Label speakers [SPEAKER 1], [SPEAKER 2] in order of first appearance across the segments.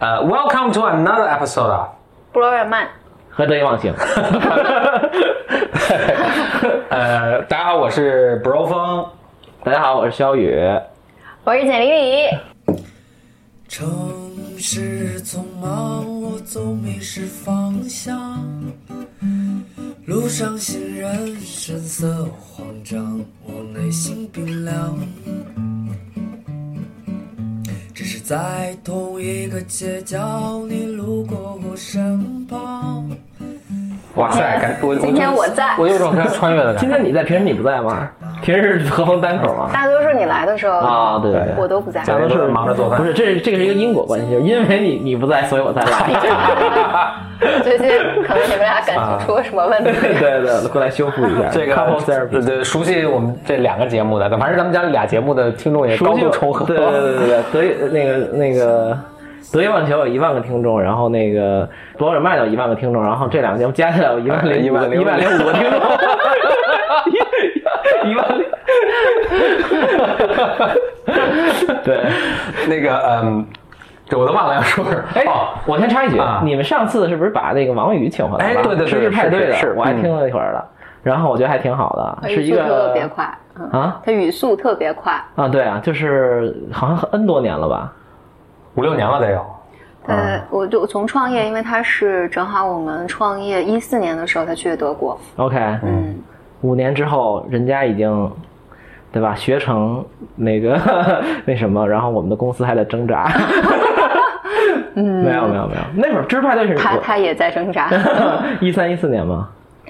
[SPEAKER 1] Uh, welcome to another episode 啊。
[SPEAKER 2] 布罗尔曼，
[SPEAKER 3] 何得意忘形，
[SPEAKER 1] 呃，大家好，我是 Bro 峰。
[SPEAKER 3] 大家好，我是肖宇。
[SPEAKER 2] 我是简玲丽。
[SPEAKER 4] 城市匆忙，我总迷失方向。路上行人神色慌张，我内心冰凉。只是在同一个街角，你路过我身旁。
[SPEAKER 1] 哇塞，感我
[SPEAKER 2] 今天我在
[SPEAKER 1] 我有种要 穿越的感
[SPEAKER 3] 今
[SPEAKER 1] 觉。
[SPEAKER 3] 天你在，平时你不在吗？平时是何峰单口吗？
[SPEAKER 2] 大多数你来的时候，
[SPEAKER 3] 啊，对对对
[SPEAKER 2] 我，都不在。
[SPEAKER 1] 咱们是忙着做饭
[SPEAKER 3] 不是，这是这个是一个因果关系，就是因为你你不在，所以我才 来。
[SPEAKER 2] 最近可能你们俩感情出了什么问题？
[SPEAKER 3] 对对，过来修复一下
[SPEAKER 1] 这个
[SPEAKER 3] couple
[SPEAKER 1] 对
[SPEAKER 3] therapy，
[SPEAKER 1] 对，熟悉我们这两个节目的，反正咱们家俩节目的听众也高度重合。
[SPEAKER 3] 对对对对对，德意那个那个。德意忘球有一万个听众，然后那个博尔曼有一万个听众，然后这两个节目加起来有一万零
[SPEAKER 1] 哎一万零
[SPEAKER 3] 一万零五个听众，一万零。对，
[SPEAKER 1] 那个嗯，对我都忘了要说什么。
[SPEAKER 3] 哎
[SPEAKER 1] 哦，
[SPEAKER 3] 我先插一句
[SPEAKER 1] 啊，
[SPEAKER 3] 你们上次是不是把那个王宇请回来了？
[SPEAKER 1] 哎对对对
[SPEAKER 3] 是不是派对
[SPEAKER 1] 是
[SPEAKER 3] 的，
[SPEAKER 1] 是是嗯
[SPEAKER 3] 我还听了一会儿了，然后我觉得还挺好的，
[SPEAKER 2] 他
[SPEAKER 3] 是
[SPEAKER 2] 语
[SPEAKER 3] 一
[SPEAKER 2] 速
[SPEAKER 3] 个
[SPEAKER 2] 特哎别快，嗯，
[SPEAKER 3] 啊
[SPEAKER 2] 他语速特别快，
[SPEAKER 3] 啊，对啊，就是好像 N 多年了吧？
[SPEAKER 1] 五六年了得有。
[SPEAKER 2] 呃，
[SPEAKER 1] 啊
[SPEAKER 2] 我就从创业，因为他是正好我们创业一四年的时候，他去的德国，
[SPEAKER 3] OK，
[SPEAKER 2] 嗯，
[SPEAKER 3] 五年之后人家已经。对吧？学成那个 那什么，然后我们的公司还在 挣扎。嗯，没有没有没有，那会儿知识派对是
[SPEAKER 2] 他他也在挣 扎。
[SPEAKER 3] 一三一四年吗？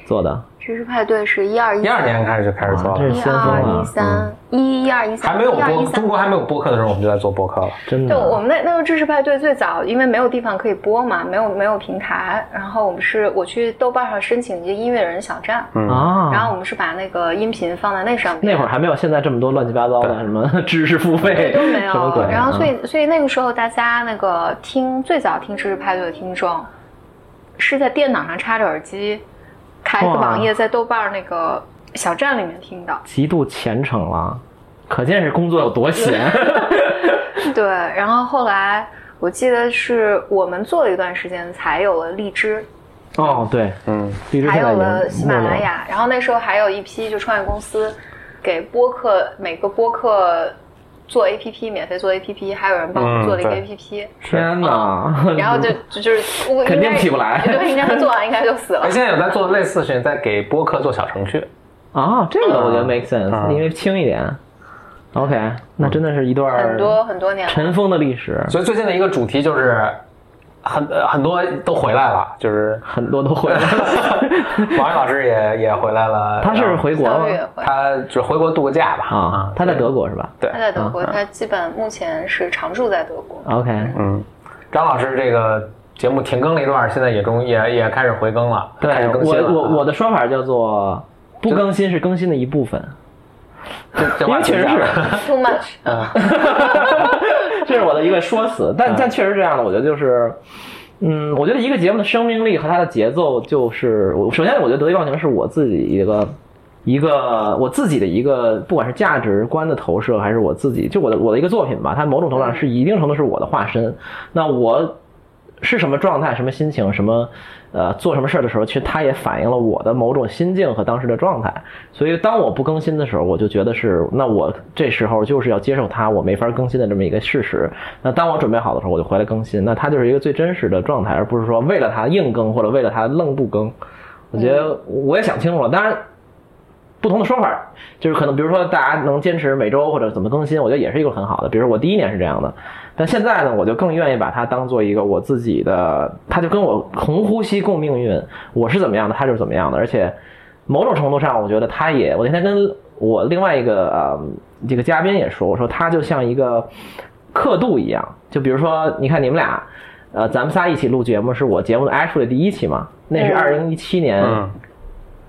[SPEAKER 3] 做的，
[SPEAKER 2] 知识派对是一二
[SPEAKER 1] 一二年开始就开始做
[SPEAKER 3] 哇这
[SPEAKER 1] 了，
[SPEAKER 3] 是
[SPEAKER 2] 一
[SPEAKER 3] 先锋
[SPEAKER 2] 二
[SPEAKER 3] 啊
[SPEAKER 2] 一三一一二一
[SPEAKER 1] 嗯
[SPEAKER 2] 三，
[SPEAKER 1] 还没有
[SPEAKER 2] 一二
[SPEAKER 1] 播
[SPEAKER 2] 一，三
[SPEAKER 1] 中国还没有播客的时候，我们就在做播客了。
[SPEAKER 3] 真的
[SPEAKER 2] 对，。我们那那时候知识派对最早，因为没有地方可以播嘛，没有没有平台，然后我们是我去豆瓣上申请一个音乐人小站，
[SPEAKER 3] 啊，
[SPEAKER 2] 然后我们是把那个音频放在那上面。
[SPEAKER 3] 那会儿还没有现在这么多乱七八糟的什么 知识付费，
[SPEAKER 2] 都 没
[SPEAKER 3] 什么
[SPEAKER 2] 有
[SPEAKER 3] 鬼，啊。
[SPEAKER 2] 然后所以所以那个时候大家那个听最早听知识派对的听众，是在电脑上插着耳机，开个
[SPEAKER 3] 哇
[SPEAKER 2] 网页在豆瓣那个小站里面听的。
[SPEAKER 3] 极度虔诚了，可见是工作有 多闲。
[SPEAKER 2] 对，然后后来我记得是我们做了一段时间才有了荔枝，
[SPEAKER 3] 哦，对，
[SPEAKER 1] 嗯，
[SPEAKER 3] 荔枝
[SPEAKER 2] 还
[SPEAKER 3] 现在
[SPEAKER 2] 有
[SPEAKER 3] 已
[SPEAKER 2] 了
[SPEAKER 3] 经
[SPEAKER 2] 喜马
[SPEAKER 3] 没
[SPEAKER 2] 拉
[SPEAKER 3] 有了
[SPEAKER 2] 雅，然后那时候还有一批就创业公司给播客每个播客做 APP 免费做 APP，还有人帮我们做了一个
[SPEAKER 1] 嗯
[SPEAKER 2] APP，、
[SPEAKER 3] 天 哪！
[SPEAKER 2] 然后就就就是我
[SPEAKER 3] 肯定
[SPEAKER 2] 应该
[SPEAKER 3] 起不来
[SPEAKER 2] 对，应该他做完应该就死了
[SPEAKER 1] 哎，。现在有在做类似的事情，在给播客做小程序。
[SPEAKER 3] 啊，这个我觉得 make
[SPEAKER 1] 啊
[SPEAKER 3] sense，因为轻一点。OK，那真的是一段
[SPEAKER 2] 很多很多年了，
[SPEAKER 3] 尘封的历史，
[SPEAKER 1] 所以最近的一个主题就是很呃很多都回来了，就是
[SPEAKER 3] 很多都回来了。
[SPEAKER 1] 王源老师也也回来了。
[SPEAKER 3] 他是不是回国
[SPEAKER 2] 小
[SPEAKER 3] 了
[SPEAKER 2] 雨
[SPEAKER 3] 吗
[SPEAKER 2] 回
[SPEAKER 1] 他就是回国度个假吧？
[SPEAKER 3] 啊，他在德国是吧
[SPEAKER 1] 对
[SPEAKER 2] 他在德国，他基本目前是常住在德国。
[SPEAKER 3] ？OK，
[SPEAKER 1] 嗯，张老师这个节目停更了一段，现在也终也也开始回更了，开
[SPEAKER 3] 对
[SPEAKER 1] 始更新了。啊
[SPEAKER 3] 我我我的说法叫做不更新是更新的一部分。
[SPEAKER 1] 这啊这
[SPEAKER 3] 因
[SPEAKER 1] 话
[SPEAKER 3] 为确实
[SPEAKER 1] 挺
[SPEAKER 3] 是
[SPEAKER 1] 假的，
[SPEAKER 2] Too much，
[SPEAKER 3] 这是我的一个说辞，
[SPEAKER 1] 嗯
[SPEAKER 3] 但但确实这样的，我觉得就是，嗯，我觉得一个节目的生命力和它的节奏，就是我首先我觉得《得意忘形》是我自己一个一个我自己的一个，不管是价值观的投射，还是我自己就我的我的一个作品吧，它某种程度上是一定程度是我的化身。那我是什么状态、什么心情、什么呃做什么事儿的时候，其实它也反映了我的某种心境和当时的状态。所以当我不更新的时候，我就觉得是那我这时候就是要接受它我没法更新的这么一个事实。那当我准备好的时候，我就回来更新。那它就是一个最真实的状态，而不是说为了它硬更或者为了它愣不更。我觉得我也想清楚了，当然。不同的说法，就是可能比如说大家能坚持每周或者怎么更新，我觉得也是一个很好的。比如说我第一年是这样的，但现在呢，我就更愿意把它当做一个我自己的，它就跟我同呼吸共命运，我是怎么样的，它就是怎么样的。而且某种程度上，我觉得它也，我那天跟我另外一个呃这个嘉宾也说，我说它就像一个刻度一样，就比如说你看你们俩，呃，咱们仨一起录节目，是我节目的 actually 第一期嘛，那是二零一七年。
[SPEAKER 1] 嗯，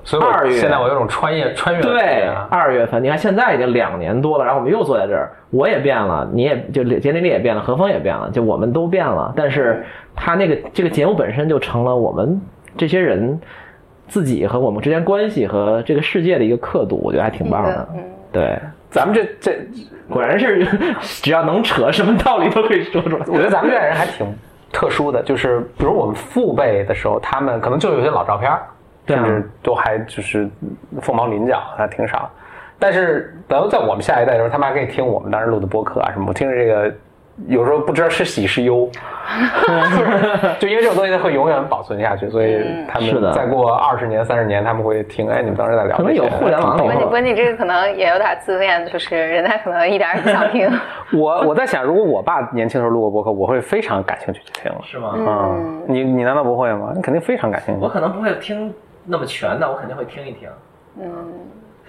[SPEAKER 1] 所以我
[SPEAKER 3] 二月
[SPEAKER 1] 现在我有种穿越穿越的感
[SPEAKER 3] 对
[SPEAKER 1] 觉啊，
[SPEAKER 3] 二月份，你看现在已经两年多了，然后我们又坐在这儿，我也变了，你也就杰林丽也变了，何峰也变了，就我们都变了。但是他那个这个节目本身就成了我们这些人自己和我们之间关系和这个世界的一个刻度，我觉得还挺棒的。
[SPEAKER 2] 嗯
[SPEAKER 3] 对，
[SPEAKER 1] 咱们这这，
[SPEAKER 3] 果然是只要能扯，什么道理都可以说出来。
[SPEAKER 1] 我觉得咱们这代人还挺。特殊的，就是比如我们父辈的时候，他们可能就有些老照片儿，
[SPEAKER 3] 对
[SPEAKER 1] 甚
[SPEAKER 3] 啊
[SPEAKER 1] 至都还就是凤毛麟角，还挺少。但是等到在我们下一代的时候，他们还可以听我们当时录的播客啊什么，我听着这个。有时候不知道是喜是 忧，就是就因为这种东西它会永远保存下去，所以
[SPEAKER 2] 嗯
[SPEAKER 1] 他
[SPEAKER 3] 是
[SPEAKER 1] 们
[SPEAKER 3] 的
[SPEAKER 1] 再过二十年、三十年，他们会听，哎，你们当时在聊这些，
[SPEAKER 3] 可能有互联网以
[SPEAKER 2] 不过你
[SPEAKER 3] 后
[SPEAKER 2] 不过你这个可能也有点自恋，就是人家可能一点儿也不想听。
[SPEAKER 1] 我我在想，如果我爸年轻时候录过播客，我会非常感兴趣去听。
[SPEAKER 3] 是吗？
[SPEAKER 1] 嗯，你你难道不会吗？你肯定非常感兴趣。
[SPEAKER 3] 可能不会听那么全的，我肯定会听一听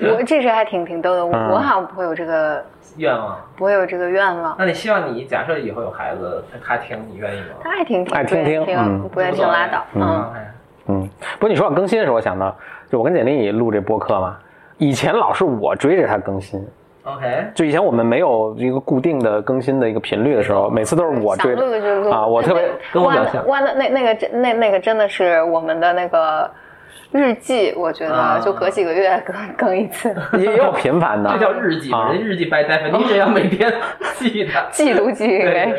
[SPEAKER 2] 我这事还挺挺逗的，我
[SPEAKER 1] 嗯
[SPEAKER 2] 我好像不会有这个，
[SPEAKER 3] 愿望。
[SPEAKER 2] 不会有这个愿望。
[SPEAKER 3] 那你希望你假设以后有孩子，他他听你愿意吗？
[SPEAKER 2] 他爱听
[SPEAKER 1] 爱听
[SPEAKER 2] 不愿意
[SPEAKER 1] 听嗯
[SPEAKER 2] 不愿意听拉倒。
[SPEAKER 3] 哦
[SPEAKER 2] 嗯，
[SPEAKER 3] 哎
[SPEAKER 1] 嗯，不，你说到更新的时候，我想到，就我跟简历录这播客嘛，以前老是我追着他更新，
[SPEAKER 3] ，OK，
[SPEAKER 1] 就以前我们没有一个固定的更新的一个频率的时候，每次都是我
[SPEAKER 2] 想
[SPEAKER 1] 追着
[SPEAKER 2] 录嗯就录
[SPEAKER 1] 啊，我特 别
[SPEAKER 3] 跟我表
[SPEAKER 2] 弯
[SPEAKER 3] 现
[SPEAKER 2] 弯的那那个真那那个真的是我们的那个日记，我觉
[SPEAKER 3] 啊
[SPEAKER 2] 得就隔几个月更更 一次，
[SPEAKER 1] 也也有频繁的
[SPEAKER 3] 这，叫日记，
[SPEAKER 1] 啊
[SPEAKER 3] 人家日记 by definition 你得要每天记 的。
[SPEAKER 2] 记都记应该是。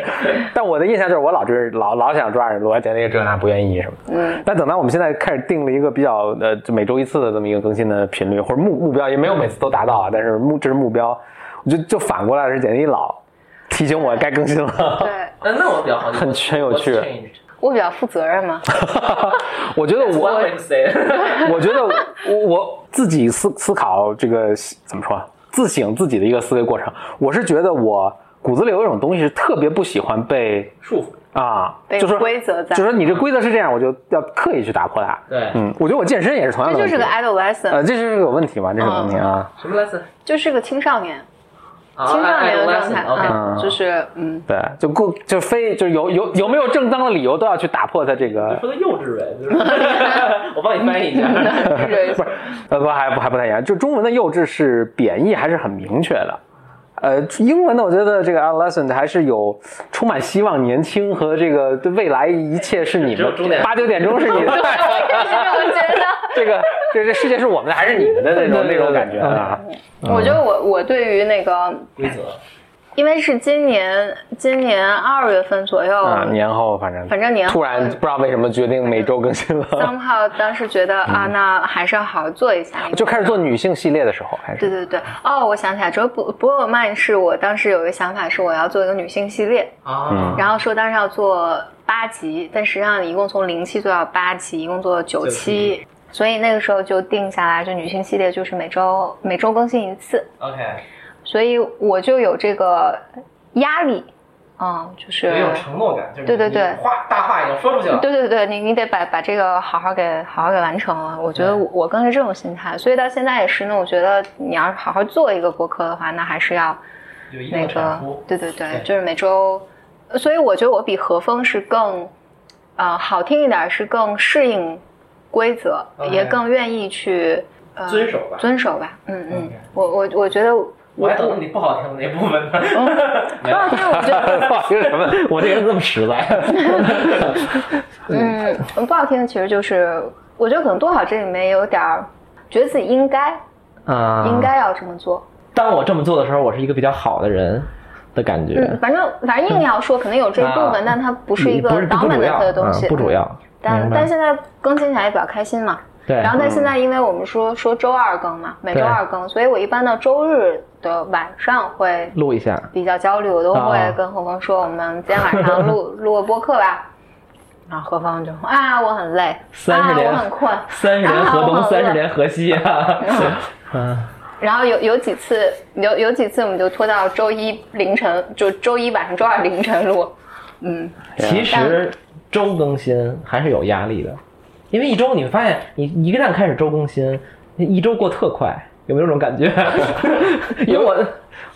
[SPEAKER 1] 但我的印象就是我老追着老老想抓着罗简历这那不愿意什么的。
[SPEAKER 2] 嗯，
[SPEAKER 1] 但等到我们现在开始定了一个比较呃，就每周一次的这么一个更新的频率或者目目标，也没有每次都达到啊，但是目这是目标，我就就反过来是简历老提醒我该更新了。
[SPEAKER 2] 对
[SPEAKER 3] 那那我比较好奇，
[SPEAKER 1] 很很有趣
[SPEAKER 3] What's changed?
[SPEAKER 2] 我比较负责 任嘛，
[SPEAKER 1] 我觉得 我
[SPEAKER 3] One way to say it.
[SPEAKER 1] 我觉得我我自己思思考这个怎么说啊，自省自己的一个思维过程，我是觉得我骨子里有一种东西是特别不喜欢被
[SPEAKER 3] 束缚。
[SPEAKER 1] 啊，
[SPEAKER 2] 被
[SPEAKER 1] 就说
[SPEAKER 2] 规则在
[SPEAKER 1] 就说你这规则是这样，我就要刻意去打破它。
[SPEAKER 3] 对
[SPEAKER 1] 嗯，我觉得我健身也是同样
[SPEAKER 2] 这
[SPEAKER 1] 的问题。
[SPEAKER 2] 就是个嗯 idol lesson，、
[SPEAKER 1] 呃，这就是个问题嘛，这是个问题啊。
[SPEAKER 3] 什么 lesson？
[SPEAKER 2] 就是个青少年，
[SPEAKER 3] 啊
[SPEAKER 2] 青少年的
[SPEAKER 3] idol
[SPEAKER 2] 状态
[SPEAKER 3] lesson。OK，
[SPEAKER 2] 嗯，就是 嗯，
[SPEAKER 1] 对，就故就非就有有有没有正当的理由都要去打破它这个，
[SPEAKER 3] 说的幼稚呗， 就是我帮你翻译一下。
[SPEAKER 2] 这个
[SPEAKER 1] 呃不还不还不太一样，就中文的幼稚是贬义还是很明确的，呃英文呢我觉得这个 adolescent 还是有充满希望、年轻和这个对未来一切是你
[SPEAKER 3] 只有终点
[SPEAKER 1] 们八九点钟是你的，
[SPEAKER 2] 我 觉得。
[SPEAKER 1] 这个这这世界是我们的还是你们的那种那种感觉啊，
[SPEAKER 2] 我觉得我我对于那个，
[SPEAKER 3] 规则，
[SPEAKER 2] 因为是今年今年二月份左右，
[SPEAKER 1] 啊年后反正
[SPEAKER 2] 反正年后
[SPEAKER 1] 突然不知道为什么决定每周更新 了，
[SPEAKER 2] somehow 当时觉得、
[SPEAKER 1] 嗯
[SPEAKER 2] 啊，那还是要好好做一下。
[SPEAKER 1] 就开始做女性系列的时候开
[SPEAKER 2] 对
[SPEAKER 1] 始，
[SPEAKER 2] 对对，哦，我想起来，只不不过我曼是我当时有一个想法，是我要做一个女性系列，
[SPEAKER 3] 啊，
[SPEAKER 2] 然后说当时要做八集，但实际上一共从零期做到八集，一共做了九
[SPEAKER 3] 九
[SPEAKER 2] 期，所以那个时候就定下来，就女性系列就是每周每周更新一次，
[SPEAKER 3] OK，
[SPEAKER 2] 所以我就有这个压力，嗯，就是
[SPEAKER 3] 有一种承诺感，就是
[SPEAKER 2] 对对对
[SPEAKER 3] 你话大话已经说出去了。
[SPEAKER 2] 对对对，你你得把把这个好好给好好给完成了。我觉得
[SPEAKER 3] 对
[SPEAKER 2] 我我更是这种心态，所以到现在也是呢。我觉得你要是好好做一个播客的话，那还是要
[SPEAKER 3] 有一定
[SPEAKER 2] 那
[SPEAKER 3] 的
[SPEAKER 2] 个
[SPEAKER 3] 产出，
[SPEAKER 2] 对对对
[SPEAKER 3] 对，
[SPEAKER 2] 就是每周。所以我觉得我比何峰是更，呃，好听一点，是更适应规则，
[SPEAKER 3] OK
[SPEAKER 2] 也更愿意去呃
[SPEAKER 3] 哎遵守吧
[SPEAKER 2] 遵守吧。嗯嗯
[SPEAKER 3] OK，
[SPEAKER 2] 我我我觉得我
[SPEAKER 3] 我还等着你不好听的那部分 呢。没有
[SPEAKER 2] 不好听，我觉得
[SPEAKER 1] 不好意思什么？
[SPEAKER 3] 我这人这么实在，
[SPEAKER 2] 嗯，不好听的其实就是，我觉得可能多少这里面有点儿觉得自己应该。
[SPEAKER 3] 啊
[SPEAKER 2] 应。该要这么做。
[SPEAKER 3] 当我这么做的时候，我是一个比较好的人的感
[SPEAKER 2] 嗯，
[SPEAKER 3] 觉，
[SPEAKER 2] 反正反正硬要说，肯定有这一部分，
[SPEAKER 3] 啊
[SPEAKER 2] 但它不是一
[SPEAKER 3] 不
[SPEAKER 2] 个
[SPEAKER 3] 是不
[SPEAKER 2] dominant
[SPEAKER 3] 主要
[SPEAKER 2] 的东
[SPEAKER 3] 嗯
[SPEAKER 2] 西，
[SPEAKER 3] 不主要。
[SPEAKER 2] 但
[SPEAKER 3] 明白
[SPEAKER 2] 但现在更新起来也比较开心嘛。
[SPEAKER 3] 对，嗯
[SPEAKER 2] 然后但现在因为我们说说周二更嘛，每周
[SPEAKER 3] 对
[SPEAKER 2] 二更，所以我一般到周日的晚上会
[SPEAKER 3] 录一下，
[SPEAKER 2] 比较焦虑，我都
[SPEAKER 3] 啊
[SPEAKER 2] 会跟何峰说，我们今天晚上 录录个播客吧。然后何方就啊，我很累，
[SPEAKER 3] 30
[SPEAKER 2] 啊，
[SPEAKER 3] 年
[SPEAKER 2] 我很困，
[SPEAKER 3] 三十年河
[SPEAKER 2] 啊我
[SPEAKER 3] 东，
[SPEAKER 2] 好饿
[SPEAKER 3] 三十年河西 啊。 嗯，
[SPEAKER 2] 然后有有几次，有有几次我们就拖到周一凌晨，就周一晚上、周二凌晨录。嗯，
[SPEAKER 3] 其实周更新还是有压力的，因为一周你会发现，你一旦开始周更新，一周过特快，有没有这种感觉？ 因为 我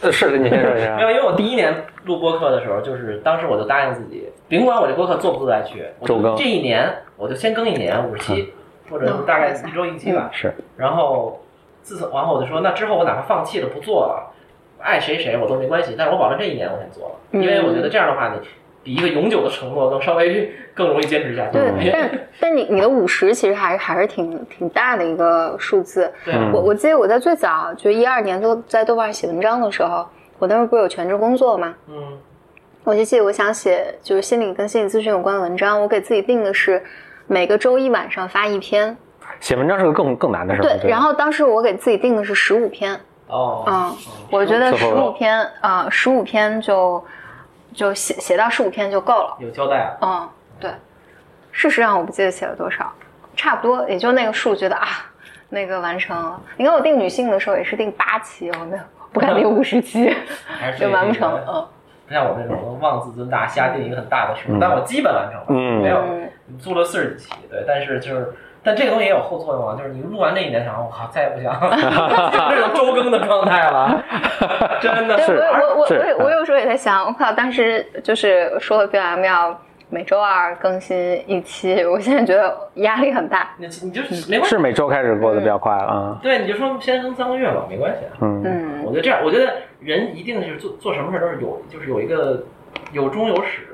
[SPEAKER 1] 呃是的，你先说一
[SPEAKER 3] 没有，
[SPEAKER 1] 下。
[SPEAKER 3] 因为我第一年录播客的时候，就是当时我就答应自己，甭管我这播客做不做得下去，我就
[SPEAKER 1] 周更
[SPEAKER 3] 这一年我就先更一年五十期，或者大概
[SPEAKER 2] 嗯
[SPEAKER 3] 一周一期吧。
[SPEAKER 1] 是，
[SPEAKER 3] 然后自从然后我就说，那之后我哪怕放弃了不做了，爱谁谁我都没关系，但是我保证这一年我先做了，
[SPEAKER 2] 嗯
[SPEAKER 3] 因为我觉得这样的话，你比一个永久的承诺更稍微更容易坚持下去。
[SPEAKER 2] 对，但但你你的五十其实还还是挺挺大的一个数字。
[SPEAKER 3] 对
[SPEAKER 1] 嗯
[SPEAKER 2] 我我记得我在最早就一二年都在豆瓣上写文章的时候，我那时候不是有全职工作嘛，
[SPEAKER 3] 嗯，
[SPEAKER 2] 我就记得我想写就是心理跟心理咨询有关的文章，我给自己定的是每个周一晚上发一篇。
[SPEAKER 1] 写文章是个更更难的事儿。我觉
[SPEAKER 2] 对，
[SPEAKER 1] 得
[SPEAKER 2] 然后当时我给自己定的是十五篇，
[SPEAKER 3] 哦，
[SPEAKER 2] 嗯，我觉得
[SPEAKER 1] 最
[SPEAKER 2] 十
[SPEAKER 1] 后
[SPEAKER 2] 五篇啊，十五篇就就写写到十五篇就够了。
[SPEAKER 3] 有交代啊。
[SPEAKER 2] 嗯，对。事实上，我不记得写了多少，差不多也就那个数，觉得啊，那个完成了。你看我定女性的时候也是定八期，我没有不敢定五十期，
[SPEAKER 3] 还是
[SPEAKER 2] 就完不成。
[SPEAKER 3] 这个
[SPEAKER 2] 嗯，
[SPEAKER 3] 不像我这种妄自尊大，瞎定一个很大的数，
[SPEAKER 1] 嗯
[SPEAKER 3] 但我基本完成了，
[SPEAKER 1] 嗯
[SPEAKER 3] 没有
[SPEAKER 2] 嗯
[SPEAKER 3] 做了四十几期，对，但是就是。但这个东西也有后作用啊，就是你录完这一年，想我靠，再也不想 这种周更的状态了， 真的
[SPEAKER 2] 对，
[SPEAKER 1] 是
[SPEAKER 2] 我也我我
[SPEAKER 1] 是
[SPEAKER 2] 我也
[SPEAKER 1] 嗯
[SPEAKER 2] 我有时候也在想，我靠，当时就是说 BLM 要每周二更新一期，我现在觉得压力很大。
[SPEAKER 3] 你你
[SPEAKER 2] 嗯
[SPEAKER 3] 就是没关系，
[SPEAKER 1] 是每周开始过得比较快了啊。
[SPEAKER 3] 对，你就说先更三个月吧，没关系啊。
[SPEAKER 1] 嗯，
[SPEAKER 2] 嗯
[SPEAKER 3] 我觉得这样，我觉得人一定是做做什么事儿都是有，就是有一个有终有始，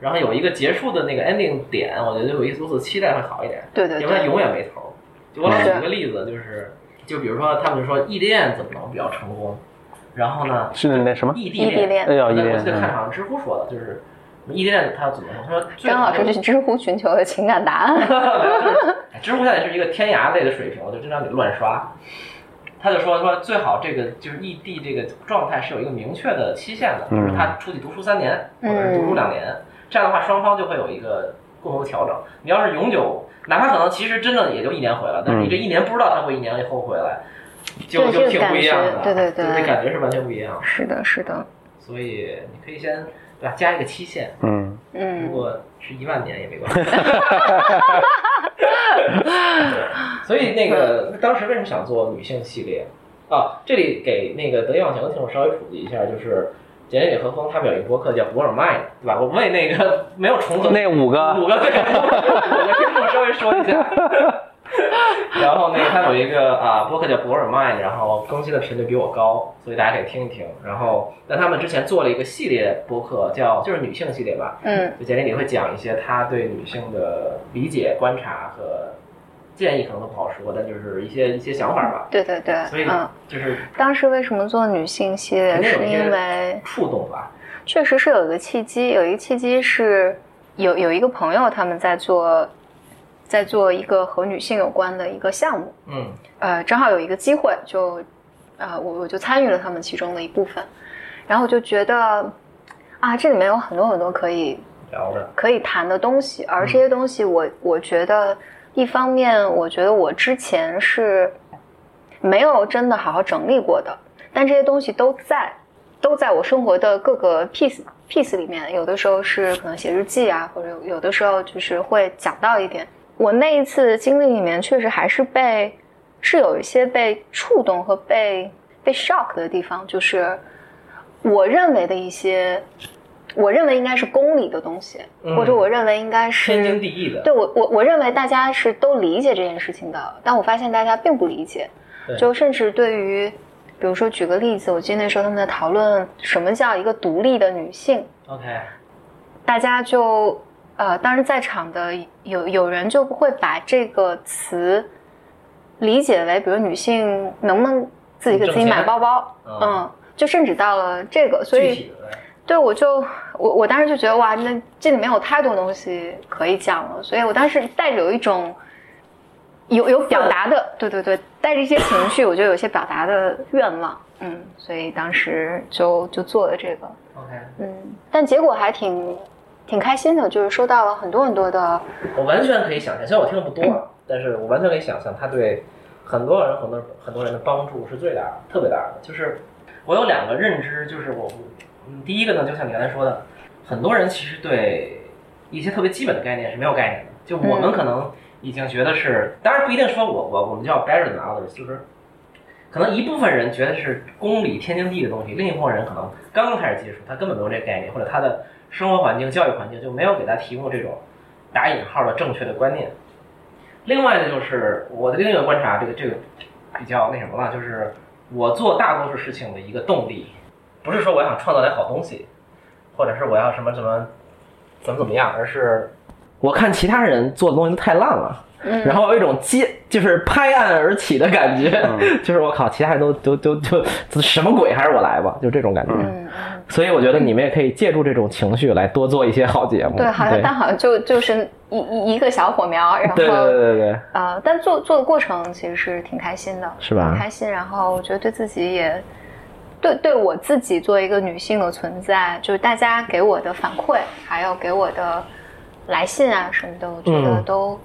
[SPEAKER 3] 然后有一个结束的那个 ending 点，我觉得有一如此期待会好一点，
[SPEAKER 2] 对对
[SPEAKER 3] 要不然
[SPEAKER 2] 对，嗯
[SPEAKER 3] 永远没头儿。就我老举一个例子，就是就比如说他们就说异地恋怎么能比较成功，然后呢，
[SPEAKER 1] 是那什么？
[SPEAKER 3] 异地
[SPEAKER 2] 异地
[SPEAKER 3] 恋，
[SPEAKER 1] 哎
[SPEAKER 2] 恋，
[SPEAKER 1] 呦，
[SPEAKER 3] 我
[SPEAKER 1] 依
[SPEAKER 3] 记得
[SPEAKER 1] 恋。
[SPEAKER 3] 看
[SPEAKER 1] 嗯
[SPEAKER 3] 好像知乎说的，就是异地恋他怎么说？他说最
[SPEAKER 2] 张老师去知乎寻求的情感答案。
[SPEAKER 3] 哎知乎现在是一个天涯类的水平，我就经常给乱刷。他就说说最好这个就是异地这个状态是有一个明确的期限的，
[SPEAKER 1] 嗯
[SPEAKER 3] 就是他出去读书三年或者是读书两年，
[SPEAKER 2] 嗯
[SPEAKER 3] 这样的话双方就会有一个共同调整。你要是永久，哪怕可能其实真的也就一年回来，但是你这一年不知道他会一年以后回来，就
[SPEAKER 2] 嗯对
[SPEAKER 3] 就
[SPEAKER 2] 这
[SPEAKER 3] 挺
[SPEAKER 2] 个
[SPEAKER 3] 不一样的，
[SPEAKER 2] 感觉对对对
[SPEAKER 3] 就那感觉是完全不一样的。
[SPEAKER 2] 是的，是的，
[SPEAKER 3] 所以你可以先对吧加一个期限，
[SPEAKER 1] 嗯，
[SPEAKER 2] 嗯。
[SPEAKER 3] 如果是一万年也没关系。所以那个当时为什么想做女性系列啊？这里给那个得意忘形的听众稍微普及一下，就是简简与和风他们有一个播客叫《博尔麦》，对吧？我为那个没有重合
[SPEAKER 1] 那五
[SPEAKER 3] 五
[SPEAKER 1] 个
[SPEAKER 3] 个对，五个听众稍微说一下。然后那个他有一个啊播客叫博尔麦，然后更新的频率比我高，所以大家可以听一听。然后但他们之前做了一个系列播客，叫就是女性系列吧，
[SPEAKER 2] 嗯
[SPEAKER 3] 就简历里会讲一些他对女性的理解、观察和建议，可能都不好说，但就是一些一些想法吧。，
[SPEAKER 2] 对对对
[SPEAKER 3] 所以，
[SPEAKER 2] 嗯，
[SPEAKER 3] 就是
[SPEAKER 2] 当时为什么做女性系列，
[SPEAKER 3] 肯定有
[SPEAKER 2] 是
[SPEAKER 3] 一些
[SPEAKER 2] 因为
[SPEAKER 3] 触动吧。
[SPEAKER 2] 确实是有一个契机，有一个契机是有有一个朋友他们在做，在做一个和女性有关的一个项目，
[SPEAKER 3] 嗯，
[SPEAKER 2] 呃，正好有一个机会就，呃，我我就参与了他们其中的一部分，然后我就觉得啊，这里面有很多很多可以
[SPEAKER 3] 聊的，
[SPEAKER 2] 可以谈的东西，而
[SPEAKER 3] 嗯
[SPEAKER 2] 这些东西我，我觉得一方面，我觉得我之前是没有真的好好整理过的，但这些东西都在，都在我生活的各个 piece piece 里面。有的时候是可能写日记啊，或者有有的时候就是会讲到一点。我那一次经历里面，确实还是被是有一些被触动和被被 shock 的地方，就是我认为的一些。我认为应该是公理的东西，
[SPEAKER 3] 嗯
[SPEAKER 2] 或者我认为应该是
[SPEAKER 3] 天经地义的。
[SPEAKER 2] 对我，我我认为大家是都理解这件事情的，但我发现大家并不理解
[SPEAKER 3] 对，
[SPEAKER 2] 就甚至对于，比如说举个例子，我记得那时候他们在讨论什么叫一个独立的女性，
[SPEAKER 3] OK，
[SPEAKER 2] 大家就呃，当时在场的有有人就会把这个词理解为，比如女性能不能自己给自己
[SPEAKER 3] 挣钱
[SPEAKER 2] 买包包，
[SPEAKER 3] 嗯
[SPEAKER 2] 嗯，就甚至到了这个，所以
[SPEAKER 3] 具体的来
[SPEAKER 2] 对，我就我我当时就觉得哇，那这里面有太多东西可以讲了，所以我当时带着有一种有有表达的，对对对，带着一些情绪，我觉得有一些表达的愿望，嗯，所以当时就就做了这个，
[SPEAKER 3] OK。
[SPEAKER 2] 嗯，但结果还挺挺开心的，就是收到了很多很多的，
[SPEAKER 3] 我完全可以想象，虽然我听的不多啊，但是我完全可以想象他对很多人、很多很多人的帮助是最大的、特别大的。就是我有两个认知，就是我，嗯，第一个呢，就像你刚才说的，很多人其实对一些特别基本的概念是没有概念的。就我们
[SPEAKER 2] 嗯
[SPEAKER 3] 可能已经觉得是，当然不一定说我我我们叫 better than others，就是可能一部分人觉得是公理、天经地义的东西，另一部分人可能刚开始接触，他根本没有这个概念，或者他的生活环境、教育环境就没有给他提供这种打引号的正确的观念。另外呢，就是我的另一个观察，这个这个比较那什么了，就是我做大多数事情的一个动力，不是说我想创造点好东西，或者是我要什么什么怎么怎么样，而是我看其他人做的东西都太烂了，
[SPEAKER 2] 嗯
[SPEAKER 3] 然后有一种接就是拍案而起的感觉，就是我靠，其他人都都都都都什么鬼，还是我来吧，就这种感觉。
[SPEAKER 2] 嗯
[SPEAKER 3] 所以我觉得你们也可以借助这种情绪来多做一些好节目。
[SPEAKER 2] 对，好像但好像就就是一一一个小火苗，然后
[SPEAKER 3] 对对对对对，
[SPEAKER 2] 呃，但做做的过程其实是挺开心的，
[SPEAKER 3] 是吧
[SPEAKER 2] 挺开心，然后我觉得对自己也，对对我自己作为一个女性的存在，就是大家给我的反馈，还有给我的来信啊什么的，我觉得
[SPEAKER 3] 嗯
[SPEAKER 2] 都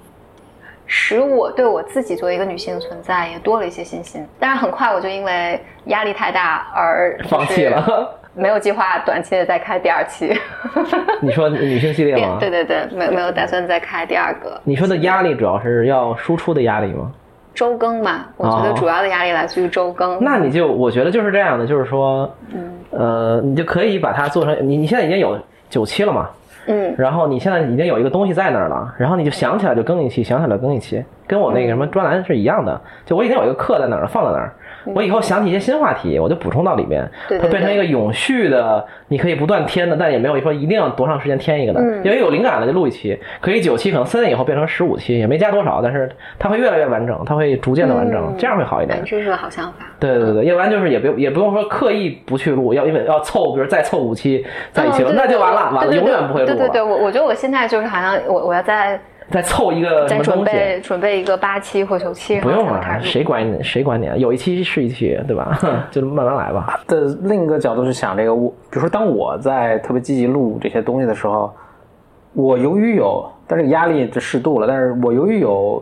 [SPEAKER 2] 使我对我自己作为一个女性的存在也多了一些信心。但是很快我就因为压力太大而就是
[SPEAKER 3] 放弃，了。
[SPEAKER 2] 没有计划短期的再开第二期。
[SPEAKER 3] 你说女性系列吗？
[SPEAKER 2] 对对对，没有没有打算再开第二个
[SPEAKER 3] 你说的压力主要是要输出的压力吗？
[SPEAKER 2] 周更嘛？我觉得
[SPEAKER 3] 哦
[SPEAKER 2] 主要的压力来自于周更。
[SPEAKER 3] 那你就我觉得就是这样的，就是说，呃，你就可以把它做成你你现在已经有九期了嘛，
[SPEAKER 2] 嗯
[SPEAKER 3] 然后你现在已经有一个东西在那儿了，然后你就想起来就更一期，想起来更一期，跟我那
[SPEAKER 2] 嗯
[SPEAKER 3] 个什么专栏是一样的。就我已经有一个课在那儿了放在那儿，我以后想起一些新话题，我就补充到里面，
[SPEAKER 2] 嗯对对
[SPEAKER 3] 它变成
[SPEAKER 2] 对
[SPEAKER 3] 一个永续的，你可以不断添的，但也没有说一定要多长时间添一个的，
[SPEAKER 2] 嗯
[SPEAKER 3] 因为有灵感了就录一期，可以九期，可能三年以后变成十五期，也没加多少，但是它会越来越完整，它会逐渐的完整，
[SPEAKER 2] 嗯
[SPEAKER 3] 这样会好一点
[SPEAKER 2] 哎，。这是个好想法。
[SPEAKER 3] 对对对，要不然就是也不也不用说刻意不去录，要因为要凑，比如再凑五期在一起
[SPEAKER 2] 嗯
[SPEAKER 3] 录，
[SPEAKER 2] 对
[SPEAKER 3] 那就完了，
[SPEAKER 2] 对
[SPEAKER 3] 完了
[SPEAKER 2] 对对
[SPEAKER 3] 永远不会录
[SPEAKER 2] 对对对，
[SPEAKER 3] 了。
[SPEAKER 2] 我我觉得我现在就是好像我我要再
[SPEAKER 3] 再凑一个什
[SPEAKER 2] 再
[SPEAKER 3] 么
[SPEAKER 2] 准
[SPEAKER 3] 东西，
[SPEAKER 2] 备准备一个八期或九期，
[SPEAKER 3] 不用
[SPEAKER 2] 然后才
[SPEAKER 3] 了，
[SPEAKER 2] 开始录
[SPEAKER 3] 谁管你？谁管你？啊？有一期是一期，对吧？就慢慢来吧。
[SPEAKER 1] 的另一个角度是想这个，我比如说当我在特别积极录这些东西的时候，我由于有，但是压力这适度了，但是我由于有，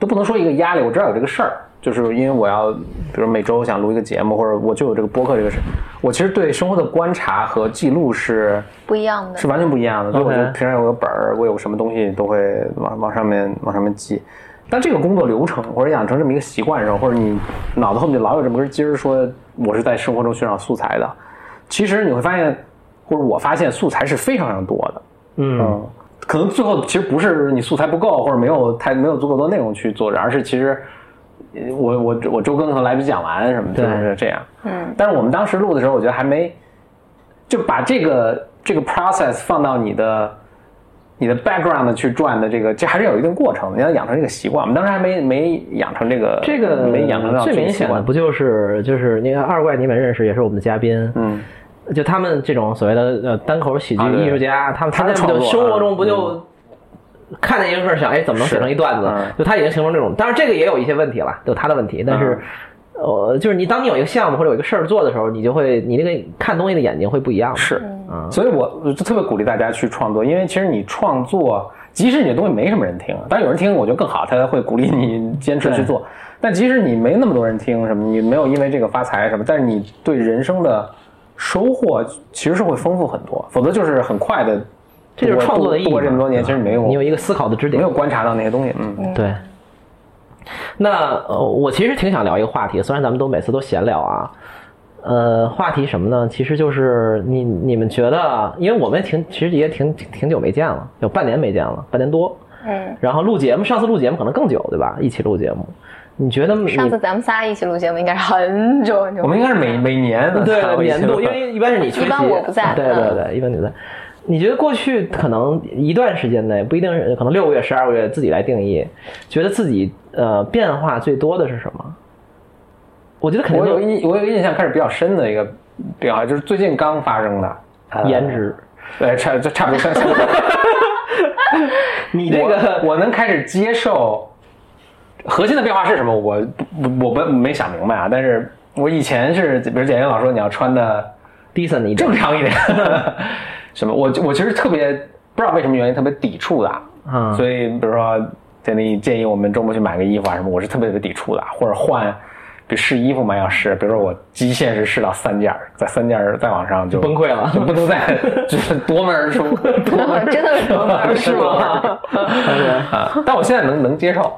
[SPEAKER 1] 都不能说一个压力，我知道有这个事儿，就是因为我要，比如每周想录一个节目，或者我就有这个播客这个事，我其实对生活的观察和记录是
[SPEAKER 2] 不一样的
[SPEAKER 1] 是。完全不一样的。所以我
[SPEAKER 3] OK
[SPEAKER 1] 就平常有个本儿，我有什么东西都会往往上面往上面记。但这个工作流程或者养成这么一个习惯的时候，或者你脑子后面就老有这么根筋儿，说我是在生活中寻找素材的。其实你会发现，或者我发现素材是非常非常多的。
[SPEAKER 3] 嗯，
[SPEAKER 1] 嗯，可能最后其实不是你素材不够，或者没有太没有足够多内容去做这，而是其实呃我我我周更可能来不及讲完什么的，
[SPEAKER 3] 对
[SPEAKER 1] 就是这样。
[SPEAKER 2] 嗯，
[SPEAKER 1] 但是我们当时录的时候，我觉得还没就把这个这个 process 放到你的你的 background 去转的这个，这还是有一定过程的，你要养成这个习惯。我们当时还没没养成这个
[SPEAKER 3] 这个
[SPEAKER 1] 没养成到
[SPEAKER 3] 最
[SPEAKER 1] 这个
[SPEAKER 3] 明
[SPEAKER 1] 习
[SPEAKER 3] 显的
[SPEAKER 1] 惯。
[SPEAKER 3] 不就是就是那个二怪，你们认识也是我们的嘉宾。
[SPEAKER 1] 嗯，
[SPEAKER 3] 就他们这种所谓的呃单口喜剧
[SPEAKER 1] 啊对
[SPEAKER 3] 艺术家，他们他们
[SPEAKER 1] 他们
[SPEAKER 3] 就
[SPEAKER 1] 创作
[SPEAKER 3] 生活中不
[SPEAKER 1] 嗯
[SPEAKER 3] 就看见一个事儿想，哎，怎么能
[SPEAKER 1] 是
[SPEAKER 3] 写成一段子
[SPEAKER 1] 嗯？
[SPEAKER 3] 就他已经形成这种，当然这个也有一些问题了，有他的问题，但
[SPEAKER 1] 嗯
[SPEAKER 3] 是。呃，就是你当你有一个项目或者有一个事儿做的时候，你就会你那个看东西的眼睛会不一样。
[SPEAKER 1] 是，
[SPEAKER 3] 啊，
[SPEAKER 1] 所以我我就特别鼓励大家去创作，因为其实你创作，即使你的东西没什么人听，但有人听我觉得更好，他会鼓励你坚持去做。但即使你没那么多人听什么，你没有因为这个发财什么，但是你对人生的收获其实是会丰富很多，否则就是很快的。
[SPEAKER 3] 这就是创作的意义
[SPEAKER 1] 度
[SPEAKER 3] 嘛。
[SPEAKER 1] 过这么多年，
[SPEAKER 3] 对吧
[SPEAKER 1] 其实没有
[SPEAKER 3] 嗯你有一个思考的支点
[SPEAKER 1] 没有。观察到那些东西，嗯，
[SPEAKER 3] 对。那呃，我其实挺想聊一个话题，虽然咱们都每次都闲聊啊，呃，话题什么呢？其实就是你你们觉得，因为我们挺其实也挺挺挺久没见了，有半年没见了，半年多。
[SPEAKER 2] 嗯，
[SPEAKER 3] 然后录节目，上次录节目可能更久，对吧？一起录节目，你觉得你
[SPEAKER 2] 上次咱们仨一起录节目应该是很久很久。
[SPEAKER 1] 我们应该是每每年 的
[SPEAKER 3] 对
[SPEAKER 1] 差不多一
[SPEAKER 3] 年
[SPEAKER 1] 次
[SPEAKER 3] 度，因为一般是你缺席，
[SPEAKER 2] 一般我不在嗯
[SPEAKER 3] 对对对，一般你在。你觉得过去可能一段时间内不一定是，可能六个月、十二个月自己来定义，觉得自己呃变化最多的是什么？我觉得肯定
[SPEAKER 1] 我有
[SPEAKER 3] 就
[SPEAKER 1] 印我有印象开始比较深的一个变化，就是最近刚发生的呃
[SPEAKER 3] 颜值。
[SPEAKER 1] 对，差差不多差不多。
[SPEAKER 3] 你
[SPEAKER 1] 这
[SPEAKER 3] 这
[SPEAKER 1] 个
[SPEAKER 3] 个
[SPEAKER 1] 我能开始接受，核心的变化是什么？我不我不没想明白啊。但是我以前是，比如简英老师说你要穿的
[SPEAKER 3] decent 一点
[SPEAKER 1] 正常一点， 什么？我我其实特别不知道为什么原因特别抵触的啊，
[SPEAKER 3] 啊，
[SPEAKER 1] 所以比如说建议建议我们周末去买个衣服啊什么，我是特别特别抵触的，或者换。比如试衣服嘛，要试，比如说我极限是试到三件儿，在三件儿再往上就
[SPEAKER 3] 崩溃了
[SPEAKER 1] 就不能再就是夺门而出，夺门而出
[SPEAKER 2] 真的是多
[SPEAKER 1] 啊
[SPEAKER 2] 门
[SPEAKER 1] 是
[SPEAKER 2] 是
[SPEAKER 1] 吗
[SPEAKER 2] 吗？
[SPEAKER 1] 啊，但我现在能能接受，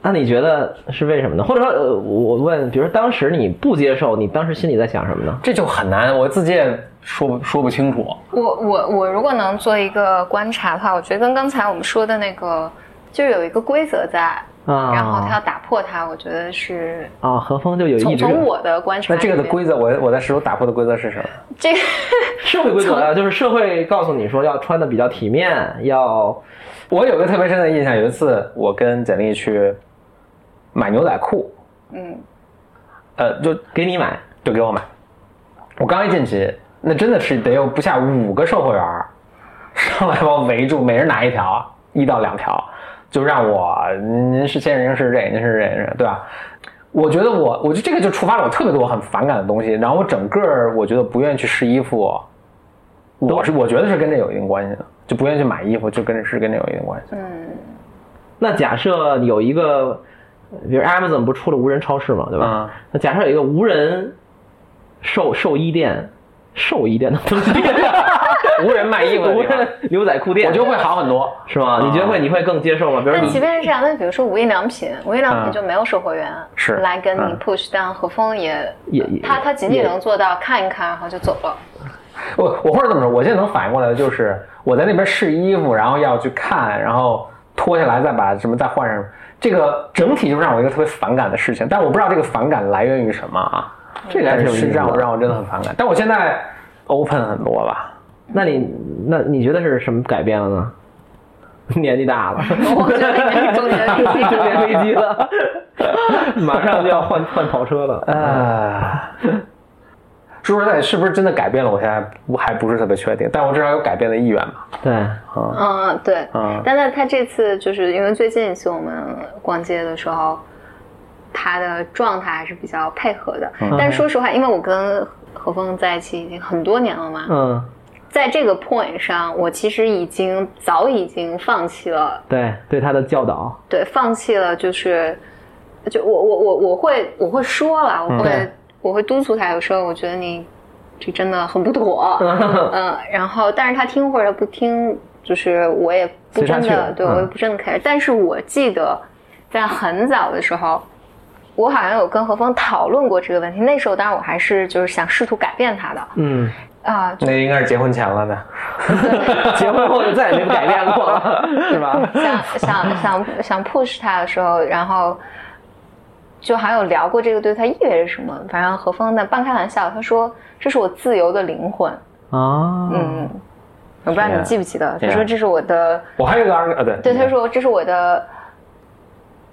[SPEAKER 3] 那你觉得是为什么呢？或者说，呃，我问，比如说当时你不接受，你当时心里在想什么呢？
[SPEAKER 1] 这就很难，我自己也说不说不清楚。
[SPEAKER 2] 我我我如果能做一个观察的话，我觉得跟刚才我们说的那个，就是有一个规则在，
[SPEAKER 3] 啊，
[SPEAKER 2] 然后他要打破它，我觉得是
[SPEAKER 3] 啊，何峰就有
[SPEAKER 2] 从
[SPEAKER 3] 一直
[SPEAKER 2] 从我的观察
[SPEAKER 1] 那
[SPEAKER 2] 里
[SPEAKER 1] 这
[SPEAKER 2] 面，
[SPEAKER 1] 个的规则，我我在石头打破的规则是什么？
[SPEAKER 2] 这个
[SPEAKER 3] 社会规则啊，就是社会告诉你说要穿的比较体面，要
[SPEAKER 1] 我有个特别深的印象，有一次我跟简历去买牛仔裤，
[SPEAKER 2] 嗯
[SPEAKER 1] 呃，就
[SPEAKER 3] 给你买
[SPEAKER 1] 就给我买。我刚一进去，那真的是得有不下五个售货员儿上来把我围住，每人拿一条，一到两条，就让我您您是先生，您是这个，您是这个，您是这个对吧？我觉得我，我觉得这个就触发了我特别多很反感的东西，然后我整个儿我觉得不愿意去试衣服，我是我觉得是跟这有一定关系的，就不愿意去买衣服，就跟这是跟这有一定关系。
[SPEAKER 2] 嗯，
[SPEAKER 3] 那假设有一个，比如 Amazon 不出了无人超市嘛，对吧？
[SPEAKER 1] 嗯
[SPEAKER 3] 那假设有一个无人售售衣店，售衣店的东 西，
[SPEAKER 1] 无人卖衣服的
[SPEAKER 3] 无
[SPEAKER 1] 地方
[SPEAKER 3] 人，牛仔裤店，
[SPEAKER 1] 我觉得会好很多。
[SPEAKER 3] 是
[SPEAKER 1] 啊
[SPEAKER 3] 吗？你觉得会你会更接受吗？比如
[SPEAKER 2] 但
[SPEAKER 3] 你
[SPEAKER 2] 即便是这样，那比如说无印良品，无印良品
[SPEAKER 1] 嗯
[SPEAKER 2] 就没有售货员
[SPEAKER 1] 是
[SPEAKER 2] 来跟你
[SPEAKER 1] 嗯
[SPEAKER 2] push，但何峰也
[SPEAKER 3] 也也
[SPEAKER 2] 他他仅仅
[SPEAKER 3] 也
[SPEAKER 2] 能做到看一看，然后就走了。
[SPEAKER 1] 我我或者这么说，我现在能反应过来的就是我在那边试衣服，然后要去看，然后脱下来再把什么再换上，这个整体就让我一个特别反感的事情。但我不知道这个反感来源于什么啊，这个
[SPEAKER 3] 还是有意思
[SPEAKER 1] 是
[SPEAKER 3] 的
[SPEAKER 1] 让我让我真的很反感。但我现在 open 很多吧，
[SPEAKER 3] 那你那你觉得是什么改变了呢？ 年纪大了，
[SPEAKER 2] 我觉得应该是中年危机
[SPEAKER 3] 中年危机了，马上就要换换跑车了。
[SPEAKER 1] 啊， 说实在，是不是真的改变了？我现在不还不是特别确定，但我至少有改变的意愿吧。
[SPEAKER 3] 对，
[SPEAKER 2] 嗯，对。
[SPEAKER 1] 嗯
[SPEAKER 2] 但是他这次就是因为最近一次我们逛街的时候，他的状态还是比较配合的。
[SPEAKER 1] 嗯
[SPEAKER 2] 但是说实话，因为我跟何峰在一起已经很多年了嘛，
[SPEAKER 3] 嗯，
[SPEAKER 2] 在这个 point 上，我其实已经早已经放弃了，
[SPEAKER 3] 对，对他的教导，
[SPEAKER 2] 对，放弃了就是，就我我我我会我会说了，我会、
[SPEAKER 3] 嗯对
[SPEAKER 2] 我会督促他，有时候我觉得你这真的很不 妥，嗯，然后但是他听或者不听，就是我也不
[SPEAKER 3] 随他
[SPEAKER 2] 真
[SPEAKER 3] 去
[SPEAKER 2] 的
[SPEAKER 3] 了
[SPEAKER 2] 对
[SPEAKER 3] 嗯
[SPEAKER 2] 我也不真的 care，、但是我记得在很早的时候。我好像有跟何峰讨论过这个问题，那时候当然我还是就是想试图改变他的
[SPEAKER 3] 嗯，
[SPEAKER 2] 啊、
[SPEAKER 1] 那应该是结婚前了呢。
[SPEAKER 3] 结婚后就再也没改变过了， 是吧？
[SPEAKER 2] 想想想想 push 他的时候，然后就好像有聊过这个对他意味着什么。反正何峰呢半开玩笑，他说这是我自由的灵魂。
[SPEAKER 3] 啊，
[SPEAKER 2] 嗯，我不知道
[SPEAKER 1] 是
[SPEAKER 2] 你
[SPEAKER 1] 啊
[SPEAKER 2] 记不记得，他
[SPEAKER 1] 是啊
[SPEAKER 2] 说这是我的，
[SPEAKER 1] 我还有一个二啊，对
[SPEAKER 2] 对，他说这是我的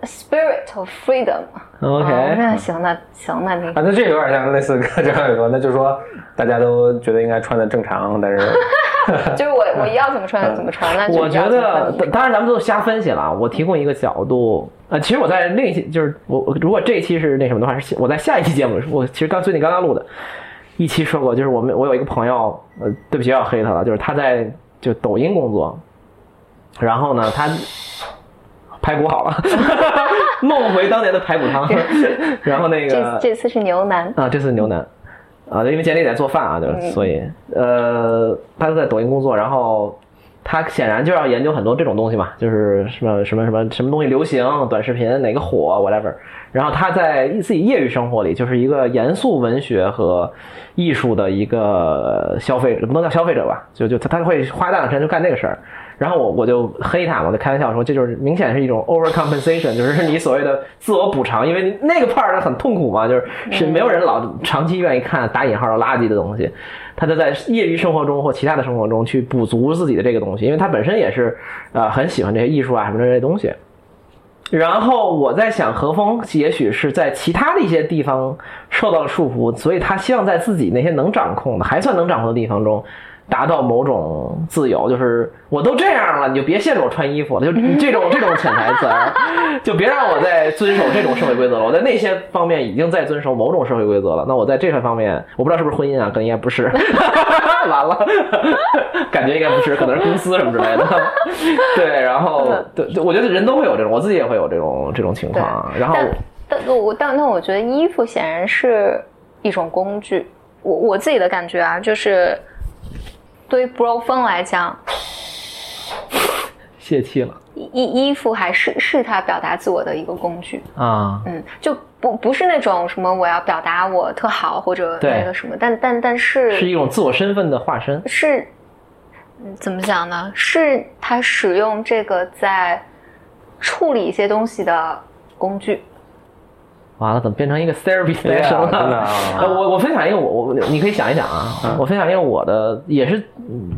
[SPEAKER 2] spirit of freedom。
[SPEAKER 3] ，OK，
[SPEAKER 2] 嗯我说那行，那行，那你
[SPEAKER 1] 啊，那这有点像类似跟张小雨说，那就是说大家都觉得应该穿的正常， 但是
[SPEAKER 2] 就是我我要怎么穿就怎么穿，那就
[SPEAKER 3] 我
[SPEAKER 2] 你要
[SPEAKER 3] 觉
[SPEAKER 2] 怎么穿
[SPEAKER 3] 得，当当然咱们都瞎分析了啊。我提供一个角度，呃，其实我在另一期，就是我我如果这一期是那什么的话，是我在下一期节目，我其实刚最近刚刚录的一期说过，就是我们我有一个朋友，呃，对不起又要黑他了，就是他在就抖音工作，然后呢，他排骨好了， 梦回当年的排 骨汤，然后那
[SPEAKER 2] 这
[SPEAKER 3] 个
[SPEAKER 2] 这次是牛腩，
[SPEAKER 3] 啊，这次牛腩啊，因为简历在做饭啊，就是、
[SPEAKER 2] 嗯
[SPEAKER 3] 所以呃，他在抖音工作，然后他显然就要研究很多这种东西嘛，就是什么什么什么什么东西流行，短视频哪个火，whatever。然后他在自己业余生活里，就是一个严肃文学和艺术的一个消费者，不能叫消费者吧，就就他他会花大量时间就干这个事儿。然后我我就黑他嘛，我就开玩笑说，这就是明显是一种 overcompensation，就是 你所谓的自我补偿，因为你那个 part 很痛苦嘛，就是是没有人老长期愿意看打引号的垃圾的东西，他就在业余生活中或其他的生活中去补足自己的这个东西，因为他本身也是呃很喜欢这些艺术啊什么这些东西。然后我在想，何峰也许是在其他的一些地方受到了束缚，所以他希望在自己那些能掌控的、还算能掌控的地方中，达到某种自由。就是我都这样了，你就别限制我穿衣服了，就这种这种潜台词儿， 就别让我再遵守这种社会规则了。我在那些方面已经在遵守某种社会规则了，那我在这些方面，我不知道是不是婚姻啊，可能应该不是。 完了，感觉应该不是，可能是公司什么之类的。对，然后对对，我觉得人都会有这种，我自己也会有这种这种情况啊。然后
[SPEAKER 2] 但但我但那我觉得衣服显然是一种工具。我我自己的感觉啊，就是对于 bro 风来讲，
[SPEAKER 3] 泄气了
[SPEAKER 2] 衣衣服还是是他表达自我的一个工具。
[SPEAKER 3] 啊，
[SPEAKER 2] 嗯，就不不是那种什么我要表达我特好或者
[SPEAKER 3] 对
[SPEAKER 2] 那个什么，但但但是
[SPEAKER 3] 是一种自我身份的化身。
[SPEAKER 2] 是嗯怎么讲呢？是他使用这个在处理一些东西的工具。
[SPEAKER 3] 完了，怎么变成一个 therapy
[SPEAKER 1] 对啊
[SPEAKER 3] session 了？
[SPEAKER 1] 真的啊嗯
[SPEAKER 3] 呃我我分享一个我我你可以想一想啊，我分享一个我的也是嗯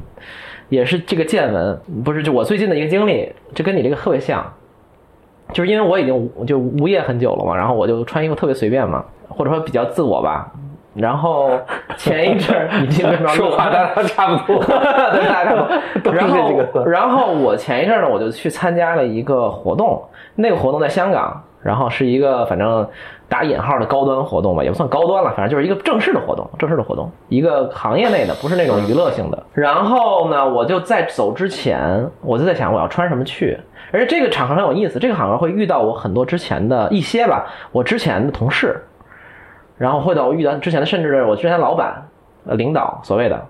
[SPEAKER 3] 也是这个见闻，不是就我最近的一个经历，这跟你这个特别像，就是因为我已经无就无业很久了嘛，然后我就穿衣服特别随便嘛，或者说比较自我吧。然后前一阵儿 你这边
[SPEAKER 1] 说话大家差不 多，
[SPEAKER 3] 对，大概
[SPEAKER 1] 都是
[SPEAKER 3] 然
[SPEAKER 1] 这几个
[SPEAKER 3] 后，
[SPEAKER 1] 字。
[SPEAKER 3] 然后我前一阵儿呢，我就去参加了一个活动，那个活动在香港，然后是一个反正打引号的高端活动吧，也不算高端了，反正就是一个正式的活动，正式的活动，一个行业内的，不是那种娱乐性的。
[SPEAKER 1] 嗯
[SPEAKER 3] 然后呢，我就在走之前，我就在想我要穿什么去。而且这个场合很有意思，这个场合会遇到我很多之前的一些吧，我之前的同事，然后会到我遇到之前的，甚至是我之前的老板、呃领导所谓的，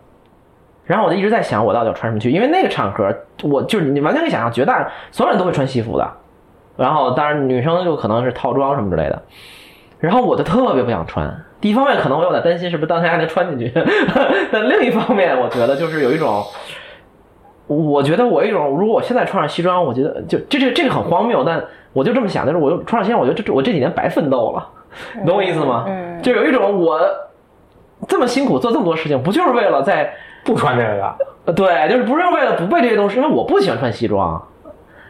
[SPEAKER 3] 然后我就一直在想，我到底要穿什么去？因为那个场合，我就是你完全可以想象，绝大所有人都会穿西服的，然后当然女生就可能是套装什么之类的。然后我就特别不想穿，第一方面可能我有点担心是不是当天还能穿进去， 但另一方面我觉得就是有一种，我觉得我有一种，如果我现在穿上西装，我觉得就这这这个很荒谬，但我就这么想，就是我穿上西装，我觉得这我这几年白奋斗了，你懂我意思吗？
[SPEAKER 2] 嗯
[SPEAKER 3] 就有一种我这么辛苦做这么多事情，不就是为了在
[SPEAKER 1] 不穿这个，
[SPEAKER 3] 呃，对，就是不是为了不被这些东西，因为我不喜欢穿西装，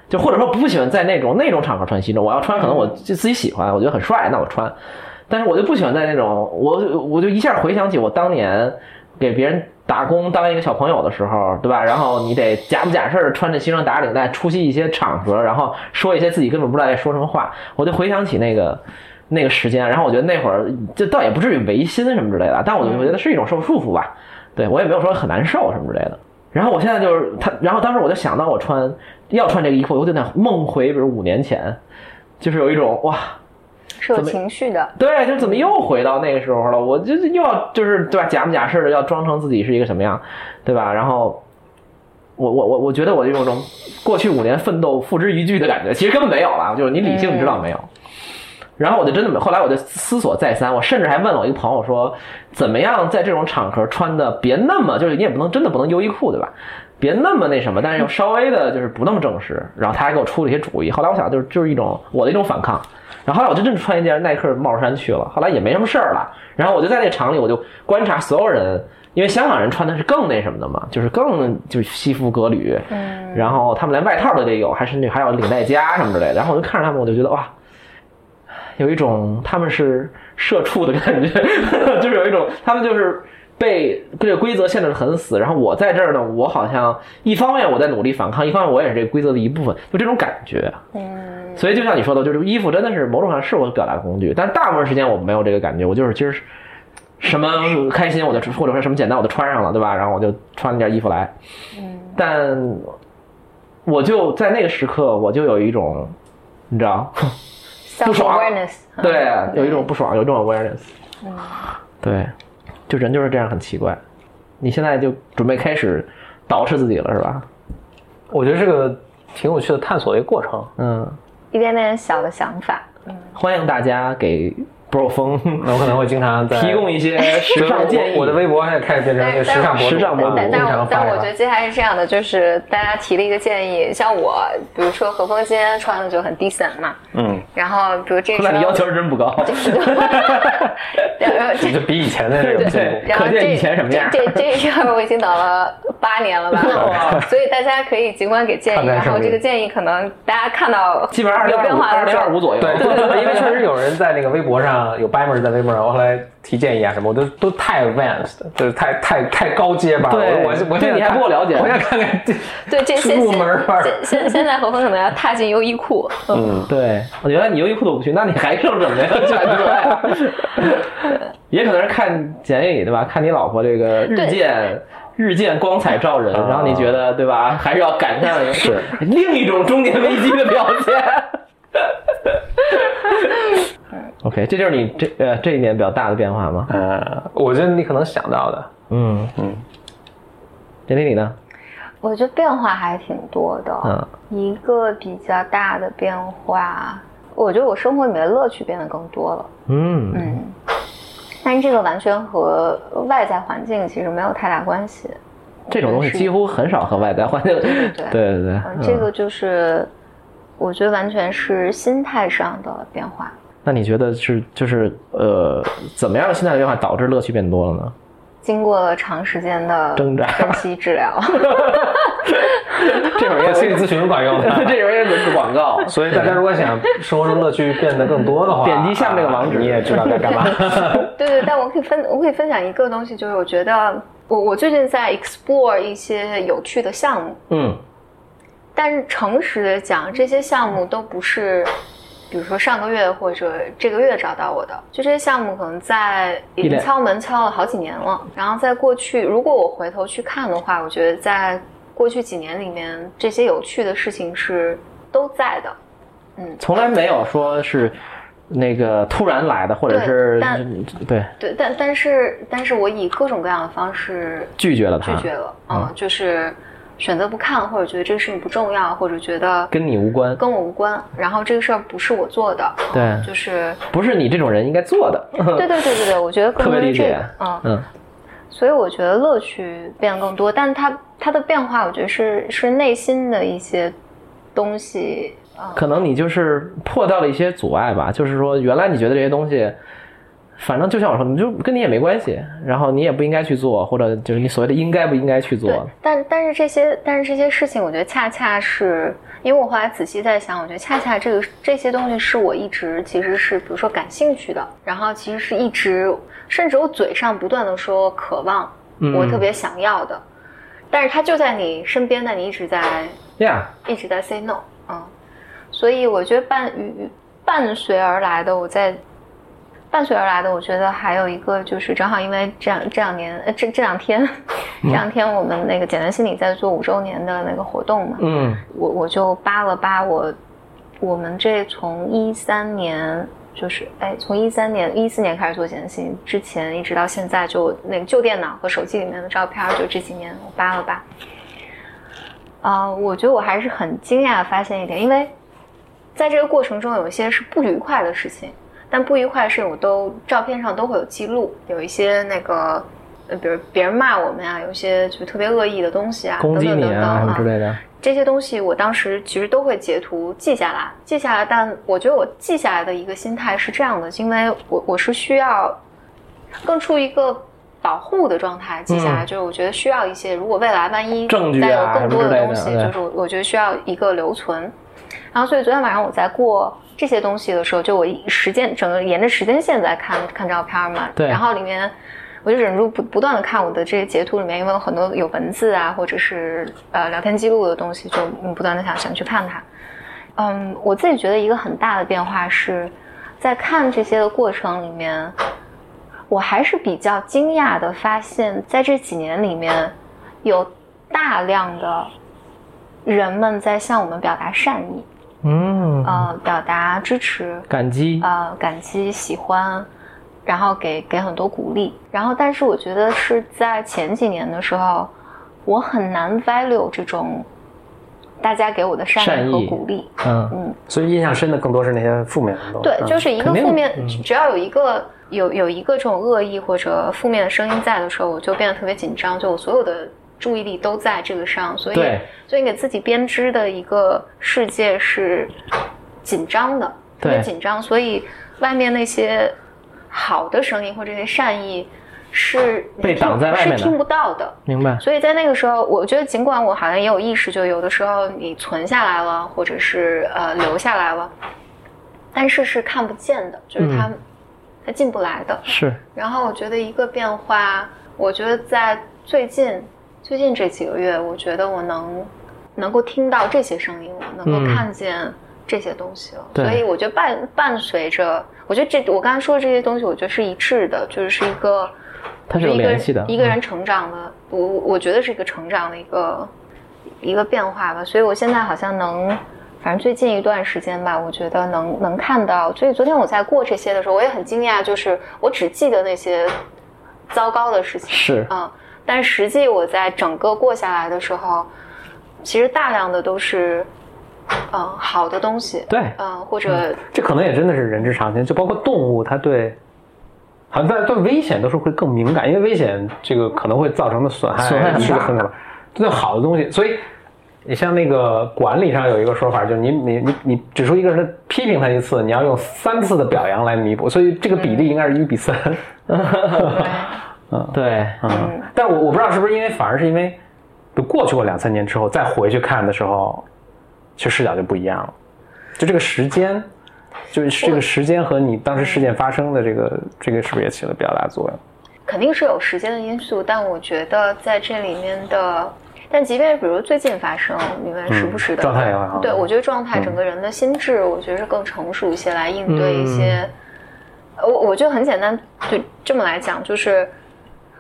[SPEAKER 3] 就或者说不喜欢在那种那种场合穿西装。我要穿，可能我就自己喜欢，我觉得很帅，那我穿。但是我就不喜欢在那种，我就我就一下回想起我当年给别人打工当一个小朋友的时候，对吧？然后你得假模假式儿穿着西装打领带出席一些场合，然后说一些自己根本不知道在说什么话。我就回想起那个那个时间，然后我觉得那会儿这倒也不至于违心什么之类的，但我就觉得是一种受束缚吧。对我也没有说很难受什么之类的。然后我现在就是他，然后当时我就想到我穿要穿这个衣服，我就在梦回，比如五年前，就是有一种哇，
[SPEAKER 2] 是有
[SPEAKER 3] 怎么
[SPEAKER 2] 情绪的。
[SPEAKER 3] 对，就怎么又回到那个时候了？我就是又要就是对吧，假模假式的要装成自己是一个什么样，对吧？然后我我我我觉得我有种过去五年奋斗付之一炬的感觉，其实根本没有了，就是你理性知道没有。然后我就真的没，后来我就思索再三，我甚至还问了我一个朋友说，怎么样在这种场合穿的别那么，就是你也不能真的不能优衣库对吧？别那么那什么，但是又稍微的就是不那么正式。然后他还给我出了一些主意。后来我想就是就是一种我的一种反抗。然后后来我就真的穿一件耐克帽衫去了，后来也没什么事儿了。然后我就在那厂里，我就观察所有人，因为香港人穿的是更那什么的嘛，就是更就是西服革履，
[SPEAKER 2] 嗯
[SPEAKER 3] 然后他们连外套都得有，还甚至还有领带夹什么之类的。然后我就看着他们，我就觉得哇，有一种他们是社畜的感觉， 就是有一种他们就是被这个规则限制的很死。然后我在这儿呢，我好像一方面我在努力反抗，一方面我也是这个规则的一部分，就这种感觉。
[SPEAKER 2] 嗯
[SPEAKER 3] 所以就像你说的，就是衣服真的是某种上是我的表达工具，但是大部分时间我没有这个感觉，我就是今儿什么开心我就或者说什么简单我就穿上了，对吧？然后我就穿了件衣服来，
[SPEAKER 2] 嗯，
[SPEAKER 3] 但我就在那个时刻，我就有一种，你知道，
[SPEAKER 2] self
[SPEAKER 3] 爽啊嗯
[SPEAKER 2] awareness，
[SPEAKER 3] 对，有一种不爽，有一种 awareness，对，就人就是这样很奇怪。你现在就准备开始捯饬自己了，是吧？
[SPEAKER 1] 我觉得这个挺有趣的探索的一个过程。
[SPEAKER 3] 嗯，
[SPEAKER 2] 一点点小的想法。
[SPEAKER 3] 欢迎大家给 bro 风
[SPEAKER 1] 那我可能会经常在
[SPEAKER 3] 提供一些
[SPEAKER 1] 所
[SPEAKER 3] 时
[SPEAKER 1] 以我
[SPEAKER 3] 尚建议。
[SPEAKER 1] 我的微博现在开始变成一个时尚博主，
[SPEAKER 3] 时尚博主
[SPEAKER 1] 经
[SPEAKER 2] 但但
[SPEAKER 1] 常
[SPEAKER 2] 我
[SPEAKER 1] 发
[SPEAKER 2] 但
[SPEAKER 1] 呀
[SPEAKER 2] 我觉得接下来是这样的，就是大家提了一个建议，像我，比如说何峰今天穿的就很 decent 嘛，
[SPEAKER 1] 嗯，
[SPEAKER 2] 然后比如这
[SPEAKER 3] 那
[SPEAKER 2] 身，
[SPEAKER 3] 你要求是真不高，
[SPEAKER 2] 然后
[SPEAKER 1] 就
[SPEAKER 2] 这。
[SPEAKER 1] 比以前的这种进
[SPEAKER 3] 对
[SPEAKER 1] 步。
[SPEAKER 2] 然后
[SPEAKER 3] 可
[SPEAKER 2] 这
[SPEAKER 3] 见以前什么样
[SPEAKER 2] 这这这一身我已经等了八年 了吧，所以大家可以尽管给建
[SPEAKER 1] 看
[SPEAKER 2] 议，
[SPEAKER 1] 在
[SPEAKER 2] 然
[SPEAKER 1] 上
[SPEAKER 2] 后这
[SPEAKER 1] 面
[SPEAKER 2] 个建议可能大家看到
[SPEAKER 3] 基本上二零
[SPEAKER 2] 有变
[SPEAKER 3] 二五
[SPEAKER 2] 化的
[SPEAKER 3] 二零
[SPEAKER 2] 时候
[SPEAKER 3] 二五左右。
[SPEAKER 1] 对对 对，因为确实有人在那个微博上有 Bammer 在微博上，我后来提建议啊什么，我都都太 advanced，就是太太太高阶吧。
[SPEAKER 3] 对
[SPEAKER 1] 我我我
[SPEAKER 3] 对
[SPEAKER 1] 现在
[SPEAKER 3] 你还
[SPEAKER 1] 看
[SPEAKER 3] 不够了解
[SPEAKER 1] 我想看看这
[SPEAKER 2] 对这现
[SPEAKER 1] 入门班儿
[SPEAKER 2] 现现现在何峰可能要踏进优衣库，嗯，
[SPEAKER 3] 对，原来你优衣库都不去，那你还剩什么呀？ 全出来了，也可能是看简历对吧？看你老婆这个日渐日渐光彩照人，
[SPEAKER 1] 啊
[SPEAKER 3] 然后你觉得对吧？还是要赶上一个
[SPEAKER 1] 是
[SPEAKER 3] 另一种中年危机的表现。OK，这就是你这呃这一年比较大的变化吗？
[SPEAKER 1] 呃，我觉得你可能想到的，
[SPEAKER 3] 嗯
[SPEAKER 1] 嗯，
[SPEAKER 3] 简历你呢？
[SPEAKER 2] 我觉得变化还挺多的，
[SPEAKER 3] 嗯，
[SPEAKER 2] 一个比较大的变化，我觉得我生活里面的乐趣变得更多了。
[SPEAKER 3] 嗯
[SPEAKER 2] 嗯，但是这个完全和外在环境其实没有太大关系。
[SPEAKER 3] 这种东西几乎很少和外在环境，对
[SPEAKER 2] 对
[SPEAKER 3] 对对
[SPEAKER 2] 嗯，，这
[SPEAKER 3] 嗯
[SPEAKER 2] 个就是我觉得完全是心态上的变化。
[SPEAKER 3] 那你觉得是就是呃，怎么样的心态的变化导致乐趣变多 了呢？
[SPEAKER 2] 经过了长时间的
[SPEAKER 3] 挣扎
[SPEAKER 2] 分析治疗，
[SPEAKER 1] 这种也心理咨询管用的。
[SPEAKER 3] 这容易是广告，
[SPEAKER 1] 所以大家如果想生活中乐趣变得更多 的话，
[SPEAKER 3] 点击下面那个网址
[SPEAKER 1] 啊你也知道该 干嘛。
[SPEAKER 2] 对对，但我可以分，我可以分享一个东西，就是我觉得我我最近在 explore 一些有趣的项目，
[SPEAKER 3] 嗯
[SPEAKER 2] 但是诚实的讲，这些项目都不是，比如说上个月或者这个月找到我的，就这些项目可能在已
[SPEAKER 3] 一
[SPEAKER 2] 经
[SPEAKER 3] 两
[SPEAKER 2] 敲门敲了好几年了。然后在过去，如果我回头去看的话，我觉得在过去几年里面，这些有趣的事情是都在的。
[SPEAKER 3] 从来没有说是那个突然来的，或者
[SPEAKER 2] 对
[SPEAKER 3] 是
[SPEAKER 2] 但
[SPEAKER 3] 对
[SPEAKER 2] 对，但但是但是我以各种各样的方式
[SPEAKER 3] 拒绝了他，
[SPEAKER 2] 拒绝了，嗯，
[SPEAKER 3] 嗯
[SPEAKER 2] 就是选择不看，或者觉得这个事情不重要，或者觉得
[SPEAKER 3] 跟你无关，
[SPEAKER 2] 跟我无关，然后这个事儿不是我做的，
[SPEAKER 3] 对，
[SPEAKER 2] 就是
[SPEAKER 3] 不是你这种人应该做的。
[SPEAKER 2] 对对对对对，我觉得更
[SPEAKER 3] 特别
[SPEAKER 2] 多是
[SPEAKER 3] 理
[SPEAKER 2] 这
[SPEAKER 3] 解
[SPEAKER 2] 个，嗯，
[SPEAKER 3] 嗯，
[SPEAKER 2] 所以我觉得乐趣变得更多，但它它的变化，我觉得是是内心的一些东西，嗯，
[SPEAKER 3] 可能你就是破掉了一些阻碍吧，就是说原来你觉得这些东西。反正就像我说，你就跟你也没关系，然后你也不应该去做，或者就是你所谓的应该不应该去
[SPEAKER 2] 对
[SPEAKER 3] 做，，
[SPEAKER 2] 但但是这些但是这些事情，我觉得恰恰是因为我后来仔细在想，我觉得恰恰这个这些东西是我一直其实是比如说感兴趣的，然后其实是一直甚至我嘴上不断的说渴望，
[SPEAKER 3] 嗯
[SPEAKER 2] 我特别想要的，但是它就在你身边，但你一直在
[SPEAKER 3] 呀、
[SPEAKER 2] 一直在 say no，嗯，所以我觉得伴与与伴随而来的，我在伴随而来的，我觉得还有一个就是正好因为这两这两年呃这这两天 这两天我们那个简单心理在做五周年的那个活动嘛，
[SPEAKER 3] 嗯，
[SPEAKER 2] 我我就扒了扒我我们这从一三年。就是哎，从一三年、一四年开始做简单心理，之前一直到现在，就那个旧电脑和手机里面的照片，就这几年我扒了扒，啊、我觉得我还是很惊讶地发现一点，因为在这个过程中有一些是不愉快的事情，但不愉快的事情我都照片上都会有记录，有一些那个，呃，比如别人骂我们呀、有一些就是特别恶意的东西啊，
[SPEAKER 3] 攻击
[SPEAKER 2] 等
[SPEAKER 3] 你
[SPEAKER 2] 等等等
[SPEAKER 3] 啊什么之类的，
[SPEAKER 2] 这些东西我当时其实都会截图记下来，记下来。但我觉得我记下来的一个心态是这样的，因为我我是需要更处于一个保护的状态记下来，
[SPEAKER 3] 嗯
[SPEAKER 2] 就是我觉得需要一些，如果未来万一
[SPEAKER 3] 证据啊
[SPEAKER 2] 再有更多
[SPEAKER 3] 什么之类的
[SPEAKER 2] 东西，
[SPEAKER 3] 对
[SPEAKER 2] 就是我我觉得需要一个留存。然后所以昨天晚上我在过这些东西的时候，就我一时间整个沿着时间线在看看照片嘛，
[SPEAKER 3] 对
[SPEAKER 2] 然后里面。我就忍住不不断的看我的这些截图里面，因为有很多有文字啊，或者是呃聊天记录的东西，就嗯不断的想想去看它。嗯，我自己觉得一个很大的变化是在看这些的过程里面，我还是比较惊讶的发现，在这几年里面，有大量的人们在向我们表达善意，
[SPEAKER 3] 嗯，
[SPEAKER 2] 呃，表达支持，
[SPEAKER 3] 感激，
[SPEAKER 2] 呃，感激、喜欢，然后给给很多鼓励。然后，但是我觉得是在前几年的时候，我很难 value 这种大家给我的善
[SPEAKER 3] 善
[SPEAKER 2] 意和
[SPEAKER 3] 意
[SPEAKER 2] 鼓励。
[SPEAKER 3] 嗯，
[SPEAKER 2] 嗯，
[SPEAKER 1] 所以印象深的更多是那些负面的东西。
[SPEAKER 2] 对，就是一个
[SPEAKER 3] 肯定
[SPEAKER 2] 负面，
[SPEAKER 3] 嗯
[SPEAKER 2] 只要有一个有有一个这种恶意或者负面的声音在的时候，我就变得特别紧张，就我所有的注意力都在这个上，所以
[SPEAKER 3] 对
[SPEAKER 2] 所以给自己编织的一个世界是紧张的，特别
[SPEAKER 3] 对
[SPEAKER 2] 紧张，所以外面那些好的声音或者这些善意是
[SPEAKER 3] 被
[SPEAKER 2] 是
[SPEAKER 3] 挡在外面的
[SPEAKER 2] 是听不到的。
[SPEAKER 3] 明白，
[SPEAKER 2] 所以在那个时候，我觉得尽管我好像也有意识，就有的时候你存下来了，或者是呃留下来了，但是是看不见的，就是它、
[SPEAKER 3] 嗯
[SPEAKER 2] 它进不来的。
[SPEAKER 3] 是，
[SPEAKER 2] 然后我觉得一个变化，我觉得在最近最近这几个月，我觉得我能能够听到这些声音，我能够
[SPEAKER 3] 嗯
[SPEAKER 2] 看见这些东西了。
[SPEAKER 3] 对
[SPEAKER 2] 所以我觉得伴伴随着，我觉得这我刚才说的这些东西，我觉得是一致的，就是是一个
[SPEAKER 3] 它是有
[SPEAKER 2] 一个
[SPEAKER 3] 联系的嗯
[SPEAKER 2] 一个人成长的，我我我觉得是一个成长的一个一个变化吧。所以我现在好像能，反正最近一段时间吧，我觉得能能看到。所以昨天我在过这些的时候，我也很惊讶，就是我只记得那些糟糕的事情，
[SPEAKER 3] 是，
[SPEAKER 2] 嗯，但实际我在整个过下来的时候，其实大量的都是嗯好的东西，
[SPEAKER 3] 对，
[SPEAKER 2] 嗯或者
[SPEAKER 1] 这可能也真的是人之常情，就包括动物，它对，好像在对危险都是会更敏感，因为危险这个可能会造成的损害
[SPEAKER 3] 损害很大
[SPEAKER 1] 是个很可怕。对好的东西，所以你像那个管理上有一个说法，就是你你你你指出一个人批评他一次，你要用三次的表扬来弥补，所以这个比例应该是一比三。
[SPEAKER 3] 对，
[SPEAKER 1] 嗯，但我我不知道是不是因为，反而是因为，就过去过两三年之后再回去看的时候，其实视角就不一样了。就这个时间，就是这个时间和你当时事件发生的这个这个是不是也起了比较大作用？
[SPEAKER 2] 肯定是有时间的因素，但我觉得在这里面的，但即便比如最近发生，你们时不时的、
[SPEAKER 1] 嗯状态也会好
[SPEAKER 2] 对我觉得状
[SPEAKER 3] 嗯
[SPEAKER 2] 态，整个人的心智，我觉得是更成熟一些来应对一
[SPEAKER 3] 嗯
[SPEAKER 2] 些。呃我我觉得很简单，就这么来讲，就是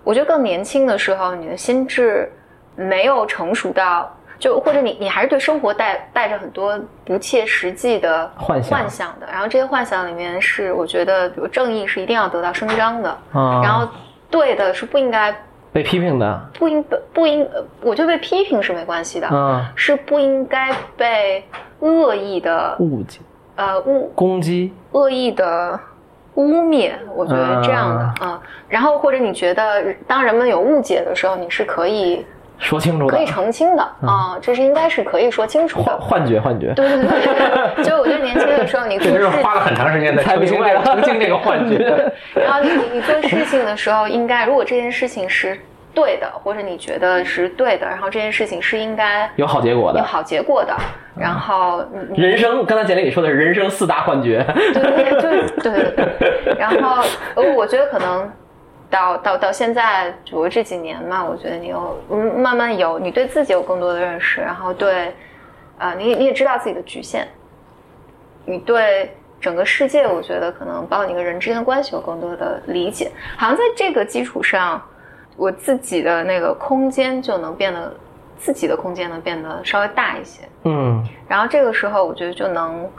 [SPEAKER 2] 我觉得更年轻的时候，你的心智没有成熟到。就或者你你还是对生活带带着很多不切实际的
[SPEAKER 3] 幻想
[SPEAKER 2] 幻想的，然后这些幻想里面是我觉得，比如正义是一定要得到伸张的，
[SPEAKER 3] 啊，
[SPEAKER 2] 然后对的是不应该
[SPEAKER 3] 被批评的，
[SPEAKER 2] 不应不应，呃我觉得被批评是没关系的，
[SPEAKER 3] 啊，
[SPEAKER 2] 是不应该被恶意的
[SPEAKER 3] 误解、
[SPEAKER 2] 呃污
[SPEAKER 3] 攻击，
[SPEAKER 2] 恶意的污蔑，我觉得这样的啊、然后或者你觉得当人们有误解的时候，你是可以
[SPEAKER 3] 说清楚
[SPEAKER 2] 可以
[SPEAKER 3] 的，
[SPEAKER 2] 澄清的啊、这是应该是可以说清楚
[SPEAKER 3] 幻
[SPEAKER 2] 的。
[SPEAKER 3] 幻觉，幻觉，
[SPEAKER 2] 对对对，就是我觉得年轻的时候你做
[SPEAKER 1] 这就是
[SPEAKER 2] 事
[SPEAKER 1] 花了很长时 间在
[SPEAKER 3] 才
[SPEAKER 1] 澄
[SPEAKER 3] 明
[SPEAKER 1] 清
[SPEAKER 3] 白
[SPEAKER 1] 这
[SPEAKER 3] 了
[SPEAKER 1] 个澄清这个幻 觉。
[SPEAKER 2] 然后你你做事情的时候，应该如果这件事情是对的，或者你觉得是对的，然后这件事情是应该
[SPEAKER 3] 有好结果
[SPEAKER 2] 有
[SPEAKER 3] 的。
[SPEAKER 2] 好结果的，然后你
[SPEAKER 3] 人生，刚才简历里说的是人生四大幻觉，
[SPEAKER 2] 你对对对就是对对对，然后呃我觉得可能。到到到现在，我这几年嘛，我觉得你有嗯慢慢有，你对自己有更多的认识，然后对，啊、你你也知道自己的局限，你对整个世界，我觉得可能包括你跟人之间的关系有更多的理解。好像在这个基础上，我自己的那个空间就能变得，自己的空间能变得稍微大一些。
[SPEAKER 3] 嗯，
[SPEAKER 2] 然后这个时候，我觉得就能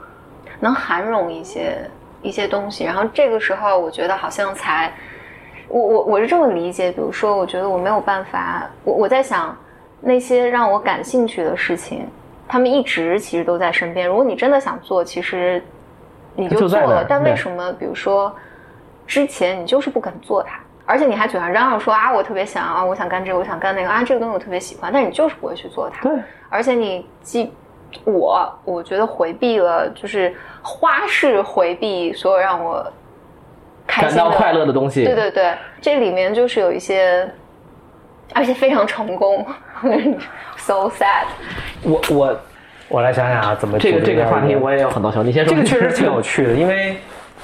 [SPEAKER 2] 能涵容一些一些东西。然后这个时候，我觉得好像才，我我我是这么理解。比如说，我觉得我没有办法，我我在想那些让我感兴趣的事情，他们一直其实都在身边。如果你真的想做，其实你就
[SPEAKER 3] 就
[SPEAKER 2] 做
[SPEAKER 3] 在那
[SPEAKER 2] 了
[SPEAKER 3] 儿。
[SPEAKER 2] 但
[SPEAKER 3] 对
[SPEAKER 2] 为什么，比如说之前你就是不肯做它？而且你还嘴上嚷嚷说啊，我特别想啊，我想干这个，我想干那个啊，这个东西我特别喜欢，但你就是不会去做它。
[SPEAKER 3] 对，
[SPEAKER 2] 而且你既我我觉得回避了，就是花式回避所有让我开
[SPEAKER 3] 感
[SPEAKER 2] 心的
[SPEAKER 3] 到快乐的东西，
[SPEAKER 2] 对对对，这里面就是有一些，而且非常成功，so sad。
[SPEAKER 1] 我我我来想想啊，怎么
[SPEAKER 3] 这个
[SPEAKER 1] 组
[SPEAKER 3] 这
[SPEAKER 1] 织
[SPEAKER 3] 个
[SPEAKER 1] 下
[SPEAKER 3] 话
[SPEAKER 1] 一
[SPEAKER 3] 题我也有很多想，你先说。
[SPEAKER 1] 这个确实挺 有趣的，因为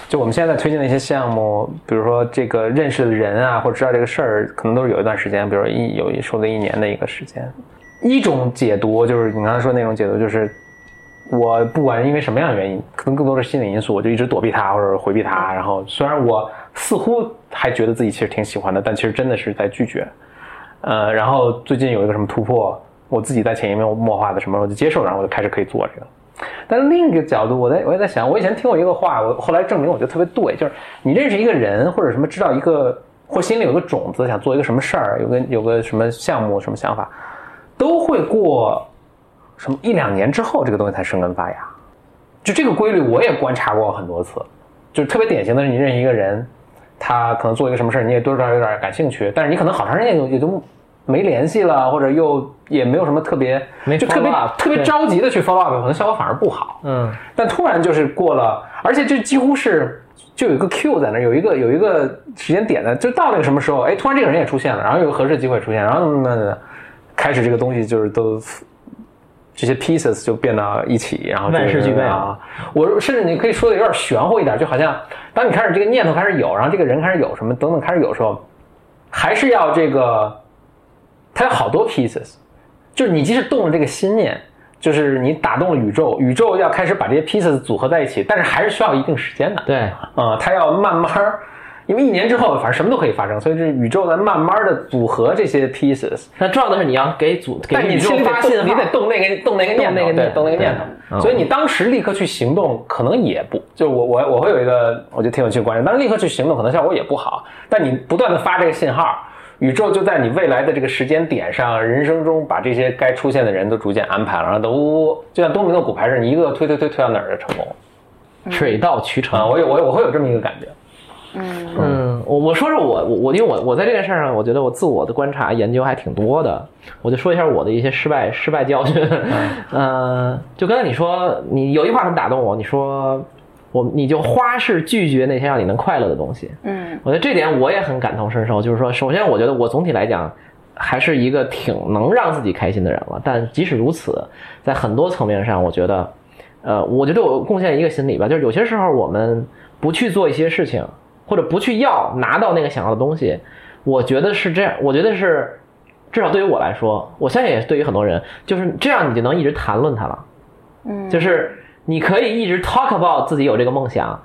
[SPEAKER 1] 就我们现在在推荐的一些项目，比如说这个认识的人啊，或者知道这个事儿，可能都是有一段时间，比如一有一说的一年的一个时间。一种解读就是你刚才说那种解读，就是我不管因为什么样的原因，可能更多的是心理因素，我就一直躲避它或者回避它。然后虽然我似乎还觉得自己其实挺喜欢的，但其实真的是在拒绝。呃，然后最近有一个什么突破，我自己在潜移默化的什么，我就接受，然后我就开始可以做这个。但是另一个角度，我在我也在想，我以前听过一个话，我后来证明我觉得特别对，就是你认识一个人或者什么，知道一个或心里有个种子，想做一个什么事儿，有个有个什么项目、什么想法，都会过什么一两年之后，这个东西才生根发芽。就这个规律，我也观察过很多次，就是特别典型的是，你认识一个人，他可能做一个什么事儿，你也多少有点感兴趣，但是你可能好长时间也也就没联系了，或者又也没有什么特别，
[SPEAKER 3] 没
[SPEAKER 1] 就特别
[SPEAKER 3] follow up，
[SPEAKER 1] 特别
[SPEAKER 3] 对
[SPEAKER 1] 着急的去 follow up，可能效果反而不好。
[SPEAKER 3] 嗯，
[SPEAKER 1] 但突然就是过了，而且就几乎是就有一个 Q 在那儿，有一个有一个时间点的，就到那个什么时候，哎，突然这个人也出现了，然后有个合适的机会出现，然后慢慢的开始这个东西就是都这些 pieces 就变到一起，然后就
[SPEAKER 3] 万事俱备
[SPEAKER 1] 啊。我甚至你可以说的有点玄乎一点，就好像当你开始这个念头开始有，然后这个人开始有什么等等开始有时候，还是要这个，它有好多 pieces，就是你即使动了这个心念，就是你打动了宇宙，宇宙要开始把这些 pieces 组合在一起，但是还是需要一定时间的。
[SPEAKER 3] 对，
[SPEAKER 1] 啊、它要慢慢儿，因为一年之后反正什么都可以发生，所以这宇宙在慢慢的组合这些 pieces。
[SPEAKER 3] 那重要的是你要给组给
[SPEAKER 1] 但你
[SPEAKER 3] 宇宙
[SPEAKER 1] 心里得
[SPEAKER 3] 发信
[SPEAKER 1] 动，
[SPEAKER 3] 号，
[SPEAKER 1] 你得动那个动那个念
[SPEAKER 3] 动那
[SPEAKER 1] 头，
[SPEAKER 3] 个
[SPEAKER 1] 对
[SPEAKER 3] 念头
[SPEAKER 1] 动那个念
[SPEAKER 3] 对
[SPEAKER 1] 头。
[SPEAKER 3] 嗯
[SPEAKER 1] 所以你当时立刻去行动，可能也不就我我我会有一个我觉得挺有趣的观点，当时立刻去行动可能效果也不好，但你不断的发这个信号。宇宙就在你未来的这个时间点上，人生中把这些该出现的人都逐渐安排了，然后都就像东明的骨牌似的，你一个推推推推到哪儿就成功
[SPEAKER 3] 水到渠
[SPEAKER 1] 啊！
[SPEAKER 3] 成。
[SPEAKER 1] 我有我有我会有这么一个感觉，
[SPEAKER 2] 嗯
[SPEAKER 3] 嗯，我我说说我我我，因为我我在这件事上，我觉得我自我的观察研究还挺多的，我就说一下我的一些失败失败教训。 呃，就刚才你说，你有一句话很打动我，你说我你就花式拒绝那些让你能快乐的东西。
[SPEAKER 2] 嗯
[SPEAKER 3] 我觉得这点我也很感同身受，就是说，首先我觉得我总体来讲还是一个挺能让自己开心的人了，但即使如此，在很多层面上，我觉得，呃，我觉得我贡献一个心理吧，就是有些时候我们不去做一些事情，或者不去要拿到那个想要的东西，我觉得是这样，我觉得是。至少对于我来说，我相信也是对于很多人，就是这样，你就能一直谈论它了。
[SPEAKER 2] 嗯，
[SPEAKER 3] 就是你可以一直 talk about 自己有这个梦想，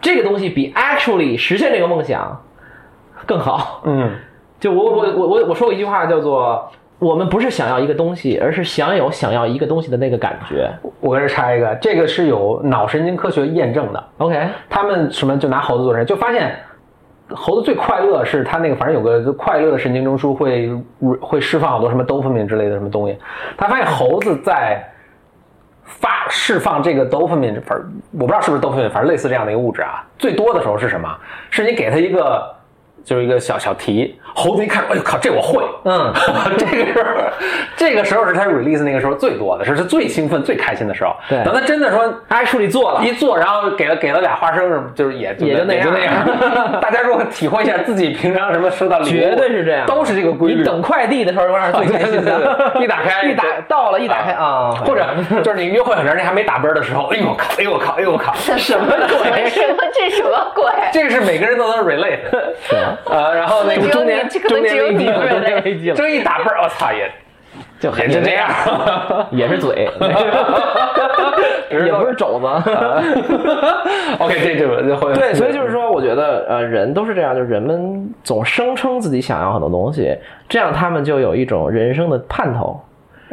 [SPEAKER 3] 这个东西比 actually 实现这个梦想更好。
[SPEAKER 1] 嗯
[SPEAKER 3] 就我我我我我说过一句话叫做。我们不是想要一个东西，而是享有想要一个东西的那个感觉。
[SPEAKER 1] 我跟这插一个，这个是有脑神经科学验证的。
[SPEAKER 3] OK，
[SPEAKER 1] 他们什么就拿猴子做实验，就发现猴子最快乐是它那个反正有个快乐的神经中枢会会释放好多什么 dopamine 之类的什么东西。他发现猴子在发释放这个 dopamine，反正我不知道是不是 dopamine，反正类似这样的一个物质啊，最多的时候是什么？是你给它一个。就是一个小小题，猴子一看，哎呦靠，这我会，
[SPEAKER 3] 嗯，
[SPEAKER 1] 这个时候，这个时候是它 release 那个时候最多的，是它最兴奋、最开心的时候。
[SPEAKER 3] 对
[SPEAKER 1] 等它真的说
[SPEAKER 3] 爱处理做了，
[SPEAKER 1] 一做，然后给了给了俩花生什么，就是也
[SPEAKER 3] 也就那样
[SPEAKER 1] 就那 样。大家如果体会一下自己平常什么收到礼物，
[SPEAKER 3] 绝对是这样，
[SPEAKER 1] 都是这个规律。啊
[SPEAKER 3] 你等快递的时候永远是最开心
[SPEAKER 1] 对对对
[SPEAKER 3] 的，
[SPEAKER 1] 对一打开
[SPEAKER 3] 一打到了，一打开啊，
[SPEAKER 1] 或者就是你约会很长时间还没打啵儿的时候，哎呦我靠，哎呦我靠，哎呦我 靠，
[SPEAKER 3] 什么鬼？
[SPEAKER 2] 什么这什么 鬼？
[SPEAKER 1] 这个是每个人都能 relate。呃，
[SPEAKER 3] 啊
[SPEAKER 1] 然后那
[SPEAKER 2] 只
[SPEAKER 1] 个
[SPEAKER 2] 有
[SPEAKER 1] 中
[SPEAKER 2] 你
[SPEAKER 1] 年
[SPEAKER 2] 这可
[SPEAKER 1] 中
[SPEAKER 2] 能
[SPEAKER 1] 年
[SPEAKER 2] 只有
[SPEAKER 1] 危
[SPEAKER 2] 你
[SPEAKER 1] 机，
[SPEAKER 2] 会
[SPEAKER 1] 中年
[SPEAKER 2] relate
[SPEAKER 1] 危机 了，这一打啵儿，我操也
[SPEAKER 3] 就
[SPEAKER 1] 也就这样。
[SPEAKER 3] 也是嘴，
[SPEAKER 1] 只是
[SPEAKER 3] 也不是肘子。
[SPEAKER 1] OK，这这个就会
[SPEAKER 3] 对，所以就是说，我觉得呃，人都是这样，就是人们总声称自己想要很多东西，这样他们就有一种人生的盼头。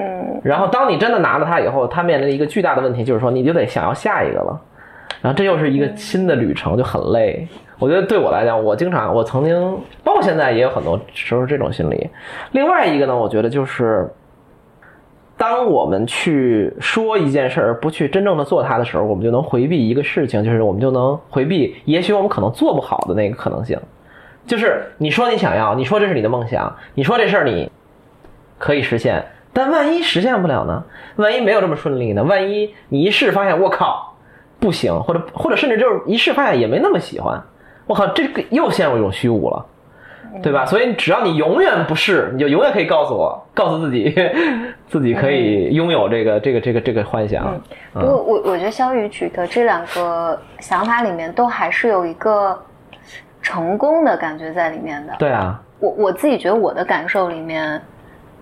[SPEAKER 2] 嗯
[SPEAKER 3] 然后当你真的拿了它以后，他面临一个巨大的问题，就是说你就得想要下一个了。然后这又是一个新的旅程，就很累。我觉得对我来讲，我经常，我曾经，包括现在也有很多时候是这种心理。另外一个呢，我觉得就是，当我们去说一件事儿，不去真正的做它的时候，我们就能回避一个事情，就是我们就能回避，也许我们可能做不好的那个可能性。就是你说你想要，你说这是你的梦想，你说这事儿你可以实现，但万一实现不了呢？万一没有这么顺利呢？万一你一试发现我靠不行，或者或者甚至就是一试发现也没那么喜欢，我靠，这个又陷入一种虚无了。对吧？所以只要你永远不试，你就永远可以告诉我，告诉 自己，自己可以拥有这个这个这个这个幻想。
[SPEAKER 2] 嗯，不过我我觉得肖宇举的这两个想法里面，都还是有一个成功的感觉在里面的。
[SPEAKER 3] 对啊，
[SPEAKER 2] 我我自己觉得我的感受里面，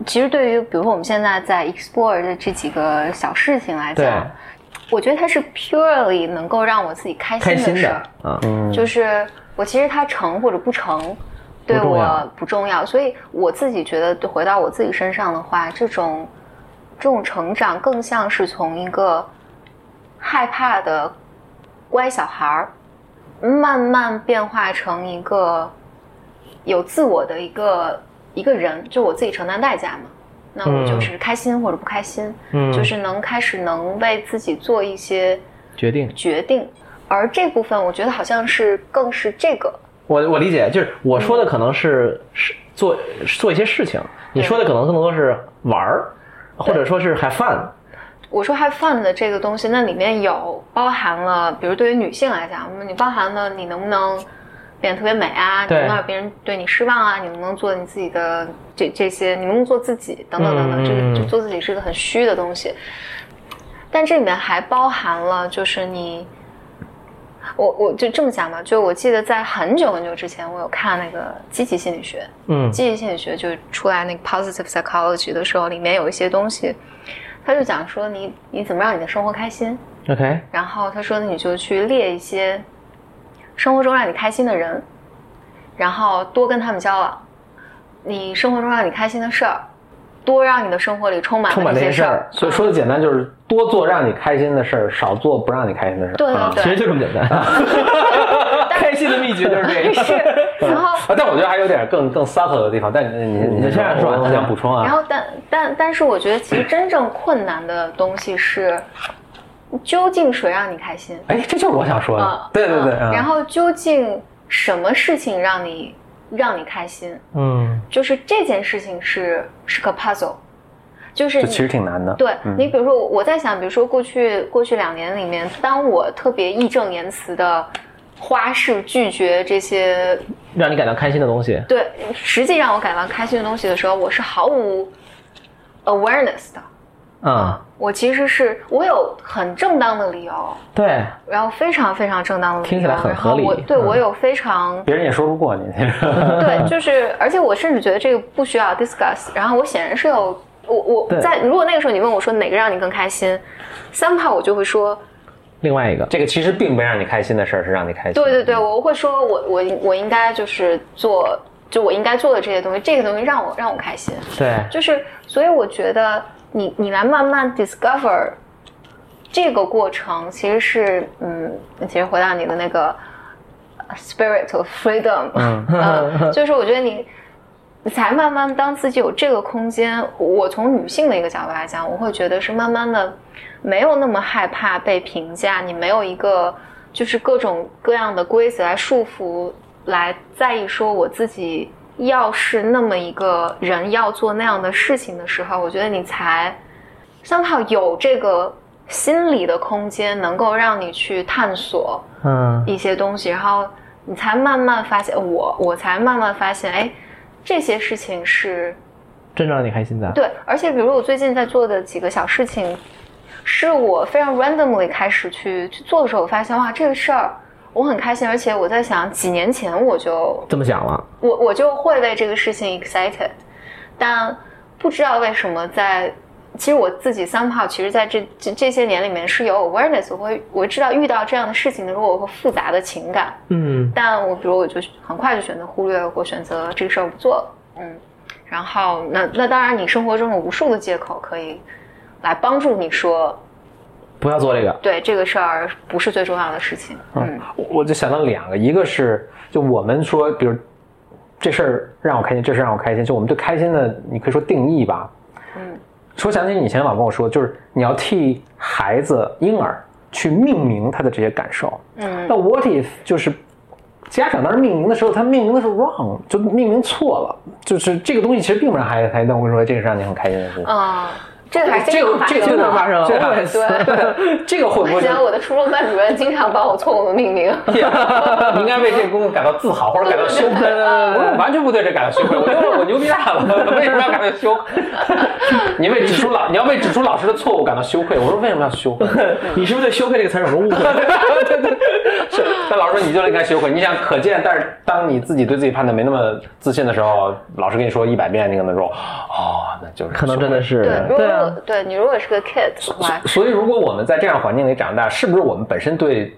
[SPEAKER 2] 其实对于比如说我们现在在 explore 的这几个小事情来
[SPEAKER 3] 对，
[SPEAKER 2] 讲，我觉得它是 purely 能够让我自己开
[SPEAKER 3] 开
[SPEAKER 2] 心
[SPEAKER 3] 心
[SPEAKER 2] 的事
[SPEAKER 3] 的
[SPEAKER 2] 儿。
[SPEAKER 3] 啊，
[SPEAKER 2] 就是我其实它成或者不成，对
[SPEAKER 3] 不重要
[SPEAKER 2] 我不重要，所以我自己觉得回到我自己身上的话，这种这种成长更像是从一个害怕的乖小孩儿，慢慢变化成一个有自我的一个一个人，就我自己承担代价嘛。那我就是开心或者不开心，
[SPEAKER 3] 嗯
[SPEAKER 2] 就是能开始能为自己做一些
[SPEAKER 3] 决定。
[SPEAKER 2] 决定。而这部分，我觉得好像是更是这个，
[SPEAKER 3] 我我理解，就是我说的可能是是做做一些事情，你说的可能更多是玩儿，或者说是 have fun。
[SPEAKER 2] 我说 have fun 的这个东西，那里面有包含了，比如对于女性来讲，那你包含了你能不能变得特别美啊，你
[SPEAKER 3] 对
[SPEAKER 2] 能不能让别人对你失望啊，你能不能做你自己的这这些，你能不能做自己等等等等，这
[SPEAKER 3] 嗯
[SPEAKER 2] 个就做自己是一个很虚的东西。但这里面还包含了，就是你，我我就这么讲吧，就我记得在很久很久之前，我有看那个积极心理学，
[SPEAKER 3] 嗯
[SPEAKER 2] 积极心理学就出来那个 positive psychology 的时候，里面有一些东西，他就讲说你你怎么让你的生活开心，
[SPEAKER 3] ，OK，
[SPEAKER 2] 然后他说你就去列一些生活中让你开心的人，然后多跟他们交往，你生活中让你开心的事儿，多让你的生活里充满
[SPEAKER 3] 充
[SPEAKER 2] 了
[SPEAKER 3] 满
[SPEAKER 2] 这
[SPEAKER 3] 这
[SPEAKER 2] 些
[SPEAKER 3] 些
[SPEAKER 2] 事
[SPEAKER 3] 事
[SPEAKER 2] 儿
[SPEAKER 3] 儿，，
[SPEAKER 1] 所以说的简单就是多做让你开心的事儿，少做不让你开心的事儿。
[SPEAKER 2] 对
[SPEAKER 1] 啊
[SPEAKER 2] 对
[SPEAKER 3] 其实
[SPEAKER 2] 对，
[SPEAKER 3] 就这么简单。开心的秘诀就是这 个。
[SPEAKER 2] 啊是，然后
[SPEAKER 1] 嗯啊，但我觉得还有点更更 subtle 的地方。但你你你
[SPEAKER 3] 你先
[SPEAKER 1] 我
[SPEAKER 3] 说完
[SPEAKER 1] 我想补充啊。
[SPEAKER 2] 然后但但但是我觉得其实真正困难的东西是，究竟谁让你开心？
[SPEAKER 1] 哎，这就是我想说的。
[SPEAKER 2] 啊，
[SPEAKER 1] 对对对。
[SPEAKER 2] 啊
[SPEAKER 1] 嗯
[SPEAKER 2] 然后究竟什么事情让你让你开心，
[SPEAKER 3] 嗯
[SPEAKER 2] 就是这件事情是是个 puzzle，就是
[SPEAKER 1] 这
[SPEAKER 2] 你
[SPEAKER 1] 其实挺难的。
[SPEAKER 2] 对
[SPEAKER 1] 嗯
[SPEAKER 2] 你，比如说，我在想，比如说过去过去两年里面，当我特别义正言辞的花式拒绝这些
[SPEAKER 3] 让你感到开心的东西，
[SPEAKER 2] 对实际让我感到开心的东西的时候，我是毫无 awareness 的。
[SPEAKER 3] 嗯，
[SPEAKER 2] 我其实是我有很正当的理由，
[SPEAKER 3] 对，
[SPEAKER 2] 然后非常非常正当的理由，
[SPEAKER 3] 听起来很合理
[SPEAKER 2] 然后我对
[SPEAKER 3] 嗯
[SPEAKER 2] 我有非 常
[SPEAKER 1] 别人也说不过你。
[SPEAKER 2] 对，就是，而且我甚至觉得这个不需要 discuss。然后我显然是有，我我
[SPEAKER 3] 对
[SPEAKER 2] 在如果那个时候你问我说哪个让你更开心，三炮我就会说，
[SPEAKER 3] 另外一个，
[SPEAKER 1] 这个其实并没让你开心的事儿，是让你开心。
[SPEAKER 2] 对对对，我会说我我我应该就是做，就我应该做的这些东西，这个东西让我让我开心，
[SPEAKER 3] 对，
[SPEAKER 2] 就是所以我觉得你你来慢慢 discover 这个过程，其实是嗯，其实回到你的那个 spirit of freedom，
[SPEAKER 1] 嗯
[SPEAKER 2] 呃，就是我觉得你。你才慢慢当自己有这个空间，我从女性的一个角度来讲，我会觉得是慢慢的，没有那么害怕被评价，你没有一个就是各种各样的规则来啊束缚，来在意说我自己要是那么一个人要做那样的事情的时候，我觉得你才刚好有这个心理的空间，能够让你去探索
[SPEAKER 3] 嗯
[SPEAKER 2] 一些东西，然后你才慢慢发现，我我才慢慢发现，哎，这些事情是
[SPEAKER 3] 真正让你开心的，
[SPEAKER 2] 对，而且比如我最近在做的几个小事情，是我非常 randomly 开始去去做的时候，我发现哇，这个事儿我很开心，而且我在想，几年前我就
[SPEAKER 3] 这么想了，
[SPEAKER 2] 我我就会为这个事情 excited，但不知道为什么在。其实我自己三炮，其实在这这这些年里面是有 awareness，我会我会知道遇到这样的事情的时候，我会复杂的情感，
[SPEAKER 3] 嗯
[SPEAKER 2] 但我比如我就很快就选择忽略或选择这个事儿不做了，嗯，然后那那当然你生活中有无数的借口可以来帮助你说，
[SPEAKER 3] 不要做这个，
[SPEAKER 2] 对这个事儿不是最重要的事情，嗯，
[SPEAKER 1] 我就想到两个，一个是就我们说，比如这事儿让我开心，这事儿让我开心，就我们对开心的，你可以说定义吧。
[SPEAKER 2] 嗯，
[SPEAKER 1] 说想起你以前老跟我说，就是你要替孩子婴儿去命名他的这些感受。
[SPEAKER 2] 嗯
[SPEAKER 1] 那 what if 就是家长当时命名的时候，他命名的是 wrong，就命名错了，就是这个东西其实并不让孩子开心。但我跟你说，这是让你很开心的事情。
[SPEAKER 2] 啊、这个还
[SPEAKER 1] 这
[SPEAKER 2] 经常
[SPEAKER 1] 个
[SPEAKER 2] 发
[SPEAKER 1] 这个
[SPEAKER 2] 生的
[SPEAKER 3] 经常发生
[SPEAKER 1] 这
[SPEAKER 3] 我
[SPEAKER 1] 个
[SPEAKER 3] 也
[SPEAKER 1] 对，这个会不
[SPEAKER 2] 我
[SPEAKER 1] 会就
[SPEAKER 2] 想我的初中班主任经常帮我错误的命名，
[SPEAKER 1] 你应该为这个工作感到自豪或者感到羞愧。我 说我完全不对这感到羞愧，我觉得我牛逼大了， 我为什么要感到羞愧？你为指出老你要为指出老师的错误感到羞愧，我说为什么要羞愧？
[SPEAKER 3] 你是不是对羞愧这个词儿有什么误会？
[SPEAKER 1] 对对对，是。 但老师说你就应该羞愧，你想可见，但是当你自己对自己判断没那么自信的时候，老师跟你说一百遍，你可能说哦，那就是
[SPEAKER 3] 可能真的是，
[SPEAKER 2] 对，如果
[SPEAKER 3] 对啊，
[SPEAKER 2] 对你如果是个 kid 的话，
[SPEAKER 1] 所以，如果我们在这样环境里长大，是不是我们本身对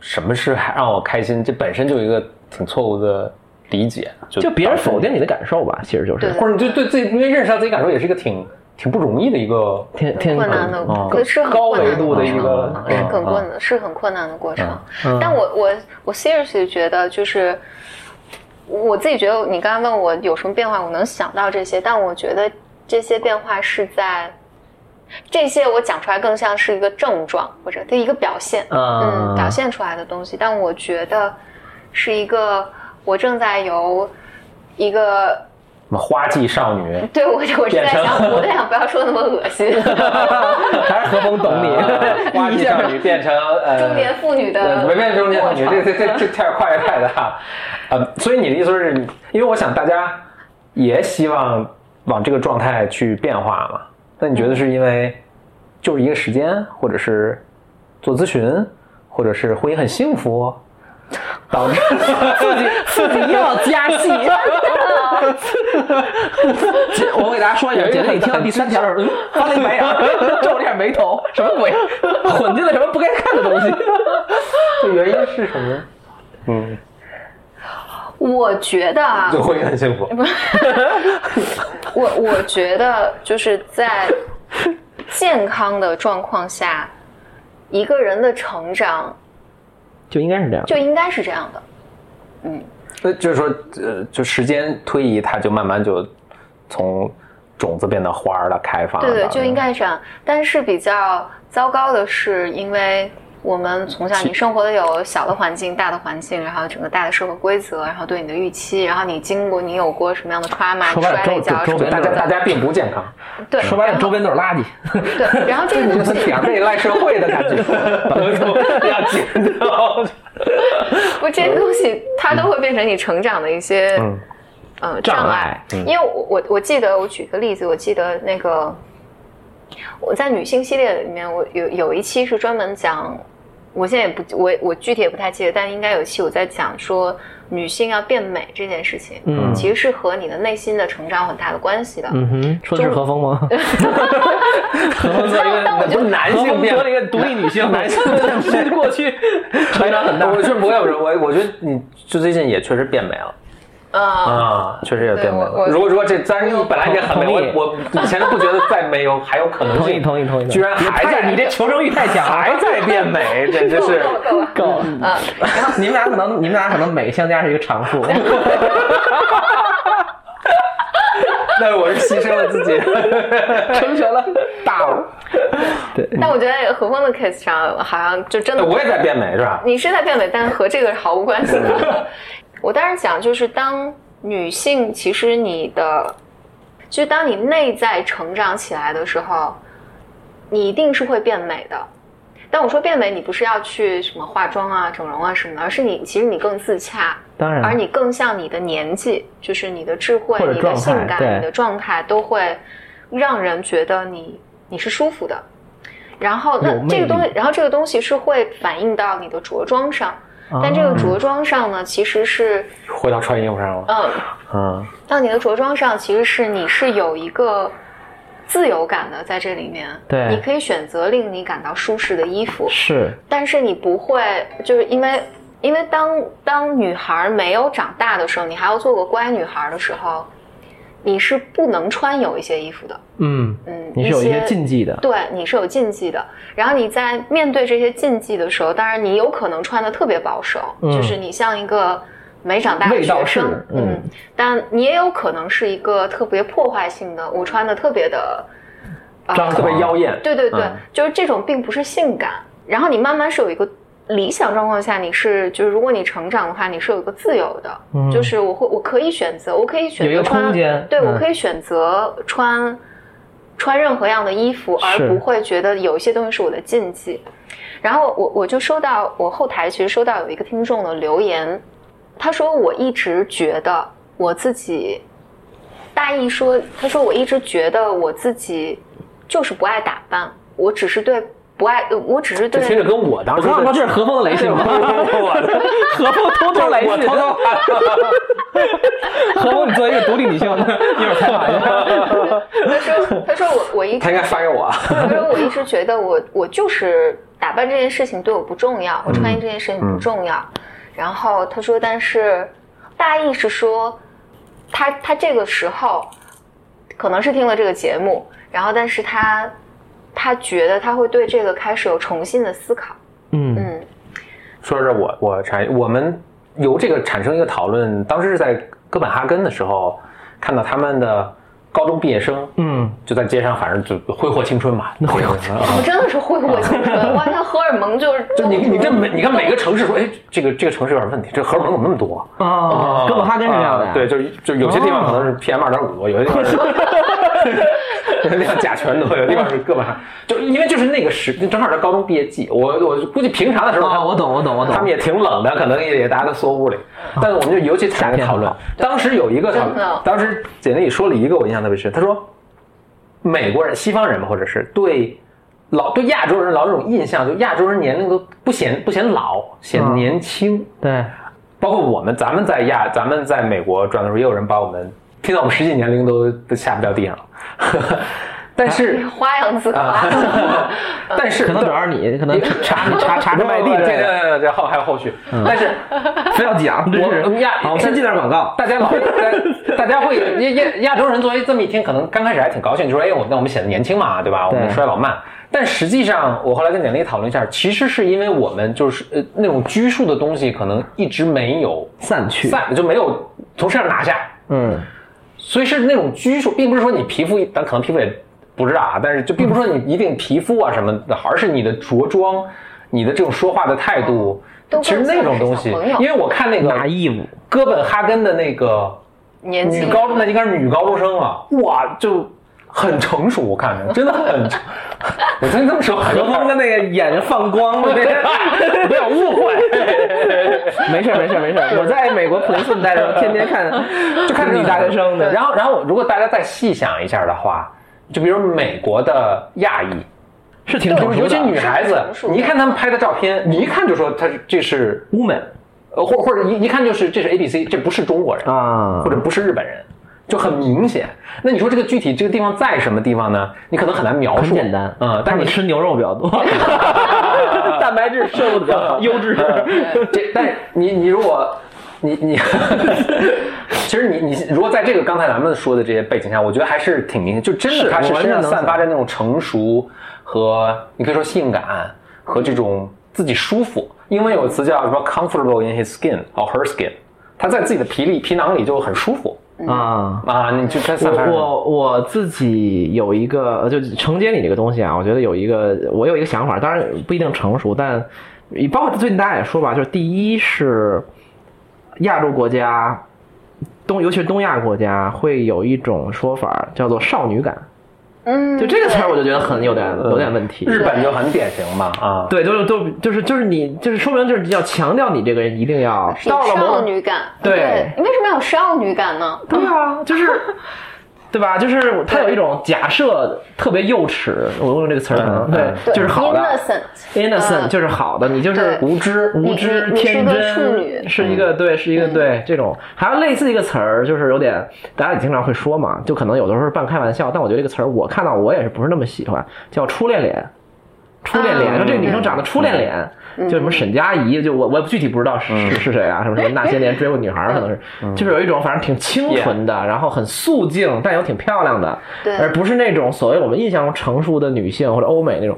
[SPEAKER 1] 什么是让我开心，这本身就有一个挺错误的理解？就
[SPEAKER 3] 就别人
[SPEAKER 1] 导致
[SPEAKER 3] 否定你的感受吧，其实就是
[SPEAKER 2] 对
[SPEAKER 1] 或者你就对自己，因为认识到自己感受也是一个挺挺不容易的一个。
[SPEAKER 3] 挺挺
[SPEAKER 2] 很困难的，
[SPEAKER 3] 哦
[SPEAKER 1] 嗯
[SPEAKER 2] 可是很
[SPEAKER 1] 高
[SPEAKER 2] 困难
[SPEAKER 1] 维度的一嗯个
[SPEAKER 2] 过程是很困难，是很困难的过程。
[SPEAKER 1] 嗯
[SPEAKER 2] 但我我我 seriously 觉得就是。我自己觉得，你刚刚问我有什么变化，我能想到这些，但我觉得这些变化是在，这些我讲出来更像是一个症状或者的一个表现，
[SPEAKER 3] 啊
[SPEAKER 2] 嗯，表现出来的东西。但我觉得是一个，我正在由一个
[SPEAKER 1] 什么呃花季少女，
[SPEAKER 2] 对我，我是在
[SPEAKER 1] 变
[SPEAKER 2] 想，
[SPEAKER 1] 成
[SPEAKER 2] 我在想不要说那么恶心，
[SPEAKER 3] 还是何峰懂
[SPEAKER 1] 呃
[SPEAKER 2] 嗯
[SPEAKER 1] 花
[SPEAKER 3] 你，
[SPEAKER 1] 季少女变成呃
[SPEAKER 2] 中年妇女的
[SPEAKER 1] 呃，没变中间
[SPEAKER 2] 过
[SPEAKER 1] 同学，
[SPEAKER 2] 程
[SPEAKER 1] 这这这这跳得跨越太大，呃，所以你的意思是，因为我想大家也希望往这个状态去变化嘛？那你觉得是因为就是一个时间，或者是做咨询，或者是婚姻很幸福，导致自己
[SPEAKER 3] 自 己又要加戏。姐我给大家说一下，姐姐，你听到第三条的时候，嗯 翻了一白眼儿，皱了一下眉头，什么 鬼？混进了什么不该看的东西？
[SPEAKER 1] 这原因是什么呢？嗯，
[SPEAKER 2] 我觉得啊，
[SPEAKER 1] 就婚姻很幸福，
[SPEAKER 2] 我我觉得就是在健康的状况下，一个人的成长
[SPEAKER 3] 就应该是这样。
[SPEAKER 2] 就应该是这样的。嗯，
[SPEAKER 1] 那就是说，呃，就时间推移，它就慢慢就从种子变到
[SPEAKER 3] 啊
[SPEAKER 1] 花儿了，开放了。
[SPEAKER 2] 对对，就应该是这样。但是比较糟糕的是，因为我们从小你生活的有小的环境、大的环境，然后整个大的社会规则，然后对你的预期，然后你经过你有过什么样的 trauma，
[SPEAKER 3] 说
[SPEAKER 2] 你
[SPEAKER 3] 白了
[SPEAKER 2] 摔了一
[SPEAKER 3] 周
[SPEAKER 2] 跤
[SPEAKER 3] 周
[SPEAKER 2] 什么
[SPEAKER 3] 周
[SPEAKER 1] 大家
[SPEAKER 2] 的，
[SPEAKER 1] 大家并不健康，
[SPEAKER 2] 对，
[SPEAKER 3] 说白了，
[SPEAKER 2] 然
[SPEAKER 3] 周
[SPEAKER 2] 后
[SPEAKER 3] 边都是垃圾。
[SPEAKER 2] 对，然后这个
[SPEAKER 1] 就
[SPEAKER 2] 东
[SPEAKER 1] 是
[SPEAKER 2] 西
[SPEAKER 1] 点被赖社会的感觉，有一种要剪掉。
[SPEAKER 2] 不，这些东西它都会变成你成长的一些、
[SPEAKER 1] 嗯
[SPEAKER 2] 呃
[SPEAKER 3] 障
[SPEAKER 2] 障
[SPEAKER 3] 碍嗯
[SPEAKER 2] 因为我我我记得，我举个例子，我记得那个我在女性系列里面，我有有一期是专门讲，我现在也不我我具体也不太记得，但应该有一期我在讲说女性要变美这件事情，
[SPEAKER 3] 嗯
[SPEAKER 2] 其实是和你的内心的成长有很大的关系的。
[SPEAKER 3] 嗯哼，说的是何峰吗？何峰作为一
[SPEAKER 2] 但
[SPEAKER 3] 个
[SPEAKER 2] 我觉得
[SPEAKER 1] 男
[SPEAKER 3] 何
[SPEAKER 1] 性
[SPEAKER 3] 峰
[SPEAKER 1] 变
[SPEAKER 3] 作为一个独立女性， 男性是过 去成长很大。
[SPEAKER 1] 我是不会，我我觉得你就最近也确实变美了
[SPEAKER 2] 呃，
[SPEAKER 1] 啊，确实也变美
[SPEAKER 2] 对我
[SPEAKER 1] 了。
[SPEAKER 2] 我
[SPEAKER 1] 如果如果这当然你本来已经很美，
[SPEAKER 3] 同意
[SPEAKER 1] 我我以前都不觉得再美有还有可能
[SPEAKER 3] 同意
[SPEAKER 1] 性，
[SPEAKER 3] 同意同意，
[SPEAKER 1] 居然还在
[SPEAKER 3] 太哎你这求生欲太强了，
[SPEAKER 1] 还在变美，简直是
[SPEAKER 2] 够了够了，
[SPEAKER 3] 够。你们俩可能你们俩可能每个相加是一个 常数。
[SPEAKER 1] 但是我是牺牲了自己，
[SPEAKER 3] 成全了大了。对，
[SPEAKER 2] 但我觉得何峰的 case 上，好像就真的
[SPEAKER 1] 哎我也在变美是吧？
[SPEAKER 2] 你是在变美，但和这个是毫无关系的。 我当时讲就是，当女性其实你的，就是当你内在成长起来的时候，你一定是会变美的。但我说变美，你不是要去什么化妆啊、整容啊什么的，而是你其实你更自洽，
[SPEAKER 3] 当然，
[SPEAKER 2] 而你更像你的年纪，就是你的智慧
[SPEAKER 3] 嗯或者、
[SPEAKER 2] 你
[SPEAKER 3] 状
[SPEAKER 2] 的
[SPEAKER 3] 态
[SPEAKER 2] 性
[SPEAKER 3] 对
[SPEAKER 2] 感、你的状态，都会让人觉得你你是舒服的。然后那
[SPEAKER 3] 有魅
[SPEAKER 2] 这个东西
[SPEAKER 3] 力，
[SPEAKER 2] 然后这个东西是会反映到你的着装上，
[SPEAKER 3] 啊
[SPEAKER 2] 但这个着装上呢，其实是
[SPEAKER 1] 回到穿衣服上了，
[SPEAKER 2] 嗯，
[SPEAKER 3] 啊
[SPEAKER 1] 嗯，
[SPEAKER 2] 到你的着装上其实是你是有一个。自由感的在这里面，
[SPEAKER 3] 对
[SPEAKER 2] 你可以选择令你感到舒适的衣服，
[SPEAKER 3] 是
[SPEAKER 2] 但是你不会，就是因为因为当当女孩没有长大的时候，你还要做个乖女孩的时候，你是不能穿有一些衣服的，
[SPEAKER 3] 嗯，
[SPEAKER 2] 嗯，
[SPEAKER 3] 你是有一些禁忌的，
[SPEAKER 2] 对，你是有禁忌的。然后你在面对这些禁忌的时候，当然你有可能穿的特别保守，
[SPEAKER 3] 嗯
[SPEAKER 2] 就是你像一个没长大的
[SPEAKER 3] 味道
[SPEAKER 2] 学生
[SPEAKER 3] 是，嗯
[SPEAKER 2] 但你也有可能是一个特别破坏性的，我穿的特别的，呃
[SPEAKER 3] 张
[SPEAKER 1] 特别妖艳，
[SPEAKER 2] 对对对，
[SPEAKER 1] 嗯
[SPEAKER 2] 就是这种并不是性感。然后你慢慢是有一个理想状况下，你是就是如果你成长的话，你是有一个自由的，
[SPEAKER 3] 嗯
[SPEAKER 2] 就是我会我可以选择，我可以选
[SPEAKER 3] 有一
[SPEAKER 2] 择
[SPEAKER 3] 个
[SPEAKER 2] 穿，
[SPEAKER 3] 空间
[SPEAKER 2] 对、
[SPEAKER 3] 嗯
[SPEAKER 2] 我可以选择穿穿任何样的衣服，而
[SPEAKER 3] 是
[SPEAKER 2] 不会觉得有一些东西是我的禁忌。然后我我就收到我后台其实收到有一个听众的留言，他说我一直觉得我自己，大意说他说我一直觉得我自己就是不爱打扮，我只是对不爱，呃我只是
[SPEAKER 1] 这听着
[SPEAKER 2] 对。
[SPEAKER 1] 跟我当
[SPEAKER 3] 我
[SPEAKER 1] 时
[SPEAKER 3] 刚刚说这是何峰 的雷
[SPEAKER 1] 是
[SPEAKER 3] 讯
[SPEAKER 1] 我
[SPEAKER 3] 吗？ 何峰偷偷来
[SPEAKER 1] 我
[SPEAKER 3] 讯，
[SPEAKER 1] 偷偷
[SPEAKER 3] 何峰你作为一个独立 女性，一会儿采访一下。
[SPEAKER 2] 他说他说我 我一直
[SPEAKER 1] 他应该发给我，
[SPEAKER 2] 他说我一直觉得我我就是打扮这件事情对我不重要，我穿衣这件事情不重要。然后他说，但是大意是说，他他这个时候可能是听了这个节目，然后但是他他觉得他会对这个开始有重新的思考。
[SPEAKER 3] 嗯
[SPEAKER 2] 嗯
[SPEAKER 1] 说是我我产我们由这个产生一个讨论，当时是在哥本哈根的时候，看到他们的高中毕业生
[SPEAKER 3] 嗯，
[SPEAKER 1] 就在街上，反正就挥霍青春嘛，挥霍青春。
[SPEAKER 2] 嗯我真的是挥霍青春，哇！那荷尔蒙 就是
[SPEAKER 1] 就你你这每你看每个城市说，哎，这个这个城市有点问题，这荷尔蒙怎么那么多？啊
[SPEAKER 3] 哦，哥本哈根是这样的呀，
[SPEAKER 1] 对，就是就有些地方可能是 PM 二点五多，有些地 方是，有些地方甲醛多，有些地方是哥本哈，就因为就是那个时，正好是高中毕业季，我我估计平常的时候他
[SPEAKER 3] 哦，我懂，我懂，我懂啊
[SPEAKER 1] 他。们也挺冷的，可能也也大家都缩屋里。但是我们就尤其谈个讨论
[SPEAKER 3] 夏，
[SPEAKER 1] 当时有一个讨
[SPEAKER 2] 真的
[SPEAKER 1] 当时简历里说了一个我印象特别深，他说美国人、西方人嘛，或者是对老对亚洲人老有种印象，就亚洲人年龄都不显不显老，显
[SPEAKER 3] 嗯
[SPEAKER 1] 年轻。
[SPEAKER 3] 对，
[SPEAKER 1] 包括我们，咱们在亚，咱们在美国转的时候，也有人把我们听到我们实际年龄都都吓不掉地上了。 但是
[SPEAKER 2] 花样自夸
[SPEAKER 1] 啊。，
[SPEAKER 3] 嗯
[SPEAKER 1] 但是
[SPEAKER 3] 可能主要是你，可能查 查查
[SPEAKER 1] 不
[SPEAKER 3] 着
[SPEAKER 1] 不
[SPEAKER 3] 外
[SPEAKER 1] 不
[SPEAKER 3] 地
[SPEAKER 1] 这
[SPEAKER 3] 的，嗯
[SPEAKER 1] 这这后还有后续。但是
[SPEAKER 3] 非要讲，真
[SPEAKER 1] 我
[SPEAKER 3] 是。
[SPEAKER 1] 亚
[SPEAKER 3] 好，我先进点广告。
[SPEAKER 1] 大家老大大家会亚亚亚洲人作为这么一听，可能刚开始还挺高兴，就说哎，我那我们显得年轻嘛，对吧？我
[SPEAKER 3] 对
[SPEAKER 1] 们衰老慢。但实际上，我后来跟简历讨论一下，其实是因为我们就是呃那种拘束的东西，可能一直没有
[SPEAKER 3] 散去，
[SPEAKER 1] 散，就没有从身上拿下，
[SPEAKER 3] 嗯，
[SPEAKER 1] 所以是那种拘束，并不是说你皮肤，咱可能皮肤也不知道啊，但是就并不是说你一定皮肤啊什么的，而是你的着装。你的这种说话的态度，
[SPEAKER 2] 哦都更
[SPEAKER 1] 其实那种东西
[SPEAKER 2] 像是小朋，友
[SPEAKER 1] 因为我看那个
[SPEAKER 3] 拿衣服，
[SPEAKER 1] 哥本哈根的那个
[SPEAKER 2] 年纪
[SPEAKER 1] 女高中的应该是女高中生啊，哇，就很成熟，我看着真的很成， 我真这么说，
[SPEAKER 3] 何 峰的那个眼睛放光 的那个，不要误会。没事儿没事儿没事儿，我在美国普林斯顿待着，天天看就
[SPEAKER 1] 就
[SPEAKER 3] 看
[SPEAKER 1] 看
[SPEAKER 3] 女大学生的，
[SPEAKER 1] 然后，然后如果大家再细想一下的话，就比如美国的亚裔，
[SPEAKER 3] 是挺
[SPEAKER 1] 就
[SPEAKER 3] 成
[SPEAKER 1] 是
[SPEAKER 3] 熟
[SPEAKER 1] 尤其
[SPEAKER 3] 的，
[SPEAKER 1] 女孩子
[SPEAKER 2] 是成熟，的
[SPEAKER 1] 你一看他们拍的照片，你一看就说她是这是，
[SPEAKER 3] 乌美
[SPEAKER 1] 呃，或或者一一看就是这是 A B C，这不是中国人，
[SPEAKER 3] 啊
[SPEAKER 1] 或者不是日本人，就很明显。那你说这个具体这个地方在什么地方呢？你可能很难描述，
[SPEAKER 3] 很简单，
[SPEAKER 1] 嗯，
[SPEAKER 3] 啊但
[SPEAKER 1] 但
[SPEAKER 3] 你
[SPEAKER 1] 你
[SPEAKER 3] 吃牛肉比 较多，蛋白质摄入的比较 优质。
[SPEAKER 1] 呃这，但是你你如果你你， 其实你你如果在这个刚才咱们说的这些背景下，我觉得还是挺明显，就真
[SPEAKER 3] 是
[SPEAKER 1] 的他是
[SPEAKER 3] 我
[SPEAKER 1] 身
[SPEAKER 3] 是
[SPEAKER 1] 上
[SPEAKER 3] 能
[SPEAKER 1] 散发着那种成熟和你可以说性感和这种自己舒服。英文有个词叫什么 “comfortable in his skin” or her skin，他在自己的皮里皮囊里就很舒服
[SPEAKER 2] 嗯
[SPEAKER 3] 啊。
[SPEAKER 1] 啊，你就他
[SPEAKER 3] 我
[SPEAKER 1] 散发着
[SPEAKER 3] 我我自己有一个，呃就承接你这个东西啊，我觉得有一个，我有一个想法，当然不一定成熟，但包括最近大家也说吧，就是第一是亚洲国家，东尤其是东亚国家会有一种说法叫做少女感，
[SPEAKER 2] 嗯，
[SPEAKER 3] 就这个词儿，我就觉
[SPEAKER 2] 得
[SPEAKER 3] 得很有点
[SPEAKER 1] 嗯
[SPEAKER 3] 有点问题。
[SPEAKER 1] 日本就很典型嘛啊，
[SPEAKER 3] 对，就是都就是就是你就是说明就是要强调你这个人一定要到了
[SPEAKER 2] 嗯
[SPEAKER 3] 某
[SPEAKER 2] 少
[SPEAKER 3] 种
[SPEAKER 2] 女感，
[SPEAKER 3] 对
[SPEAKER 2] 你为什么要有少女感呢？
[SPEAKER 3] 对啊， 就是，对吧？就是它有一种假设特别幼稚，我用这个词儿可能
[SPEAKER 1] 嗯嗯
[SPEAKER 3] 对，就是好的
[SPEAKER 2] innocent，
[SPEAKER 3] innocent
[SPEAKER 2] 嗯
[SPEAKER 3] 就是好的，你就是
[SPEAKER 2] 对
[SPEAKER 3] 无知、无知、
[SPEAKER 2] 你你是
[SPEAKER 3] 天
[SPEAKER 2] 个
[SPEAKER 3] 真，
[SPEAKER 2] 处女嗯
[SPEAKER 3] 是一个对，是一个对这种。还有类似一个词儿，就是有点大家也经常会说嘛，就可能有的时候半开玩笑，但我觉得这个词儿我看到我也是不是那么喜欢，叫初恋脸。初恋脸，
[SPEAKER 2] 啊嗯
[SPEAKER 3] 说这个女生长得初恋脸，就什么沈佳宜，就我我也具体不知道是是是谁啊，什么什么那些年追过女孩儿，可能是，就是有一种反正挺清纯的，然后很素净，但又挺漂亮的，
[SPEAKER 2] 对
[SPEAKER 3] 而不是那种所谓我们印象中成熟的女性或者欧美那种。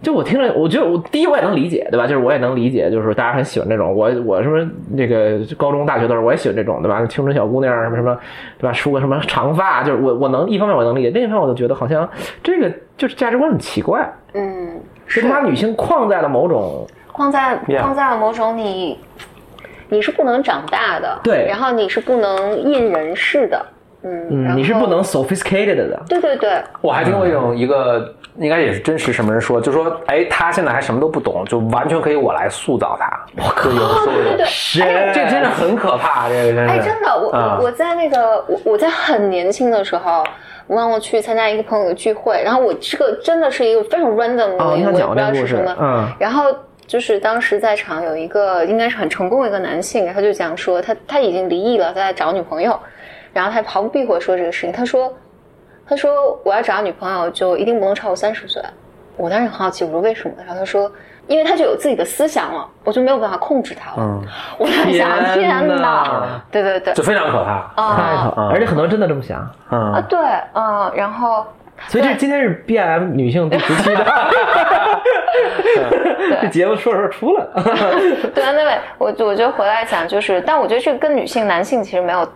[SPEAKER 3] 就我听着，我觉得我第一我也能理解，对吧？就是我也能理解，就是说大家很喜欢这种，我我什么那个高中、大学的时候我也喜欢这种，对吧？青春小姑娘什么什么，对吧？梳个什么长发，就是我我能一方面我能理解，另一方面我就觉得好像这个就是价值观很奇怪，
[SPEAKER 2] 嗯，
[SPEAKER 3] 是把女性框在了某种
[SPEAKER 2] 框在
[SPEAKER 1] Yeah
[SPEAKER 2] 框在了某种你，你是不能长大的，
[SPEAKER 3] 对
[SPEAKER 2] 然后你是不能印人事的，嗯，然
[SPEAKER 3] 嗯，
[SPEAKER 2] 后
[SPEAKER 3] 你是不能，sophisticated 的，
[SPEAKER 2] 对对对，
[SPEAKER 1] 我还听过一种一个应该也是真实什么人说，就说哎，他现在还什么都不懂，就完全可以我来塑造他。我靠，有说
[SPEAKER 2] 对对，
[SPEAKER 3] 是
[SPEAKER 1] 这真是很可怕，这个真是。
[SPEAKER 2] 哎，真的，我、
[SPEAKER 1] 啊
[SPEAKER 2] 我我在那个我我在很年轻的时候，我忘了去参加一个朋友的聚会，然后我这个真的是一个非常 random 的，
[SPEAKER 3] 哦，
[SPEAKER 2] 我
[SPEAKER 3] 你
[SPEAKER 2] 也
[SPEAKER 3] 想
[SPEAKER 2] 不知道
[SPEAKER 3] 讲过这个故
[SPEAKER 2] 是
[SPEAKER 3] 事
[SPEAKER 2] 什么，，
[SPEAKER 3] 嗯
[SPEAKER 2] 然后就是当时在场有一个应该是很成功的一个男性，他就讲说他他已经离异了，他在找女朋友，然后他毫不避讳说这个事情，他说他说我要找女朋友就一定不能超过三十岁。我当时很好奇，我说为什么？然后他说，因为他就有自己的思想了，我就没有办法控制他了。
[SPEAKER 1] 嗯，
[SPEAKER 2] 我在想，
[SPEAKER 3] 天哪
[SPEAKER 2] 天哪，对对对
[SPEAKER 1] 就，非常可怕。
[SPEAKER 3] 太
[SPEAKER 2] 啊
[SPEAKER 3] 好，
[SPEAKER 1] 嗯
[SPEAKER 3] 而且很多人真的这么想，
[SPEAKER 2] 啊
[SPEAKER 1] 嗯，
[SPEAKER 2] 对啊，然后
[SPEAKER 3] 所以这今天是 B M 女性第十期 的，这节目说着说着出来了，
[SPEAKER 2] 对啊，那位我我觉得回来讲就是，但我觉得这个跟女性、男性其实没有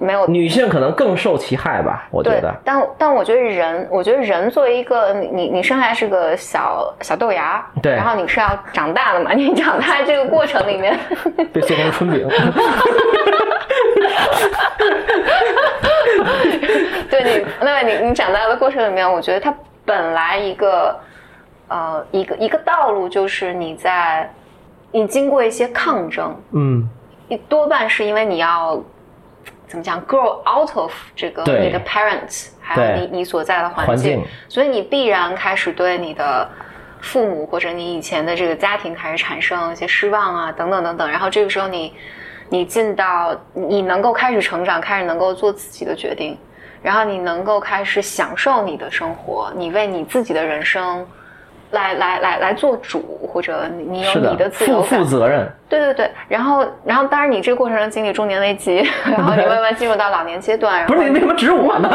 [SPEAKER 2] 没有
[SPEAKER 3] 女性可能更受其害吧，我觉
[SPEAKER 2] 对
[SPEAKER 3] 得，
[SPEAKER 2] 但但我觉得人，我觉得人作为一个你你你生下来是个小小豆芽，
[SPEAKER 3] 对
[SPEAKER 2] 然后你是要长大的嘛，你长大这个过程里面，
[SPEAKER 3] 被做成春饼，
[SPEAKER 2] 对你，那你你长大的过程里面，我觉得它本来一个呃一个一个道路就是你在你经过一些抗争，
[SPEAKER 3] 嗯，
[SPEAKER 2] 你多半是因为你要怎么讲，grow out of 这个
[SPEAKER 3] 对
[SPEAKER 2] 你的 parents，还有
[SPEAKER 3] 对
[SPEAKER 2] 你你所在的环境，
[SPEAKER 3] 环境
[SPEAKER 2] 所以你必然开始对你的父母或者你以前的这个家庭开始产生一些失望啊，等等等等。然后这个时候你你进到你能够开始成长，开始能够做自己的决定，然后你能够开始享受你的生活，你为你自己的人生。来来来来做主，或者你你有
[SPEAKER 3] 是
[SPEAKER 2] 你的自由
[SPEAKER 3] 负
[SPEAKER 2] 感，
[SPEAKER 3] 负责任，
[SPEAKER 2] 对对对，然后然后当然你这个过程中经历中年危 机，然后你慢慢进入到老年阶段，然
[SPEAKER 3] 不
[SPEAKER 2] 后
[SPEAKER 3] 是你为什么指我呢？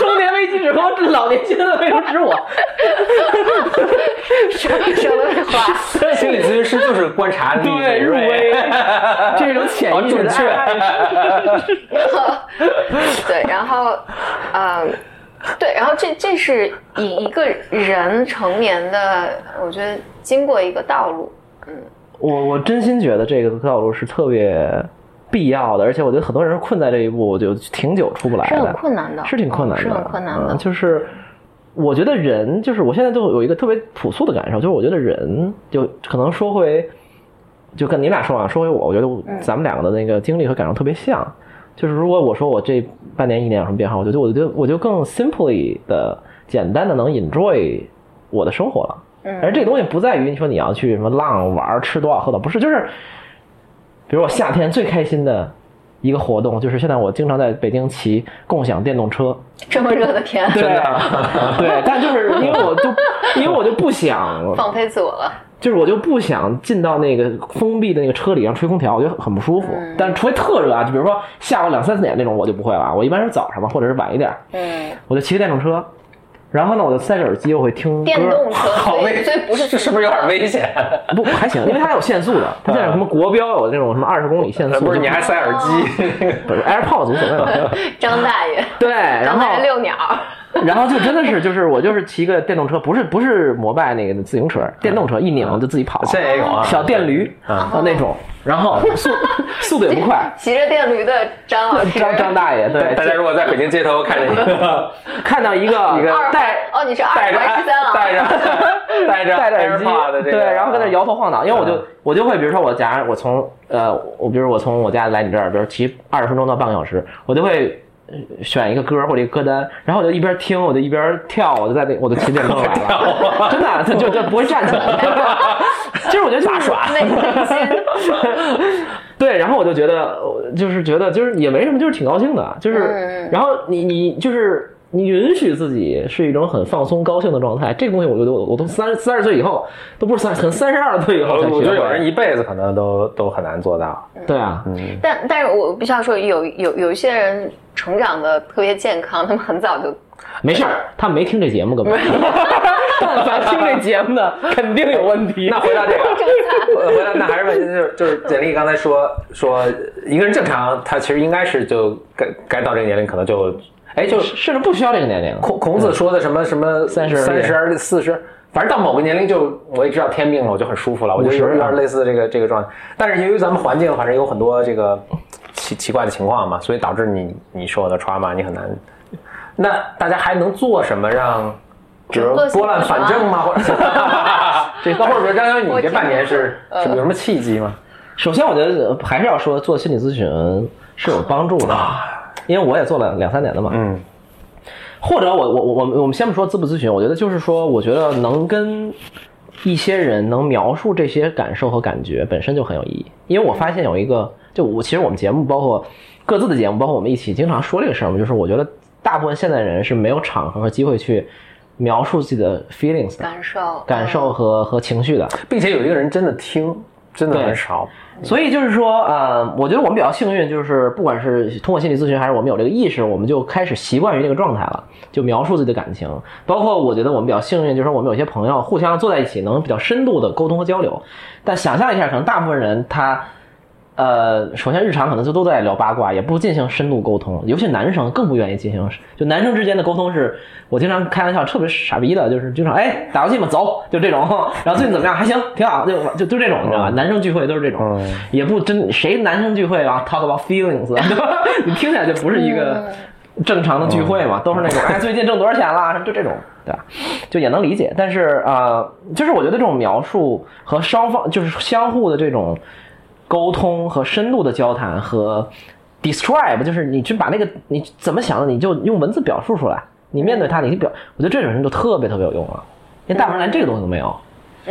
[SPEAKER 3] 中年危机指和老年阶段为什么指我？
[SPEAKER 2] 什么什么的话，
[SPEAKER 1] 心理咨询师就是观察力
[SPEAKER 3] 对，入
[SPEAKER 1] 锐
[SPEAKER 3] 微，这种潜
[SPEAKER 1] 好
[SPEAKER 3] 意识
[SPEAKER 1] 准
[SPEAKER 3] 的
[SPEAKER 1] 确。
[SPEAKER 3] 爱
[SPEAKER 2] 然后对，然后嗯、对，然后这这是以一个人成年的，我觉得经过一个道路，
[SPEAKER 3] 我我真心觉得这个道路是特别必要的，而且我觉得很多人是困在这一步，就挺久出不来
[SPEAKER 2] 是
[SPEAKER 3] 的，
[SPEAKER 2] 很困难的，哦
[SPEAKER 3] 是挺困难的，
[SPEAKER 2] 是很困难的。
[SPEAKER 3] 嗯就是我觉得人，就是我现在就有一个特别朴素的感受，就是我觉得人就可能说回，就跟你俩说啊，说回我，我觉
[SPEAKER 2] 嗯
[SPEAKER 3] 得咱们两个的那个经历和感受特别像。就是如果我说我这半年一年有什么变化，我觉得我就我就更 simply 的简单的能 enjoy 我的生活了。而
[SPEAKER 2] 嗯
[SPEAKER 3] 这个东西不在于你说你要去什么浪玩儿吃多少喝多少，不是，就是比如我夏天最开心的一个活动，就是现在我经常在北京骑共享电动车，
[SPEAKER 2] 这么热的 天，
[SPEAKER 3] 对， 对，但就是因为我就因为我就不想，
[SPEAKER 2] 放飞自我了。
[SPEAKER 3] 就是我就不想进到那个封闭的那个车里，然后吹空调，我觉得很不舒服。
[SPEAKER 2] 嗯
[SPEAKER 3] 但除非特热啊，就比如说下午两三点那种，我就不会了，我一般是早上吧，或者是晚一点，
[SPEAKER 2] 嗯，
[SPEAKER 3] 我就骑个电动车。然后呢，我就塞着耳机，我会听歌。
[SPEAKER 2] 电动车，
[SPEAKER 1] 好
[SPEAKER 2] 所以
[SPEAKER 1] 危，
[SPEAKER 2] 所以不是
[SPEAKER 1] 这是不是有点危 险？
[SPEAKER 3] 不还行，因为它有限速的，它现在有什么国标有那种什么二十公里限速，
[SPEAKER 1] 嗯呃不是，你还塞耳机？
[SPEAKER 3] 不是 AirPods 无所谓 了。
[SPEAKER 2] 张大 爷，
[SPEAKER 3] 对，然
[SPEAKER 2] 张
[SPEAKER 3] 后
[SPEAKER 2] 大爷遛鸟，
[SPEAKER 3] 然后就真的是就是我就是骑个电动车，不是不是摩拜那个自行
[SPEAKER 1] 嗯
[SPEAKER 3] 车，电动车一拧就自己跑，
[SPEAKER 1] 现在也有啊，
[SPEAKER 3] 哦小电驴
[SPEAKER 1] 啊
[SPEAKER 3] 啊那种，然后速速度也不 快。
[SPEAKER 2] 骑着电驴的张老师，
[SPEAKER 3] 张张大爷对，
[SPEAKER 1] 大家如果在北京街头看见一个
[SPEAKER 3] 看到一个一
[SPEAKER 2] 二
[SPEAKER 3] 带
[SPEAKER 2] 哦，你是
[SPEAKER 1] 戴
[SPEAKER 2] 二
[SPEAKER 1] 着
[SPEAKER 2] 环十三郎，
[SPEAKER 1] 戴 着 戴着
[SPEAKER 3] 戴着耳机
[SPEAKER 1] AirPod 的这个，
[SPEAKER 3] 对，然后跟那摇头晃脑，因为我就
[SPEAKER 1] 嗯
[SPEAKER 3] 我就会，比如说我假如我从呃，我比如我从我家来你这儿，比如骑二十分钟到半个小时，我就会呃选一个歌或者一个歌单，然后我就一边听，我就一边跳，我就在那我就骑电 动来
[SPEAKER 1] 啊
[SPEAKER 3] 了， 真的，他就就不会站起来，就是我觉得就是 耍
[SPEAKER 2] 内心，
[SPEAKER 3] 对，然后我就觉得，呃就是觉得，就是也没什么，就是挺高兴的，啊就是，
[SPEAKER 2] 嗯
[SPEAKER 3] 然后你你就是你允许自己是一种很放松、高兴的状态，这个东西我觉得我我都三三十岁以后都不是三，很三十二岁以后才学
[SPEAKER 1] 我
[SPEAKER 3] 会。
[SPEAKER 1] 觉得有人一辈子可能都都很难做到。
[SPEAKER 3] 对啊，
[SPEAKER 1] 嗯，
[SPEAKER 2] 但但是我必须要说，有有有一些人成长的特别健康，他们很早就
[SPEAKER 3] 没事儿，他没听这节目，根本。 但凡听这节目的， 肯定有问题。
[SPEAKER 1] 那回到这个。呃回来，那还是问题，就是就是简历刚才说说一个人正常，他其实应该是就该该到这个年龄，可能就哎就是
[SPEAKER 3] 甚至不需要这个年龄。
[SPEAKER 1] 孔孔子说的什么什么
[SPEAKER 3] 嗯三十
[SPEAKER 1] 三十四十，反正到某个年龄就我也知道天命了，我就很舒服了，我就
[SPEAKER 3] 50
[SPEAKER 1] 有有
[SPEAKER 3] 啊
[SPEAKER 1] 点类似这个这个状态。但是由于咱们环境反正有很多这个奇奇怪的情况嘛，所以导致你你受的 trauma 你很难。那大家还能做什么让，比如
[SPEAKER 2] 做些
[SPEAKER 1] 拨乱
[SPEAKER 2] 什么
[SPEAKER 1] 反正吗？ 或者这包括说张小雨，你这半年是
[SPEAKER 2] 我
[SPEAKER 1] 是有什么契机吗？
[SPEAKER 3] 首先，我觉得还是要说做心理咨询是有帮助的，因为我也做了两三年的嘛。
[SPEAKER 1] 嗯
[SPEAKER 3] 或者我我我我我们先不说咨不咨询，我觉得就是说，我觉得能跟一些人能描述这些感受和感觉本身就很有意义，因为我发现有一个，就我其实我们节目包括各自的节目，包括我们一起经常说这个事儿嘛，就是我觉得大部分现代人是没有场合和机会去描述自己的 feelings 的
[SPEAKER 2] 感受嗯
[SPEAKER 3] 感受和和情绪的，
[SPEAKER 1] 并且有一个人真的听，真的
[SPEAKER 3] 对
[SPEAKER 1] 很少。
[SPEAKER 3] 所以就是说，呃，我觉得我们比较幸运，就是不管是通过心理咨询，还是我们有这个意识，我们就开始习惯于这个状态了，就描述自己的感情。包括我觉得我们比较幸运，就是说我们有些朋友互相坐在一起，能比较深度的沟通和交流。但想象一下，可能大部分人他，呃，首先日常可能就都在聊八卦，也不进行深度沟通，尤其男生更不愿意进行。就男生之间的沟通是，我经常开玩笑，特别傻逼的，就是经常哎打游戏嘛，走，就这种。然后最近怎么样？还行，挺好，就就就这种，你知道吧？男生聚会都是这种。
[SPEAKER 1] 嗯
[SPEAKER 3] 也不真谁男生聚会啊，talk about feelings，对吧 你听起来就不是一个正常的聚会嘛，都是那种哎最近挣多少钱啦，什么就这种，对吧？就也能理解，但是呃，就是我觉得这种描述和双方就是相互的这种沟通和深度的交谈和 describe，就是你去把那个你怎么想的，你就用文字表述出来，你面对他，你去表，我觉得这种人就特别特别有用了，因为大部分人连这个东西都没有。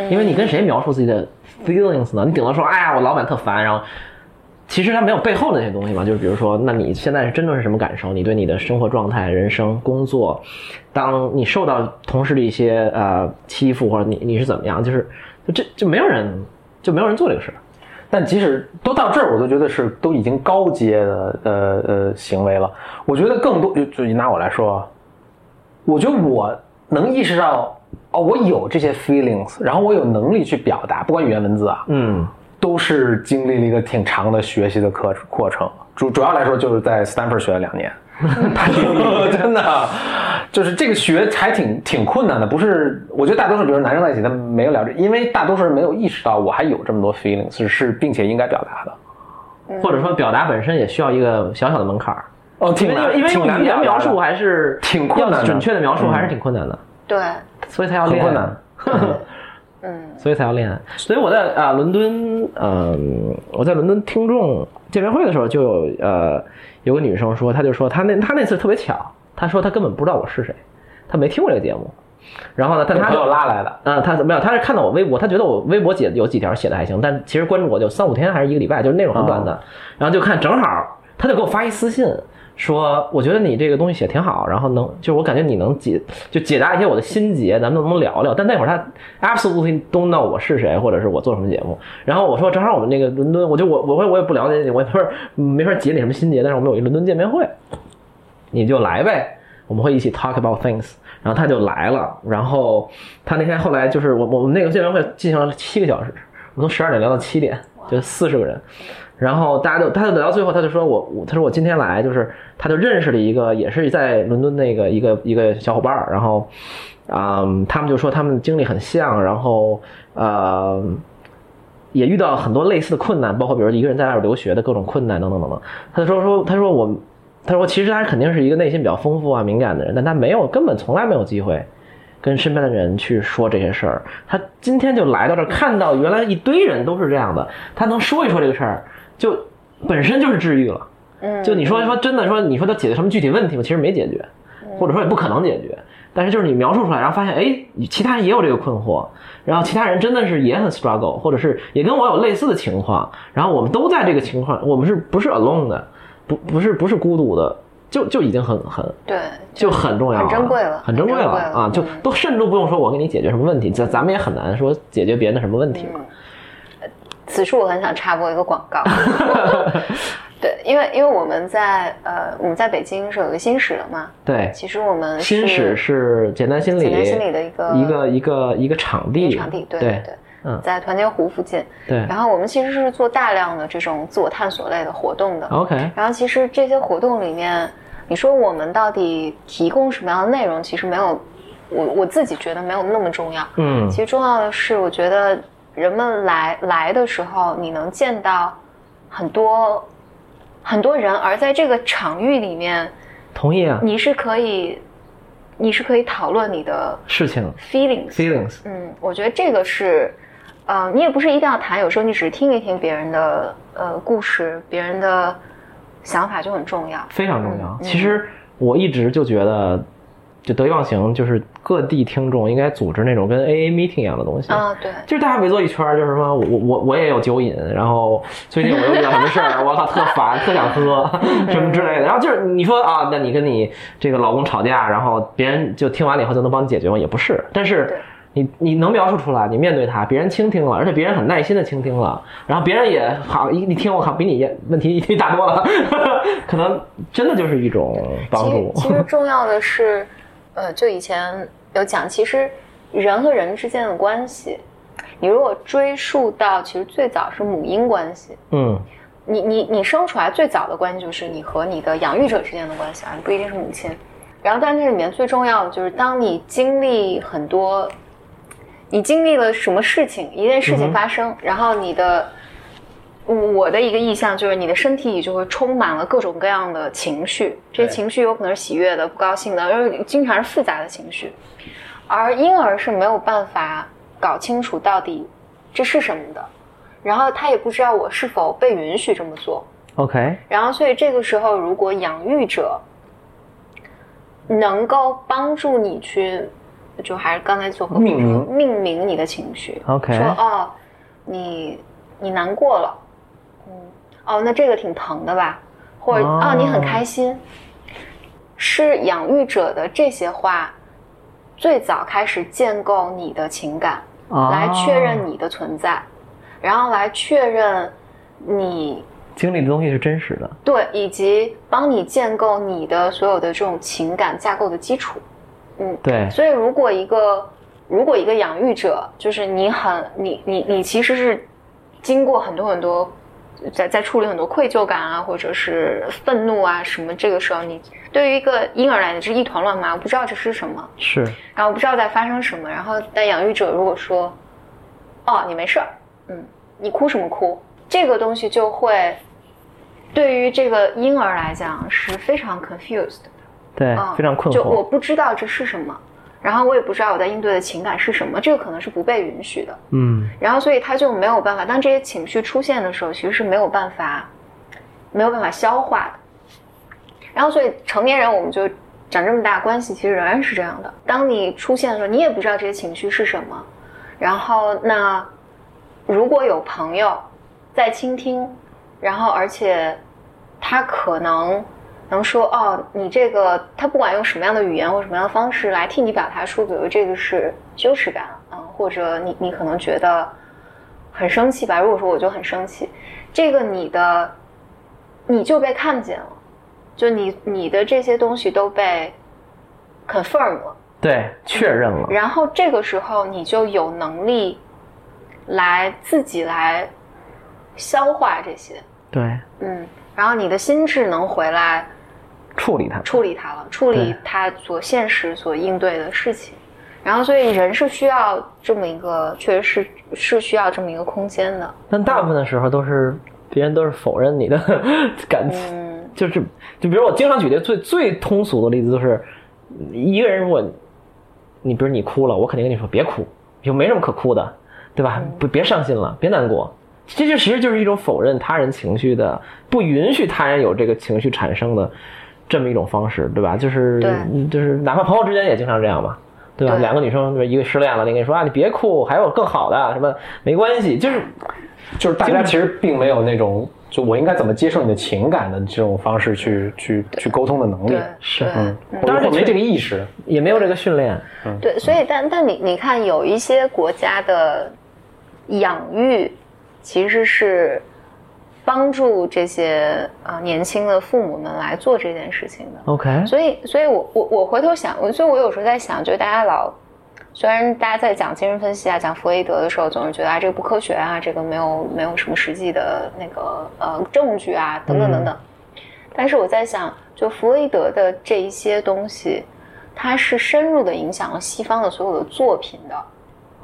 [SPEAKER 3] 因为你跟谁描述自己的 feelings 呢？你顶多说，哎呀，我老板特烦，然后其实他没有背后那些东西嘛，就是比如说，那你现在是真正是什么感受？你对你的生活状态、人生、工作，当你受到同事的一些呃欺负，或者你你是怎么样？就是就这就没有人就没有人做这个事儿。
[SPEAKER 1] 但即使都到这儿，我都觉得是都已经高阶的呃呃行为了。我觉得更多就就拿我来说啊，我觉得我能意识到哦，我有这些 feelings，然后我有能力去表达，不管语言文字啊，
[SPEAKER 3] 嗯，
[SPEAKER 1] 都是经历了一个挺长的学习的课 过程。主主要来说就是在 Stanford 学了两年，真的啊就是这个学还挺挺困难的，不是？我觉得大多数，比如男生在一起，他们没有聊这，因为大多数人没有意识到我还有这么多 feelings 是是，并且应该表达的。
[SPEAKER 3] 或者说表达本身也需要一个小小的门槛儿，
[SPEAKER 1] 哦，
[SPEAKER 3] 因
[SPEAKER 1] 挺
[SPEAKER 3] 为
[SPEAKER 1] 难，
[SPEAKER 3] 因为
[SPEAKER 1] 挺
[SPEAKER 3] 用
[SPEAKER 1] 难
[SPEAKER 3] 语言描
[SPEAKER 1] 表达
[SPEAKER 3] 述
[SPEAKER 1] 的
[SPEAKER 3] 还是
[SPEAKER 1] 挺困难
[SPEAKER 3] 要
[SPEAKER 1] 的
[SPEAKER 3] 准确的描述还是挺困难的，
[SPEAKER 2] 对，
[SPEAKER 3] 所以才要
[SPEAKER 1] 很
[SPEAKER 3] 练，
[SPEAKER 1] 困难。
[SPEAKER 2] 嗯
[SPEAKER 3] 所以才要练。所以我在啊、伦敦，嗯、我在伦敦听众见面会的时候，就有呃有个女生说，她就说她那她那次特别巧，她说她根本不知道我是谁，她没听过这个节目。然后呢，但
[SPEAKER 1] 对
[SPEAKER 3] 她
[SPEAKER 1] 朋
[SPEAKER 3] 就
[SPEAKER 1] 友拉来的，
[SPEAKER 3] 啊、他没有，他是看到我微博，他觉得我微博写有几条写的还行，但其实关注我就三五天还是一个礼拜，就是内容很短的。然后就看正好，他就给我发一私信说，我觉得你这个东西写挺好，然后能就是我感觉你能解就解答一些我的心结，咱们能不能聊聊？但那会儿他 absolutely don't know 我是谁，或者是我做什么节目。然后我说正好我们那个伦敦，我就我我会我也不了解你，我也不是没法解你什么心结，但是我们有一伦敦见面会，你就来呗，我们会一起 talk about things。然后他就来了，然后他那天后来就是我我们那个见面会进行了七个小时，我们从十二点聊到七点，就四十个人。然后大家就，他就聊到最后，他就说我，我他说我今天来就是，他就认识了一个也是在伦敦那个一个一个小伙伴儿，然后，嗯，他们就说他们经历很像，然后呃，也遇到很多类似的困难，包括比如一个人在外边留学的各种困难等等等等。他就说说他说我他说其实他肯定是一个内心比较丰富啊敏感的人，但他没有根本从来没有机会跟身边的人去说这些事儿。他今天就来到这儿，看到原来一堆人都是这样的，他能说一说这个事儿，就本身就是治愈了。
[SPEAKER 2] 嗯，
[SPEAKER 3] 就你说说真的说，你说他解决什么具体问题吗？其实没解决，
[SPEAKER 2] 嗯
[SPEAKER 3] 或者说也不可能解决。但是就是你描述出来，然后发现，哎，其他人也有这个困惑，然后其他人真的是也很 struggle，或者是也跟我有类似的情况，然后我们都在这个情况，我们是不是 alone 的，不不是不是孤独的，就就已经很很
[SPEAKER 2] 对，
[SPEAKER 3] 就很重要了，
[SPEAKER 2] 很珍贵了
[SPEAKER 3] 很珍贵了
[SPEAKER 2] 嗯很珍贵了
[SPEAKER 3] 啊！就
[SPEAKER 2] 嗯
[SPEAKER 3] 都甚至都不用说我给你解决什么问题，咱咱们也很难说解决别人的什么问题
[SPEAKER 2] 嗯
[SPEAKER 3] 嘛。
[SPEAKER 2] 此处我很想插播一个广 告， 对，因为因为我们在呃我们在北京是有一个新史的嘛，
[SPEAKER 3] 对，
[SPEAKER 2] 其实我们是
[SPEAKER 3] 新史是简单心理，
[SPEAKER 2] 嗯简单心理的一个
[SPEAKER 3] 一个一个一个场地，
[SPEAKER 2] 场地，对
[SPEAKER 3] 对
[SPEAKER 2] 对，
[SPEAKER 3] 嗯
[SPEAKER 2] 在团结湖附近，
[SPEAKER 3] 对
[SPEAKER 2] 然后我们其实是做大量的这种自我探索类的活动的，
[SPEAKER 3] ，OK，
[SPEAKER 2] 然后其实这些活动里面，你说我们到底提供什么样的内容，其实没有，我我自己觉得没有那么重要。
[SPEAKER 3] 嗯
[SPEAKER 2] 其实重要的是，我觉得人们来来的时候，你能见到很多很多人，而在这个场域里面，
[SPEAKER 3] 同意啊，
[SPEAKER 2] 你是可以你是可以讨论你的
[SPEAKER 3] 事情
[SPEAKER 2] feelings。
[SPEAKER 3] feelings，
[SPEAKER 2] 嗯，我觉得这个是，呃，你也不是一定要谈，有时候你只是听一听别人的呃故事，别人的想法就很重要。
[SPEAKER 3] 非常重要
[SPEAKER 2] 嗯。嗯
[SPEAKER 3] 其实我一直就觉得，就得意忘形，就是各地听众应该组织那种跟 AA meeting 一样的东西。
[SPEAKER 2] 啊，对，
[SPEAKER 3] 就是大家围坐一圈儿，就是什么我我我我也有酒瘾，然后最近我又遇到什么事儿，我靠特 烦，特 想喝什么之类的。然后就是你说啊，那你跟你这个老公吵架，然后别人就听完了以后就能帮你解决吗？也不是，但是
[SPEAKER 2] 对。
[SPEAKER 3] 你你能描述出来，你面对他，别人倾听了，而且别人很耐心的倾听了，然后别人也好，一你听我靠，比你问题一定大多了， 可能真的就是一种帮助。
[SPEAKER 2] 其实其实重要的是，呃，就以前有讲，其实人和人之间的关系，你如果追溯到其实最早是母婴关系，
[SPEAKER 3] 嗯，
[SPEAKER 2] 你你你生出来最早的关系就是你和你的养育者之间的关系啊，不一定是母亲。然后，但这里面最重要的就是，当你经历很多，你经历了什么事情，一件事
[SPEAKER 3] 嗯哼
[SPEAKER 2] 情发生，然后你的，我的一个意向就是，你的身体里就会充满了各种各样的情绪，这
[SPEAKER 1] 对
[SPEAKER 2] 些情绪有可能是喜悦的、不高兴的，然后经常是复杂的情绪，而婴儿是没有办法搞清楚到底这是什么的。然后他也不知道我是否被允许这么做。
[SPEAKER 3] OK，
[SPEAKER 2] 然后，所以这个时候，如果养育者能够帮助你去，就还是刚才所说
[SPEAKER 1] 命名
[SPEAKER 2] 命名你的情绪
[SPEAKER 3] OK
[SPEAKER 2] 说哦，你你难过了，嗯，哦，那这个挺疼的吧，或者
[SPEAKER 3] 哦
[SPEAKER 2] 哦你很开心，是养育者的这些话最早开始建构你的情感，来确认
[SPEAKER 3] 你
[SPEAKER 2] 你的存在，然后来确认你
[SPEAKER 3] 经历的东西是真实的。
[SPEAKER 2] 对，以及帮你建构你的所有的这种情感架构的基础。嗯，
[SPEAKER 3] 对，
[SPEAKER 2] 所以如果一个如果一个养育者，就是你很你你你其实是经过很多很多在在处理很多愧疚感啊，或者是愤怒啊什么，这个时候你对于一个婴儿来讲是一团乱麻，我不知道这是什么，
[SPEAKER 3] 是
[SPEAKER 2] 然后我不知道在发生什么。然后但养育者如果说，哦，你没事儿，嗯，你哭什么哭？这个东西就会对于这个婴儿来讲是非常 confused 的。
[SPEAKER 3] 对
[SPEAKER 2] 嗯，
[SPEAKER 3] 哎非常困
[SPEAKER 2] 就我
[SPEAKER 3] 惑。
[SPEAKER 2] 不知道这是什么，然后我也不知道我在应对的情感是什么，这个可能是不被允许的。
[SPEAKER 3] 嗯，
[SPEAKER 2] 然后所以他就没有办法，当这些情绪出现的时候，其实是没有办法，没有办法消化的。然后所以成年人我们就长这么大，关系其实仍然是这样的。当你出现的时候，你也不知道这些情绪是什么。然后那如果有朋友在倾听，然后而且他可能能说哦，你这个他不管用什么样的语言或什么样的方式来替你表达出，比如这个是羞耻感，嗯，或者你你可能觉得很生气吧。如果说我就很生气，这个你的你就被看见了，就你你的这些东西都被 confirm 了，
[SPEAKER 3] 对，确认了。
[SPEAKER 2] 然后这个时候你就有能力来自己来消化这些，
[SPEAKER 3] 对，
[SPEAKER 2] 嗯，然后你的心智能回来。
[SPEAKER 3] 处理它。
[SPEAKER 2] 处理它了，处理
[SPEAKER 3] 对
[SPEAKER 2] 它所现实所应对的事情。然后，所以人是需要这么一个，确实是是需要这么一个空间的。
[SPEAKER 3] 但大部分的时候都是别人都是否认你的 感，
[SPEAKER 2] 嗯，
[SPEAKER 3] 就是就比如我经常举的最最通俗的例子就是，一个人如果你比如你哭了，我肯定跟你说别哭，就没什么可哭的，对吧？
[SPEAKER 2] 嗯
[SPEAKER 3] 不别伤心了，别难过。这就其实就是一种否认他人情绪的，不允许他人有这个情绪产生的这么一种方式，对吧？就是
[SPEAKER 2] 对
[SPEAKER 3] 就是哪怕朋友之间也经常这样嘛，对吧？
[SPEAKER 2] 对
[SPEAKER 3] 两个女生一个失恋了，另一个说啊你别哭，还有更好的，什么没关系，就是
[SPEAKER 1] 就是大家其实并没有那种就我应该怎么接受你的情感的这种方式去去去沟通的能力
[SPEAKER 2] 对，，
[SPEAKER 3] 是
[SPEAKER 2] 对
[SPEAKER 1] 嗯，
[SPEAKER 2] 嗯
[SPEAKER 1] 或
[SPEAKER 3] 当
[SPEAKER 1] 者
[SPEAKER 3] 然
[SPEAKER 1] 或者没这个意识，
[SPEAKER 3] 也没有这个训练，
[SPEAKER 2] 对，所以但但你你看，有一些国家的养育其实是帮助这些呃年轻的父母们来做这件事情的。
[SPEAKER 3] OK，
[SPEAKER 2] 所以，所以我我我回头想，我所以我有时候在想，就是大家老，虽然大家在讲精神分析啊、讲弗洛伊德的时候，总是觉得啊这个不科学啊，这个没有没有什么实际的那个呃证据啊，等等等等。但是我在想，就弗洛伊德的这一些东西，它是深入的影响了西方的所有的作品的，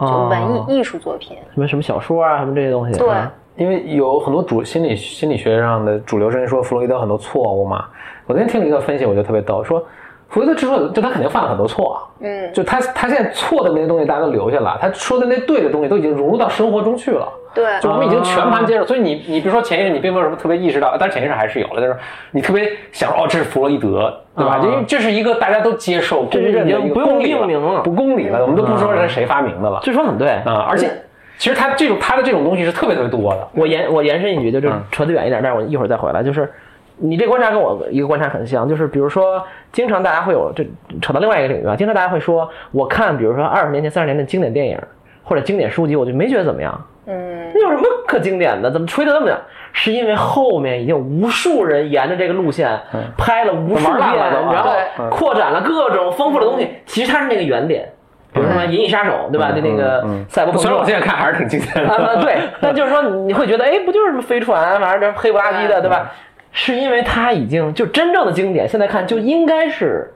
[SPEAKER 2] 就
[SPEAKER 3] 哦
[SPEAKER 2] 文艺、艺术作品。
[SPEAKER 3] 什么什么小说啊，什么这些东西。
[SPEAKER 2] 对，
[SPEAKER 3] 啊
[SPEAKER 1] 因为有很多主心理心理学上的主流声音说弗洛伊德很多错误嘛。我那天听了一个分析，我就特别逗，说弗洛伊德之所以就他肯定犯了很多错，啊
[SPEAKER 2] 嗯，
[SPEAKER 1] 就他他现在错的那些东西大家都留下了，他说的那对的东西都已经融入到生活中去了。
[SPEAKER 2] 对，
[SPEAKER 1] 就我们已经全盘接
[SPEAKER 3] 哦
[SPEAKER 1] 受，所以你你比如说潜意识，你并没有什么特别意识到，但是潜意识还是有了，就是你特别想说哦，这是弗洛伊德，对吧？
[SPEAKER 3] 啊
[SPEAKER 1] 因为这是一个大家都接受、公认
[SPEAKER 3] 这
[SPEAKER 1] 的
[SPEAKER 3] 已经
[SPEAKER 1] 一个
[SPEAKER 3] 不用
[SPEAKER 1] 公理
[SPEAKER 3] 命名了嗯
[SPEAKER 1] 了，不公理了，我们都不说是谁发明的了
[SPEAKER 3] 这说很对。
[SPEAKER 1] 啊。而且其实他这种他的这种东西是特别特别多的，
[SPEAKER 3] 我延我延伸一句，就是
[SPEAKER 1] 嗯
[SPEAKER 3] 扯得远一点，但是我一会儿再回来。就是你这观察跟我一个观察很像，就是比如说，经常大家会有这扯到另外一个领域啊，经常大家会说，我看比如说二十年前、三十年前的经典电影或者经典书籍，我就没觉得怎么样。
[SPEAKER 2] 嗯，
[SPEAKER 3] 那有什么可经典的？怎么吹的那么远？是因为后面已经无数人沿着这个路线拍了无数遍，
[SPEAKER 1] 嗯玩烂了嗯都
[SPEAKER 3] 然后
[SPEAKER 1] 对
[SPEAKER 3] 扩展了各种丰富的东西。其实它是那个原点，比如说《银翼杀手》，对吧？就
[SPEAKER 1] 嗯
[SPEAKER 3] 那个
[SPEAKER 1] 嗯嗯
[SPEAKER 3] 赛博 朋克。
[SPEAKER 1] 虽然我现在看还是挺经 典的，
[SPEAKER 3] 啊，对，那就是说你会觉得，哎，不就是什么飞船，反正这黑不拉几的，对吧？是因为它已经就真正的经典，现在看就应该是。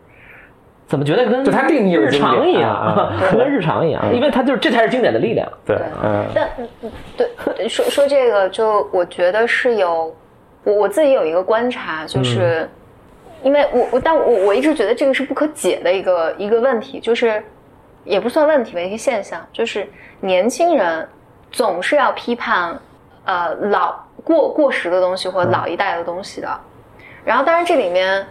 [SPEAKER 3] 怎么觉得跟
[SPEAKER 1] 就它定义了
[SPEAKER 3] 日
[SPEAKER 1] 经典
[SPEAKER 3] 常一
[SPEAKER 1] 啊
[SPEAKER 3] 样，跟日常一样，因为它就是这才是经典的力量。
[SPEAKER 1] 对，嗯，
[SPEAKER 2] 但嗯嗯对，说说这个，就我觉得是有，我我自己有一个观察，
[SPEAKER 1] 嗯
[SPEAKER 2] 就是、因为我我但我我一直觉得这个是不可解的一个一个问题，就是也不算问题吧，一个现象，就是年轻人总是要批判呃老过过时的东西或老一代的东西的，然后当然这里面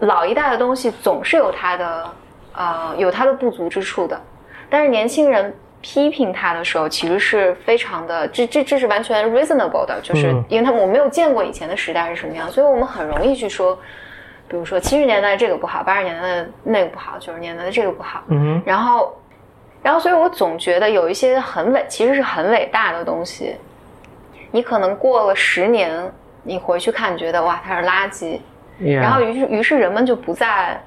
[SPEAKER 2] 老一代的东西总是有它的呃有它的不足之处的，但是年轻人批评他的时候，其实是非常的，这这这是完全 reasonable 的，就是
[SPEAKER 3] 嗯
[SPEAKER 2] 因为他们我没有见过以前的时代是什么样，所以我们很容易去说，比如说七十年代这个不好，八十年代的那个不好，九十年代的这个不好，
[SPEAKER 3] 嗯
[SPEAKER 2] 然后，然后，所以我总觉得有一些很伟，其实是很伟大的东西，你可能过了十年，你回去看，你觉得哇，它是垃圾，
[SPEAKER 3] 啊
[SPEAKER 2] 然后于是于是人们就不再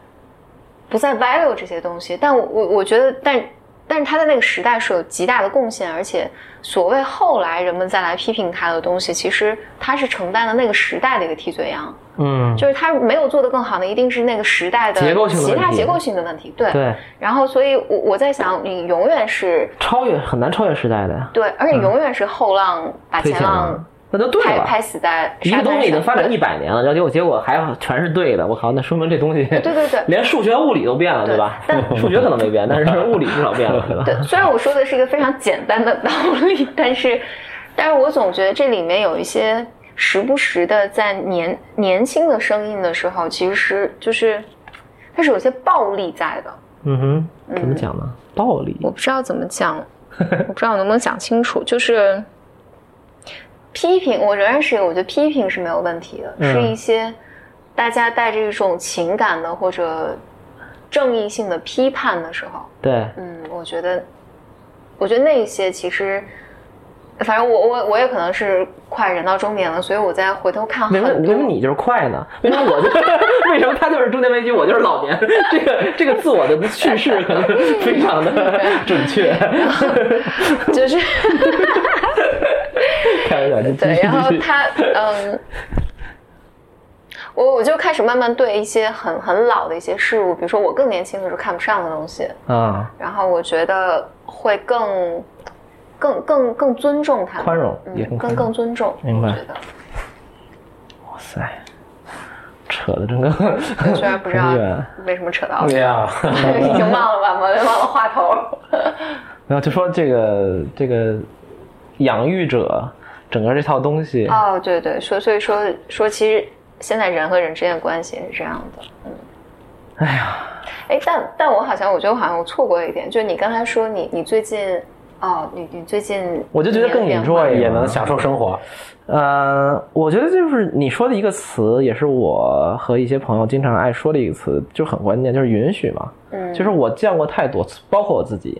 [SPEAKER 2] 不再 value 这些东西。但我我我觉得，但但是他在那个时代是有极大的贡献，而且所谓后来人们再来批评他的东西，其实他是承担了那个时代的一个替罪羊，
[SPEAKER 3] 嗯，
[SPEAKER 2] 就是他没有做得更好的，一定是那个时代的
[SPEAKER 3] 结构性的
[SPEAKER 2] 其
[SPEAKER 3] 问
[SPEAKER 2] 他
[SPEAKER 3] 题
[SPEAKER 2] 结构性的问题。对，
[SPEAKER 3] 对，
[SPEAKER 2] 然后所以我，我在想，你永远是
[SPEAKER 3] 超越很难超越时代的呀，
[SPEAKER 2] 对，而且永远是后浪把
[SPEAKER 3] 推
[SPEAKER 2] 前
[SPEAKER 3] 前
[SPEAKER 2] 浪
[SPEAKER 3] 嗯浪，那就对
[SPEAKER 2] 拍
[SPEAKER 3] 了。
[SPEAKER 2] 拍死在
[SPEAKER 3] 一
[SPEAKER 2] 沙滩
[SPEAKER 3] 个东西已经
[SPEAKER 2] 上。
[SPEAKER 3] 发展
[SPEAKER 2] 对
[SPEAKER 3] 一百年了，然后结果结果还全是对的，我靠，那说明这东西
[SPEAKER 2] 对对对
[SPEAKER 3] 连数学物理都变了，对吧？
[SPEAKER 2] 但
[SPEAKER 3] 数学可能没变，但是物理至少变了，对吧？
[SPEAKER 2] 对，虽然我说的是一个非常简单的道理，但是， 但是我总觉得这里面有一些时不时的在年年轻的声音的时候，其实就是它是有些暴力在的。
[SPEAKER 3] 嗯哼，怎么讲呢？道理
[SPEAKER 2] 我不知道怎么讲，我不知道我能不能讲清楚，就是批评，我仍然是我觉得批评是没有问题的，
[SPEAKER 3] 嗯
[SPEAKER 2] 是一些大家带着一种情感的或者正义性的批判的时候，
[SPEAKER 3] 对，
[SPEAKER 2] 嗯，我觉得，我觉得那一些其实，反正我我我也可能是快人到中年了，所以我再回头看
[SPEAKER 3] 为
[SPEAKER 2] 很
[SPEAKER 3] 什么为什么
[SPEAKER 2] 多。
[SPEAKER 3] 你就是快呢？为什么我就 为什么他就是中年危机，我就是老年？这个这个自 我的叙事可能非常的准确，
[SPEAKER 2] 就是
[SPEAKER 3] 开玩笑，你继
[SPEAKER 2] 对，
[SPEAKER 3] 续
[SPEAKER 2] 然后
[SPEAKER 3] 继续
[SPEAKER 2] 他嗯，我我就开始慢慢对一些很很老的一些事物，比如说我更年轻的时候看不上的东西，
[SPEAKER 3] 啊，
[SPEAKER 2] 然后我觉得会更更更更尊重他们，
[SPEAKER 3] 宽容也
[SPEAKER 2] 嗯，
[SPEAKER 3] 更
[SPEAKER 2] 更
[SPEAKER 3] 宽容
[SPEAKER 2] 更尊重，
[SPEAKER 3] 明白
[SPEAKER 2] 我觉得。
[SPEAKER 3] 哇塞，扯的 真的哎
[SPEAKER 2] 我虽然不知道
[SPEAKER 3] 很远。
[SPEAKER 2] 为什么扯到 了，
[SPEAKER 1] 对呀，
[SPEAKER 2] 已经忘了吧，忘了忘了话头。
[SPEAKER 3] 没有，就说这个这个养育者整个这套东西，
[SPEAKER 2] 哦，对对，说所以说说，其实现在人和人之间的关系是这样的，嗯。
[SPEAKER 3] 哎呀，
[SPEAKER 2] 哎，但但我好像我觉得我好像我错过了一点，就是你刚才说你你最近哦，你你最近
[SPEAKER 3] 我就觉得更
[SPEAKER 2] 年龄变化
[SPEAKER 3] enjoy
[SPEAKER 1] 也能享受生活。
[SPEAKER 3] 呃，我觉得就是你说的一个词，也是我和一些朋友经常爱说的一个词，就很关键，就是允许嘛。
[SPEAKER 2] 嗯，
[SPEAKER 3] 就是我见过太多，包括我自己，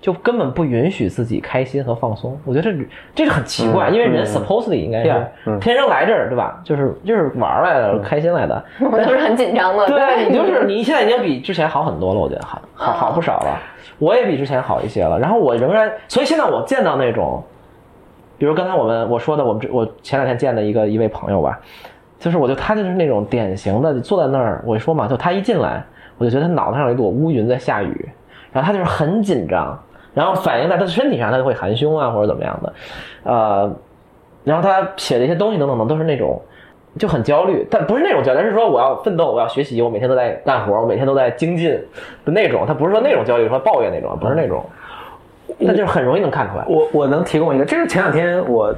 [SPEAKER 3] 就根本不允许自己开心和放松。我觉得这这个很奇怪，
[SPEAKER 1] 嗯
[SPEAKER 3] 因为人
[SPEAKER 1] 嗯
[SPEAKER 3] supposedly 应该
[SPEAKER 1] 对
[SPEAKER 3] 是
[SPEAKER 1] 嗯
[SPEAKER 3] 天生来这儿，对吧？就是就是玩儿来的，开心来的。
[SPEAKER 2] 我都是很紧张的，
[SPEAKER 3] 对你就是你现在已经比之前好很多了，我觉得好好好
[SPEAKER 2] 啊
[SPEAKER 3] 不少了，我也比之前好一些了。然后我仍然，所以现在我见到那种，比如刚才我们我说的，我们这我前两天见的一个一位朋友吧，就是我就他就是那种典型的坐在那儿，我说嘛，就他一进来，我就觉得他脑袋上有一朵乌云在下雨，然后他就是很紧张，然后反映在他身体上，他就会含胸啊或者怎么样的，呃，然后他写的一些东西等等等都是那种就很焦虑，但不是那种焦虑，而是说我要奋斗，我要学习，我每天都在干活，我每天都在精进的那种。他不是说那种焦虑，说抱怨那种，不是那种，但就是很容易能看出来。
[SPEAKER 1] 我我能提供一个，这是前两天我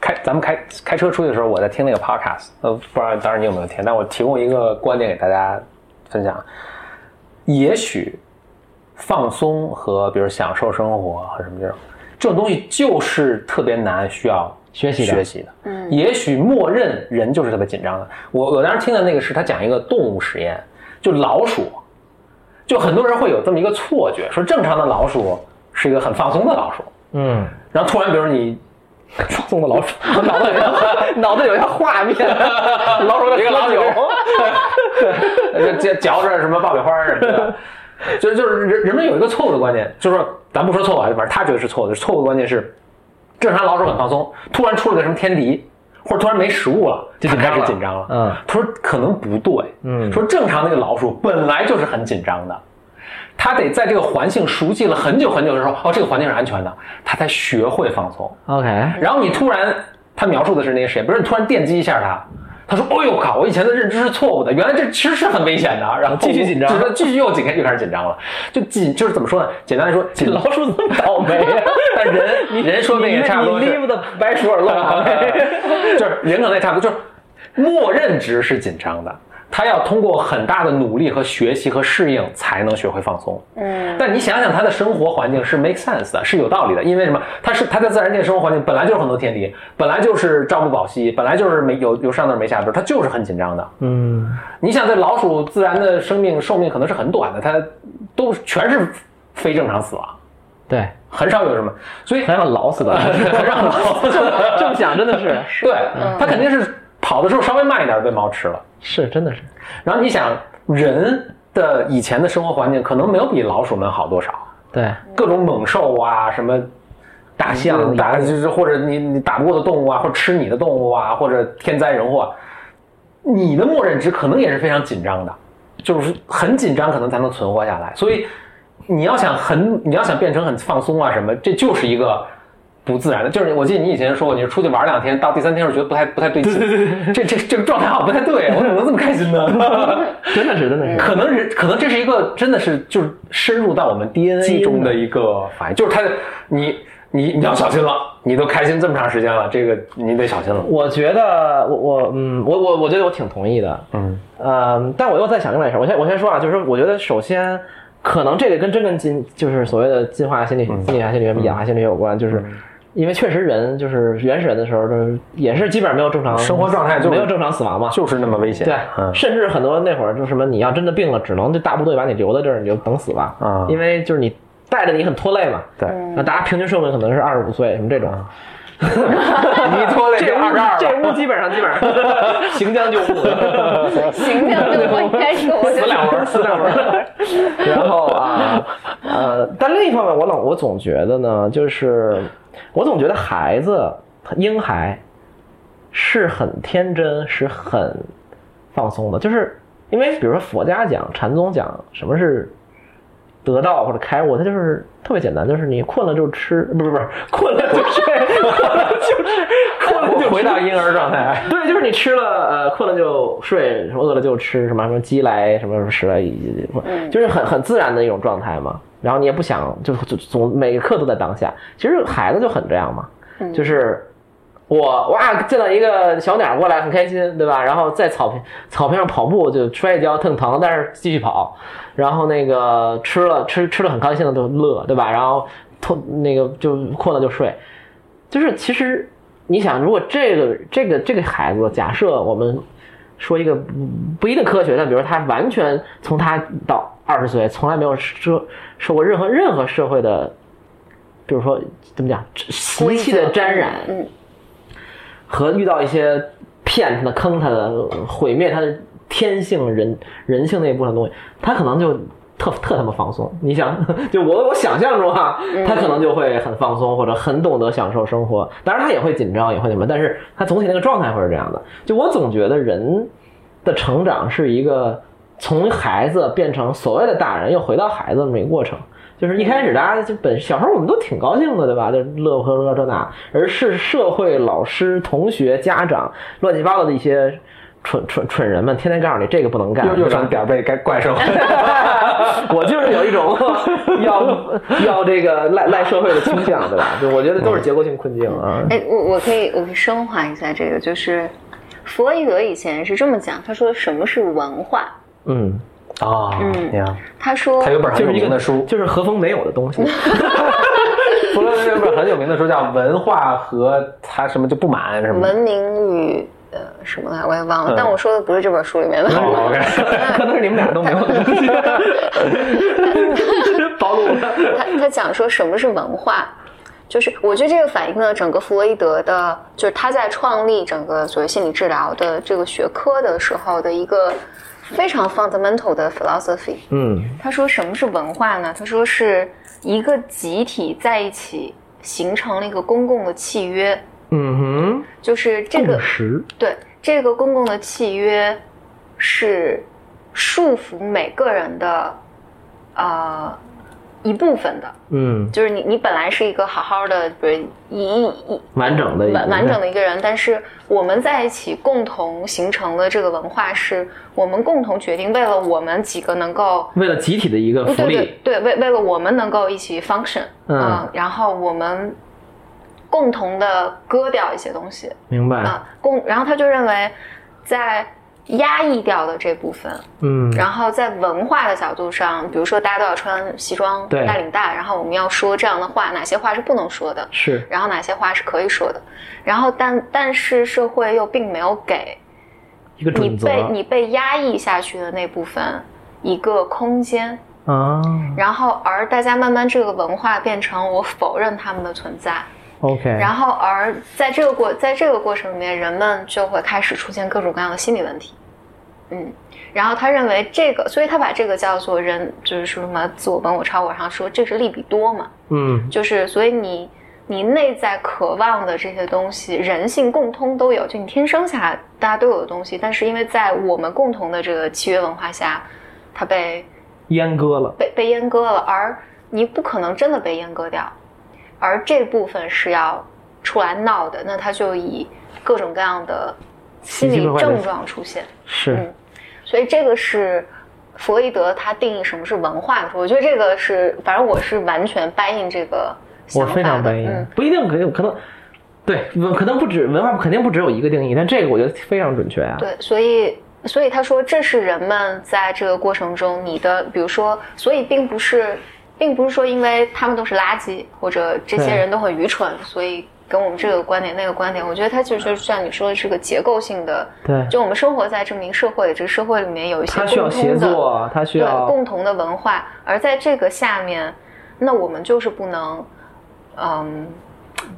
[SPEAKER 1] 开咱们开开车出去的时候，我在听那个 podcast，呃，不知道当时你有没有听，但我提供一个观点给大家分享。也许放松和比如享受生活和什么这种这种东西，就是特别难需要
[SPEAKER 3] 学习的
[SPEAKER 1] 学习的。
[SPEAKER 2] 嗯
[SPEAKER 1] 也许默认人就是特别紧张的。我我当时听的那个是他讲一个动物实验，就老鼠，就很多人会有这么一个错觉，说正常的老鼠是一个很放松的老鼠。
[SPEAKER 3] 嗯，
[SPEAKER 1] 然后突然，比如你
[SPEAKER 3] 放松的老鼠，脑袋有脑袋哦有一个画面，老鼠
[SPEAKER 1] 一
[SPEAKER 3] 在
[SPEAKER 1] 个老
[SPEAKER 3] 喝
[SPEAKER 1] 鼠
[SPEAKER 3] 酒，
[SPEAKER 1] 呃嚼嚼着什么爆米花什么的，就就是人人们有一个错误的观念，就是说咱不说错误啊，反正他觉得是错误的，错误的观念是正常老鼠很放松，突然出了个什么天敌，或者突然没食物了，就
[SPEAKER 3] 紧张
[SPEAKER 1] 开始
[SPEAKER 3] 了
[SPEAKER 1] 紧张了。
[SPEAKER 3] 嗯
[SPEAKER 1] 他说可能不对，
[SPEAKER 3] 嗯
[SPEAKER 1] 说正常那个老鼠本来就是很紧张的。它得在这个环境熟悉了很久很久的时候，哦，这个环境是安全的，它才学会放松。
[SPEAKER 3] OK，
[SPEAKER 1] 然后你突然，他描述的是那个谁，比如你突然电击一下他，他说：“哎呦靠，我以前的认知是错误的，原来这其实是很危险的。”啊然后
[SPEAKER 3] 继续紧张
[SPEAKER 1] 就是继续又紧又开始紧张了，就紧就是怎么说呢？简单来说，紧
[SPEAKER 3] 老鼠怎么倒霉啊？
[SPEAKER 1] 但人人说那
[SPEAKER 3] 你
[SPEAKER 1] 也差不多
[SPEAKER 3] 你
[SPEAKER 1] 是，
[SPEAKER 3] leave the 白鼠耳
[SPEAKER 1] 就是人可能也差不多，就是默认值是紧张的。他要通过很大的努力和学习和适应，才能学会放松。
[SPEAKER 2] 嗯
[SPEAKER 1] 但你想想，他的生活环境是 make sense 的，是有道理的。因为什么？他是他在自然界生活环境本来就是很多天敌，本来就是朝不保夕，本来就是没有有上顿没下顿，他就是很紧张的。
[SPEAKER 3] 嗯，
[SPEAKER 1] 你想，这老鼠自然的生命寿命可能是很短的，它都全是非正常死亡，
[SPEAKER 3] 对，
[SPEAKER 1] 很少有什么，所以
[SPEAKER 3] 很想老死的，
[SPEAKER 1] 很少有
[SPEAKER 3] 这么想真的是
[SPEAKER 1] 对，它肯定是跑的时候稍微慢一点被猫吃了。
[SPEAKER 3] 是真的是，
[SPEAKER 1] 然后你想，人的以前的生活环境可能没有比老鼠们好多少。
[SPEAKER 3] 对对，
[SPEAKER 1] 各种猛兽啊，什么大象
[SPEAKER 3] 嗯
[SPEAKER 1] 打，就是或者你你打不过的动物啊，或者吃你的动物啊，或者天灾人祸啊，你的默认值可能也是非常紧张的，就是很紧张，可能才能存活下来。所以你要想很，你要想变成很放松啊什么，这就是一个。不自然的，就是我记得你以前说过，你是出去玩两天，到第三天时候觉得不太不太对劲，这这这个状态好像不太对，我怎么能这么开心呢？
[SPEAKER 3] 真的是真的是。
[SPEAKER 1] 可能是，可能这是一个真的是就是深入到我们 DNA 中的一个反应，就是他你你你要小心了，你都开心这么长时间了，这个你得小心了。
[SPEAKER 3] 我觉得我我嗯我我我觉得我挺同意的，
[SPEAKER 1] 嗯
[SPEAKER 3] 嗯，但我又在想另外一事儿。我先我先说啊，就是我觉得首先可能这个跟真跟进就是所谓的进化心理、
[SPEAKER 1] 嗯
[SPEAKER 3] 心理学、心理学、演化心理学有关，就是。因为确实人就是原始人的时候，就是也是基本上没有正常
[SPEAKER 1] 生活状态就是
[SPEAKER 3] 没有正常死亡嘛，
[SPEAKER 1] 就是那么危险。
[SPEAKER 3] 对，
[SPEAKER 1] 嗯
[SPEAKER 3] 甚至很多那会儿就什么，你要真的病了，只能就大部队把你留在这儿，你就等死吧。
[SPEAKER 1] 啊嗯
[SPEAKER 3] 因为就是你带着你很拖累嘛。
[SPEAKER 1] 对，
[SPEAKER 3] 那大家平均寿命可能是二十五岁，什么这
[SPEAKER 1] 啊
[SPEAKER 3] 种。
[SPEAKER 1] 你一拖累
[SPEAKER 3] 这
[SPEAKER 1] 就
[SPEAKER 3] 屋
[SPEAKER 1] 二十二
[SPEAKER 3] 这
[SPEAKER 1] 了，
[SPEAKER 3] 屋基本上基本上 行将就木，
[SPEAKER 2] 行这样就不应该是我觉
[SPEAKER 3] 死
[SPEAKER 2] 得
[SPEAKER 3] 两 轮，死两轮。然后 啊，呃，但另一方面，我老我总觉得呢，就是我总觉得孩子婴孩是很天真，是很放松的，就是因为比如说佛家讲、禅宗讲什么是。得道或者开悟，它就是特别简单，就是你困了就吃，不是不是，困了就睡，困了就吃，困了就吃
[SPEAKER 1] 回到婴儿状态。
[SPEAKER 3] 对，就是你吃了，呃，困了就睡，什么饿了就吃，什么什么鸡来，什么什么食来，
[SPEAKER 2] 嗯
[SPEAKER 3] 就是很很自然的一种状态嘛。然后你也不想，就是就总每一刻都在当下。其实孩子就很这样嘛，
[SPEAKER 2] 嗯
[SPEAKER 3] 就是我哇见到一个小鸟过来很开心，对吧？然后在草坪草坪上跑步就摔一跤疼疼，但是继续跑。然后那个吃了吃吃了很高兴的就乐，对吧？然后痛那个就困了就睡，就是其实你想，如果这个这个这个孩子，假设我们说一个不不一定科学，但比如他完全从他到二十岁从来没有受受过任何任何社会的，比如说怎么讲习气的沾染，
[SPEAKER 2] 嗯，
[SPEAKER 3] 和遇到一些骗他的、坑他的、毁灭他的天性人人性那一部分东西，他可能就特特他妈放松。你想， 就我我想象中啊，他可能就会很放松，或者很懂得享受生活。当然，他也会紧张，也会什么，但是他总体那个状态会是这样的。就我总觉得人的成长是一个从孩子变成所谓的大人，又回到孩子的这么一个过程。就是一开始大家就本小时候我们都挺高兴的，对吧？就乐呵乐这那，而是社会、老师、同学、家长乱七八糟的一些蠢蠢蠢人们，天天告诉你这个不能干，
[SPEAKER 1] 又 又
[SPEAKER 3] 对吧
[SPEAKER 1] 成点儿背该怪 兽，
[SPEAKER 3] 我就是有 一种要要这个赖赖社会的倾向，对吧？就我觉得
[SPEAKER 1] 嗯
[SPEAKER 3] 都是结构性困境啊。
[SPEAKER 2] 哎，我我可以我可以升华一下这个，就是弗洛伊德以前是这么讲，他说什么是文化？
[SPEAKER 3] 嗯，
[SPEAKER 1] 啊！
[SPEAKER 2] 嗯
[SPEAKER 1] 你看，
[SPEAKER 2] 他说
[SPEAKER 1] 他有本很
[SPEAKER 3] 就
[SPEAKER 1] 有
[SPEAKER 3] 是一
[SPEAKER 1] 名
[SPEAKER 3] 个
[SPEAKER 1] 的书，
[SPEAKER 3] 就是和风没有的 东西。
[SPEAKER 1] 弗洛伊德有本很有名的书叫《文化和他什么就不满》
[SPEAKER 3] 嗯
[SPEAKER 1] 什么的。
[SPEAKER 2] 文明与呃什么来我也忘了，
[SPEAKER 1] 嗯
[SPEAKER 2] 但我说的不是这本书里面
[SPEAKER 3] 嗯
[SPEAKER 2] 的。
[SPEAKER 1] 好，OK，
[SPEAKER 3] 可能是你们俩都没有的东西。 暴露了。
[SPEAKER 2] 他他讲说什么是文化，就是我觉得这个反映了整个弗洛伊德的，就是他在创立整个所谓心理治疗的这个学科的时候的一个非常 fundamental 的 philosophy。
[SPEAKER 3] 嗯
[SPEAKER 2] 他说什么是文化呢？他说是一个集体在一起形成了一个公共的契约，
[SPEAKER 3] 嗯哼，
[SPEAKER 2] 就是这个
[SPEAKER 3] 识。
[SPEAKER 2] 对这个公共的契约是束缚每个人的呃一部分的，
[SPEAKER 3] 嗯，
[SPEAKER 2] 就是你你本来是一个好好的，比如一一一
[SPEAKER 3] 完整的一个
[SPEAKER 2] 完完整的一个人，但是我们在一起共同形成的这个文化，是我们共同决定，为了我们几个能够。
[SPEAKER 3] 为了集体的一个呃福
[SPEAKER 2] 对
[SPEAKER 3] 利
[SPEAKER 2] 对。啊对，为为了我们能够一起 function，
[SPEAKER 3] 嗯
[SPEAKER 2] 然后我们共同的割掉一些东西，
[SPEAKER 3] 明白。
[SPEAKER 2] 啊，共，然后他就认为，在压抑掉的这部分，
[SPEAKER 3] 嗯
[SPEAKER 2] 然后在文化的角度上，比如说大家都要穿西装、
[SPEAKER 3] 对
[SPEAKER 2] 大领带，然后我们要说这样的话，哪些话是不能说的，
[SPEAKER 3] 是。
[SPEAKER 2] 然后哪些话是可以说的，然后但但是社会又并没有给
[SPEAKER 3] 一个
[SPEAKER 2] 你
[SPEAKER 3] 准则
[SPEAKER 2] 被你被压抑下去的那部分一个空间，
[SPEAKER 3] 啊
[SPEAKER 2] 然后而大家慢慢这个文化变成我否认他们的存在，
[SPEAKER 3] ，OK，
[SPEAKER 2] 然后而在这个过在这个过程里面，人们就会开始出现各种各样的心理问题。嗯，然后他认为这个，所以他把这个叫做人，就是说什么自我本我超我，然后说这是利比多嘛，
[SPEAKER 3] 嗯
[SPEAKER 2] 就是所以你你内在渴望的这些东西，人性共通都有，就你天生下来大家都有的东西，但是因为在我们共同的这个契约文化下，它被
[SPEAKER 3] 阉割了。
[SPEAKER 2] 被被阉割了，而你不可能真的被阉割掉，而这部分是要出来闹的，那他就以各种各样的心
[SPEAKER 3] 奇
[SPEAKER 2] 理
[SPEAKER 3] 奇怪怪的
[SPEAKER 2] 症状出现。
[SPEAKER 3] 是
[SPEAKER 2] 嗯，所以这个是弗洛伊德他定义什么是文化的时候，我觉得这个是，反正我是完全掰硬这个想
[SPEAKER 3] 我
[SPEAKER 2] 法的。
[SPEAKER 3] 非常同意
[SPEAKER 2] 嗯，
[SPEAKER 3] 不一定可能可能，对，文可能不止文化肯定不只有一个定义，但这个我觉得非常准确啊。
[SPEAKER 2] 对，所以所以他说这是人们在这个过程中你的，比如说，所以并不是，并不是说因为他们都是垃圾或者这些
[SPEAKER 3] 对
[SPEAKER 2] 人都很愚蠢，所以跟我们这个观点那个观点，我觉得他就是像你说的是个结构性的，
[SPEAKER 3] 对，
[SPEAKER 2] 就我们生活在这么一个社会，这个社会里面有一些
[SPEAKER 3] 他需要
[SPEAKER 2] 共通
[SPEAKER 3] 协
[SPEAKER 2] 的
[SPEAKER 3] 作，他需
[SPEAKER 2] 对
[SPEAKER 3] 要
[SPEAKER 2] 共同的文化，而在这个下面，那我们就是不能，嗯，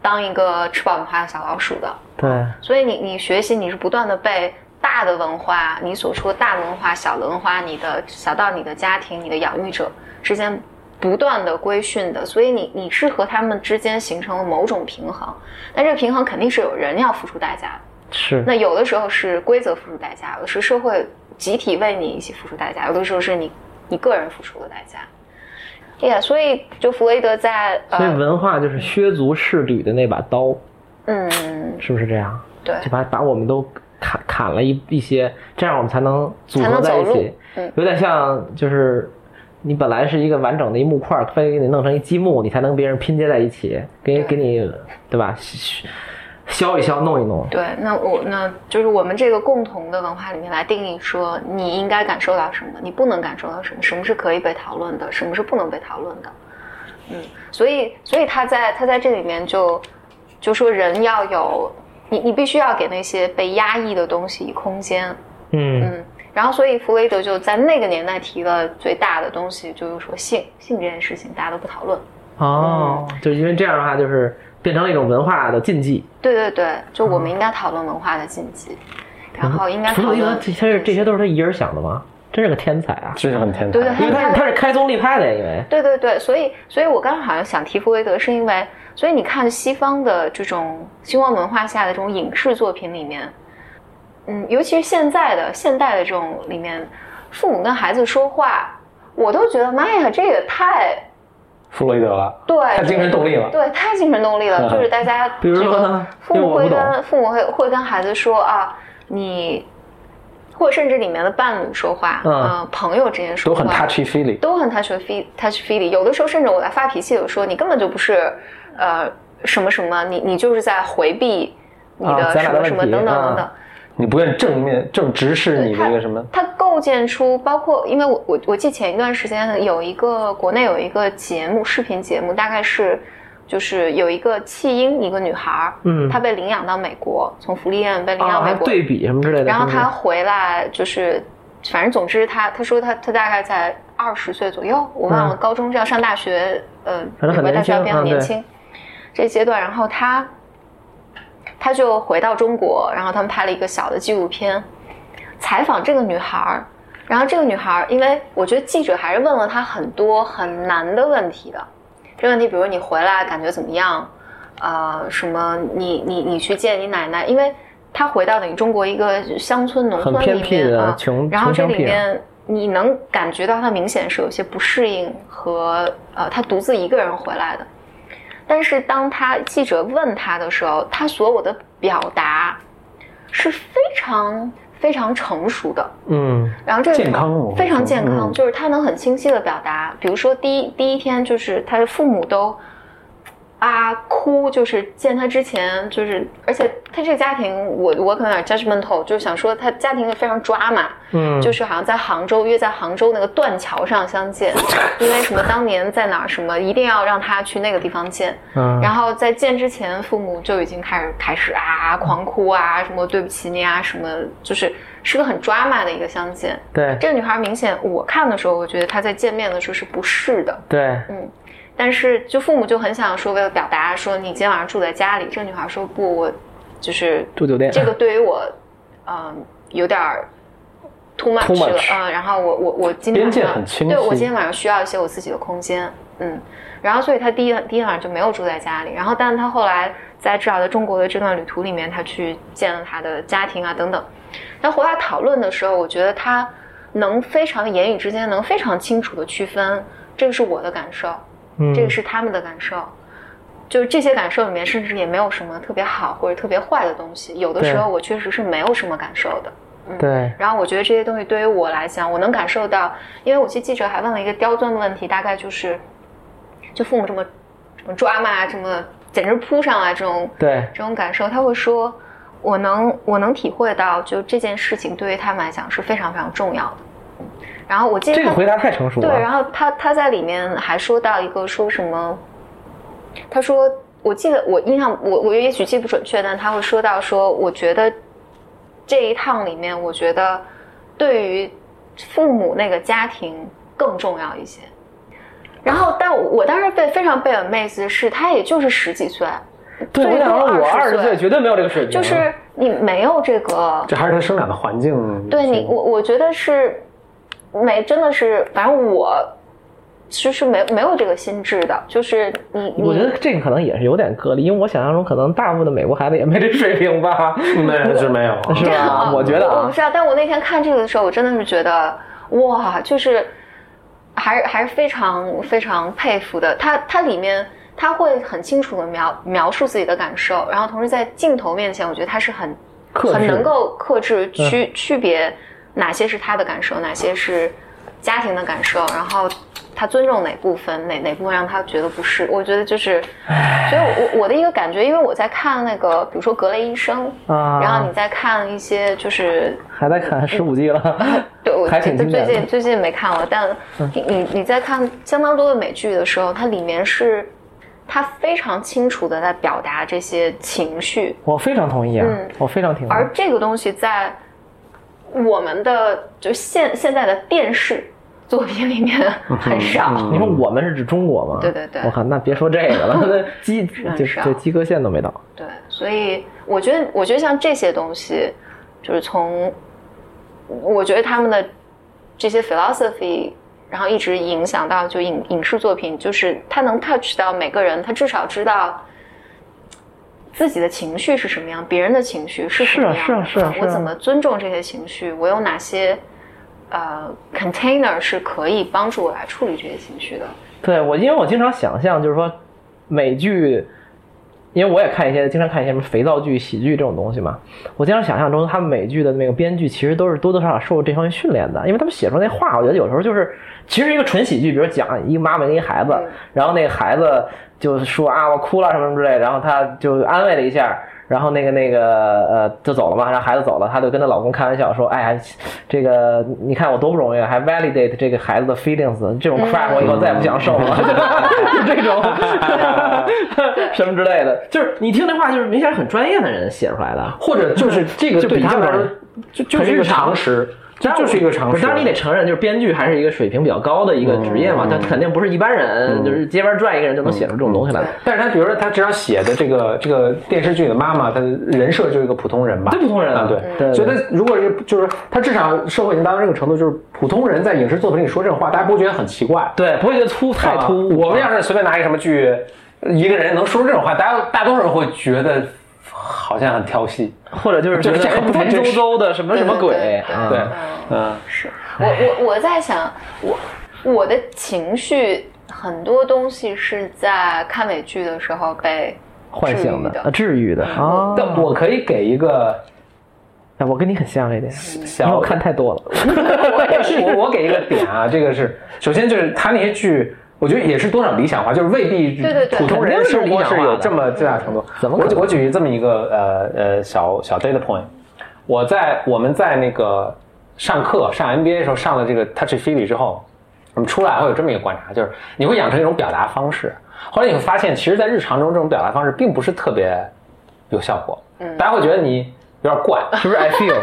[SPEAKER 2] 当一个吃饱米花的小老鼠的。
[SPEAKER 3] 对
[SPEAKER 2] 所以你你学习，你是不断的被大的文化，你所说大文化、小的文化，你的小到你的家庭、你的养育者之间不断的规训的，所以你你是和他们之间形成了某种平衡，但这个平衡肯定是有人要付出代价的。
[SPEAKER 3] 是
[SPEAKER 2] 那有的时候是规则付出代价，有的是社会集体为你一起付出代价，有的时候是你你个人付出的代价。呀、所以就弗洛伊德在
[SPEAKER 3] 所以
[SPEAKER 2] 呃
[SPEAKER 3] 文化就是削足适履的那把刀，
[SPEAKER 2] 嗯
[SPEAKER 3] 是不是这样？
[SPEAKER 2] 对
[SPEAKER 3] 就把把我们都砍砍了一一些，这样我们才能组
[SPEAKER 2] 才
[SPEAKER 3] 合
[SPEAKER 2] 能
[SPEAKER 3] 在一
[SPEAKER 2] 走
[SPEAKER 3] 起
[SPEAKER 2] 路。嗯
[SPEAKER 3] 有点像就是你本来是一个完整的一木块儿，非得给你弄成一积木，你才能别人拼接在一起，给
[SPEAKER 2] 对
[SPEAKER 3] 给你对吧？削削一削，弄一弄。
[SPEAKER 2] 对，那我那就是我们这个共同的文化里面来定义说你应该感受到什么，你不能感受到什么，什么是可以被讨论的，什么是不能被讨论的。嗯，所以所以他在他在这里面就就说人要有你你必须要给那些被压抑的东西空间，
[SPEAKER 3] 嗯，
[SPEAKER 2] 嗯，然后所以弗洛伊德就在那个年代提了最大的东西，就是说性性这件事情大家都不讨论。
[SPEAKER 3] 哦，就因为这样的话，就是变成了一种文化的禁忌。
[SPEAKER 2] 对对对，就我们应该讨论文化的禁忌，然后应该
[SPEAKER 3] 嗯弗
[SPEAKER 2] 讨
[SPEAKER 3] 洛伊德，
[SPEAKER 2] 论
[SPEAKER 3] 这他是这些都是他一人想的吗？真是个天才 啊！
[SPEAKER 1] 真是很天才。
[SPEAKER 2] 对对
[SPEAKER 3] 因为他是他是开宗立派的，因为
[SPEAKER 2] 对对对，所以所以我刚刚好像想提弗洛伊德，是因为所以你看西方的这种西方文化下的这种影视作品里面，嗯，尤其是现在的现代的这种里面，父母跟孩子说话，我都觉得妈呀，这也太
[SPEAKER 1] 弗洛伊德了，
[SPEAKER 2] 对，
[SPEAKER 1] 太精神动力了。
[SPEAKER 2] 对，太精神动力
[SPEAKER 1] 嗯
[SPEAKER 2] 了，就是大家
[SPEAKER 3] 比如
[SPEAKER 2] 这
[SPEAKER 3] 说
[SPEAKER 2] 个
[SPEAKER 3] 呢
[SPEAKER 2] 父
[SPEAKER 3] 因为
[SPEAKER 2] 母
[SPEAKER 3] 我
[SPEAKER 2] 会
[SPEAKER 3] 不懂
[SPEAKER 2] 跟父母会会跟孩子说啊，你，或者甚至里面的伴侣说话，
[SPEAKER 3] 嗯
[SPEAKER 2] 呃朋友之间说
[SPEAKER 1] 都
[SPEAKER 2] 话，
[SPEAKER 1] 很 touchy feely，
[SPEAKER 2] 都很 touch feel touch feely，有的时候甚至我在发脾气，有说你根本就不是，呃，什么什么，你你就是在回避你
[SPEAKER 3] 啊
[SPEAKER 2] 的
[SPEAKER 3] 咱
[SPEAKER 2] 什
[SPEAKER 3] 俩的
[SPEAKER 2] 么什么
[SPEAKER 3] 问题
[SPEAKER 2] 等等等等
[SPEAKER 3] 啊。
[SPEAKER 1] 你不愿正面正直视你的一个什么？
[SPEAKER 2] 它构建出包括，因为我我我记得前一段时间有一个国内有一个节目，视频节目，大概是就是有一个弃婴，一个女孩儿，
[SPEAKER 3] 嗯
[SPEAKER 2] 她被领养到美国，从福利院被领
[SPEAKER 3] 啊，
[SPEAKER 2] 养美
[SPEAKER 3] 还
[SPEAKER 2] 国，
[SPEAKER 3] 对比什么之类的。
[SPEAKER 2] 然后
[SPEAKER 3] 是不是
[SPEAKER 2] 她回来就是，反正总之她她说她她大概在二十岁左右，我忘了
[SPEAKER 3] 嗯
[SPEAKER 2] 高中这样上大学，呃，
[SPEAKER 3] 反正很
[SPEAKER 2] 美国大学
[SPEAKER 3] 年轻
[SPEAKER 2] 比较
[SPEAKER 3] 嗯
[SPEAKER 2] 年
[SPEAKER 3] 对
[SPEAKER 2] 轻这阶段，然后她她就回到中国，然后他们拍了一个小的纪录片，采访这个女孩儿。然后这个女孩儿，因为我觉得记者还是问了她很多很难的问题的。这个问题，比如你回来感觉怎么样？呃，什么你你你去见你奶奶，因为她回到你中国一个乡村农
[SPEAKER 3] 很
[SPEAKER 2] 村
[SPEAKER 3] 偏
[SPEAKER 2] 里
[SPEAKER 3] 僻
[SPEAKER 2] 面
[SPEAKER 3] 的
[SPEAKER 2] 啊，
[SPEAKER 3] 穷
[SPEAKER 2] 然后
[SPEAKER 3] 穷
[SPEAKER 2] 这
[SPEAKER 3] 乡
[SPEAKER 2] 里
[SPEAKER 3] 僻壤。
[SPEAKER 2] 面你能感觉到她明显是有些不适应和呃，她独自一个人回来的。但是当她记者问她的时候，她所有的表达是非常非常成熟的，
[SPEAKER 3] 嗯，
[SPEAKER 2] 然后这个
[SPEAKER 1] 健康我会
[SPEAKER 2] 非常
[SPEAKER 1] 说
[SPEAKER 2] 健康，
[SPEAKER 1] 嗯
[SPEAKER 2] 就是他能很清晰的表达，比如说第一第一天就是他的父母都啊哭，就是见他之前就是，而且他这个家庭，我我可能有点 judgmental，就是想说他家庭就非常抓马，
[SPEAKER 3] 嗯，
[SPEAKER 2] 就是是好像在杭州约在杭州那个断桥上相见，因为什么当年在哪儿什么一定要让他去那个地方见，
[SPEAKER 3] 嗯，
[SPEAKER 2] 然后在见之前，父母就已经开始开始啊狂哭啊，什么对不起你啊，什么就是是个很 drama 的一个相见。
[SPEAKER 3] 对
[SPEAKER 2] 这个女孩明显，我看的时候，我觉得她在见面的时候是不适的，
[SPEAKER 3] 对，
[SPEAKER 2] 嗯。但是就父母就很想说，为了表达说你今天晚上住在家里，这个女孩说不，我就是
[SPEAKER 3] 住酒店
[SPEAKER 2] 这个对于我，嗯、有点儿 too much
[SPEAKER 3] Too much
[SPEAKER 2] 了啊、然后我我我今天
[SPEAKER 1] 边界
[SPEAKER 2] 晚上
[SPEAKER 1] 很清
[SPEAKER 2] 对
[SPEAKER 1] 晰
[SPEAKER 2] 我今天晚上需要一些我自己的空间，嗯，然后所以他第一第一晚上就没有住在家里，然后但是他后来在至少在中国的这段旅途里面，他去见了他的家庭啊等等，那回来讨论的时候，我觉得他能非常言语之间能非常清楚的区分，这个是我的感受，
[SPEAKER 3] 嗯
[SPEAKER 2] 这个是他们的感受。就是这些感受里面，甚至也没有什么特别好或者特别坏的东西。有的时候
[SPEAKER 3] 对
[SPEAKER 2] 我确实是没有什么感受的。
[SPEAKER 3] 对，
[SPEAKER 2] 然后我觉得这些东西对于我来讲，我能感受到，因为我记记者还问了一个刁钻的问题，大概就是，就父母这么什么抓嘛，这么简直扑上来这种
[SPEAKER 3] 对，
[SPEAKER 2] 这种感受，他会说，我能我能体会到，就这件事情对于他们来讲是非常非常重要的。然后我记得
[SPEAKER 3] 这个
[SPEAKER 2] 他
[SPEAKER 3] 回答太成熟了。啊
[SPEAKER 2] 对，然后他他在里面还说到一个说什么，他说我记得我印象我我也许记不准确，但他会说到说，我觉得这一趟里面，我觉得对于父母那个家庭更重要一些。然后，但我我当时被非常被 amaze 的是，他也就是十几岁，
[SPEAKER 3] 对，我
[SPEAKER 2] 最
[SPEAKER 3] 想
[SPEAKER 2] 多
[SPEAKER 3] 说，我
[SPEAKER 2] 20
[SPEAKER 3] 二十岁
[SPEAKER 2] 岁
[SPEAKER 3] 绝对没啊有这个水平。
[SPEAKER 2] 就是你没有这个
[SPEAKER 1] 这还是他生长的环境。
[SPEAKER 2] 对你，我我觉得是没，真的是，反正我是是没没有这个心智的，就是你你
[SPEAKER 3] 我觉得这个可能也是有点个例，因为我想象中可能大部分的美国孩子也没这水 平吧，
[SPEAKER 1] 那 是没有啊，
[SPEAKER 3] 是吧？我觉得
[SPEAKER 2] 我
[SPEAKER 3] 啊
[SPEAKER 2] 不，知道，但我那天看这个的时候，我真的是觉得哇，就是还是还是非常非常佩服的。它它里面它会很清楚的描描述自己的感受，然后同时在镜头面前，我觉得他是很
[SPEAKER 3] 克制嗯
[SPEAKER 2] 很能够克制区、区别哪些是他的感受，哪些是家庭的感受，然后。他尊重哪部分，哪哪部分让他觉得不适？我觉得就是，所以我我我的一个感觉，因为我在看那个，比如说《格雷医生》，
[SPEAKER 3] 啊，
[SPEAKER 2] 然后你再看一些，就是呃
[SPEAKER 3] 还在看十五季了，
[SPEAKER 2] 对我
[SPEAKER 3] 还挺
[SPEAKER 2] 最
[SPEAKER 3] 经典的嗯
[SPEAKER 2] 近最近没看了，但你你你在看相当多的美剧的时候，它里面是它非常清楚的在表达这些情绪，
[SPEAKER 3] 我非常同意啊
[SPEAKER 2] 嗯，
[SPEAKER 3] 我非常挺。
[SPEAKER 2] 而这个东西在我们的就现现在的电视作品里面很少。
[SPEAKER 1] 嗯
[SPEAKER 3] 你说我们是指中国吗？
[SPEAKER 2] 对对啊对
[SPEAKER 3] 我靠，那别说这 个了，那鸡
[SPEAKER 2] 很
[SPEAKER 3] 就
[SPEAKER 2] 少
[SPEAKER 3] 就及格线都没到。
[SPEAKER 2] 对，所以我觉得，我觉得像这些东西，就是从，我觉得他们的这些 philosophy，然后一直影响到就影影视作品，就是他能 touch 到每个人，他至少知道自己的情绪是什么样，别人的情绪是什么样的
[SPEAKER 3] 是啊是啊是啊是啊
[SPEAKER 2] 我怎么尊重这些情绪，我有哪些呃 container 是可以帮助我来处理这些情绪的。
[SPEAKER 3] 对我，因为我经常想象，就是说美剧，因为我也看一些，经常看一些什么肥皂剧、喜剧这种东西嘛。我经常想象中，他们美剧的那个编剧其实都是多多少少受这方面训练的，因为他们写出那话，我觉得有时候就是，其实一个纯喜剧，比如讲一个妈妈跟一孩子
[SPEAKER 2] 嗯，
[SPEAKER 3] 然后那个孩子就说啊我哭了什么什么之类，然后他就安慰了一下。然后那个那个呃就走了嘛，然后孩子走了，她就跟她老公开玩笑说：“哎呀，这个你看我多不容易，啊，还 validate 这个孩子的 feelings，这种
[SPEAKER 1] 嗯
[SPEAKER 3] crap 我以后再也不想受 了。就这种什么之类的，就是你听这话，就是明显是很专业的人写出来的。
[SPEAKER 1] 或者 就是这个
[SPEAKER 3] 就
[SPEAKER 1] 对
[SPEAKER 3] 比较
[SPEAKER 1] 他们来说
[SPEAKER 3] 难，
[SPEAKER 1] 就就是一个
[SPEAKER 3] 很日常
[SPEAKER 1] 常识，这
[SPEAKER 3] 当然
[SPEAKER 1] 就是一个
[SPEAKER 3] 我
[SPEAKER 1] 常
[SPEAKER 3] 不
[SPEAKER 1] 识。
[SPEAKER 3] 是当然你得承认，就是编剧还是一个水平比较高的一个职业嘛，
[SPEAKER 1] 嗯
[SPEAKER 3] 他肯定不是一般人，就是街边转一个人就能写出这种东西来的。嗯
[SPEAKER 1] 但是他比如说他至少写的这个这个电视剧的妈妈，她人设就是一个普通人吧，
[SPEAKER 3] 对普通人啊
[SPEAKER 1] 啊，
[SPEAKER 3] 嗯
[SPEAKER 1] 对，
[SPEAKER 3] 对
[SPEAKER 1] 所以他如果是就是他至少社会已经达到这个程度，就是普通人在影视作品里说这种话，大家不会觉得很奇怪，
[SPEAKER 3] 对，不会觉得粗太
[SPEAKER 1] 啊
[SPEAKER 3] 突兀。
[SPEAKER 1] 我们要是随便拿一个什么剧，一个人能说出这种话，大家大多数人会觉得好像很挑戏，
[SPEAKER 3] 或者就是觉得
[SPEAKER 1] 这这
[SPEAKER 3] 哎
[SPEAKER 1] 不太
[SPEAKER 3] 文绉
[SPEAKER 1] 真实
[SPEAKER 3] 绉的什么什么鬼，
[SPEAKER 2] 对对对
[SPEAKER 3] 啊
[SPEAKER 1] 对
[SPEAKER 2] 嗯，
[SPEAKER 1] 嗯，
[SPEAKER 2] 是我
[SPEAKER 3] 哎
[SPEAKER 2] 我我在想，我我的情绪很多东西是在看美剧的时候被
[SPEAKER 3] 唤醒
[SPEAKER 2] 治愈
[SPEAKER 3] 的
[SPEAKER 2] 的
[SPEAKER 3] 啊，治愈的啊。
[SPEAKER 1] 但我可以给一个
[SPEAKER 3] 哎我跟你很像这点，因为
[SPEAKER 1] 小
[SPEAKER 3] 我看太多了。
[SPEAKER 1] 我也是，我我给一个点啊，这个是首先就是他那些剧，我觉得也是多少理想化，就是未必
[SPEAKER 2] 对对对
[SPEAKER 1] 普通人生活
[SPEAKER 3] 肯定是理想
[SPEAKER 1] 是
[SPEAKER 3] 化的
[SPEAKER 1] 有这么巨大程度。
[SPEAKER 3] 怎么可
[SPEAKER 1] 我
[SPEAKER 3] 能
[SPEAKER 1] 举我举这么一个呃呃小小 data point，我在我们在那个上课上 MBA 的时候上了这个 touch feely 之后，我们出来会有这么一个观察，就是你会养成一种表达方式，后来你会发现，其实，在日常中这种表达方式并不是特别有效果，大家会觉得你有点怪。
[SPEAKER 3] 是不是 I feel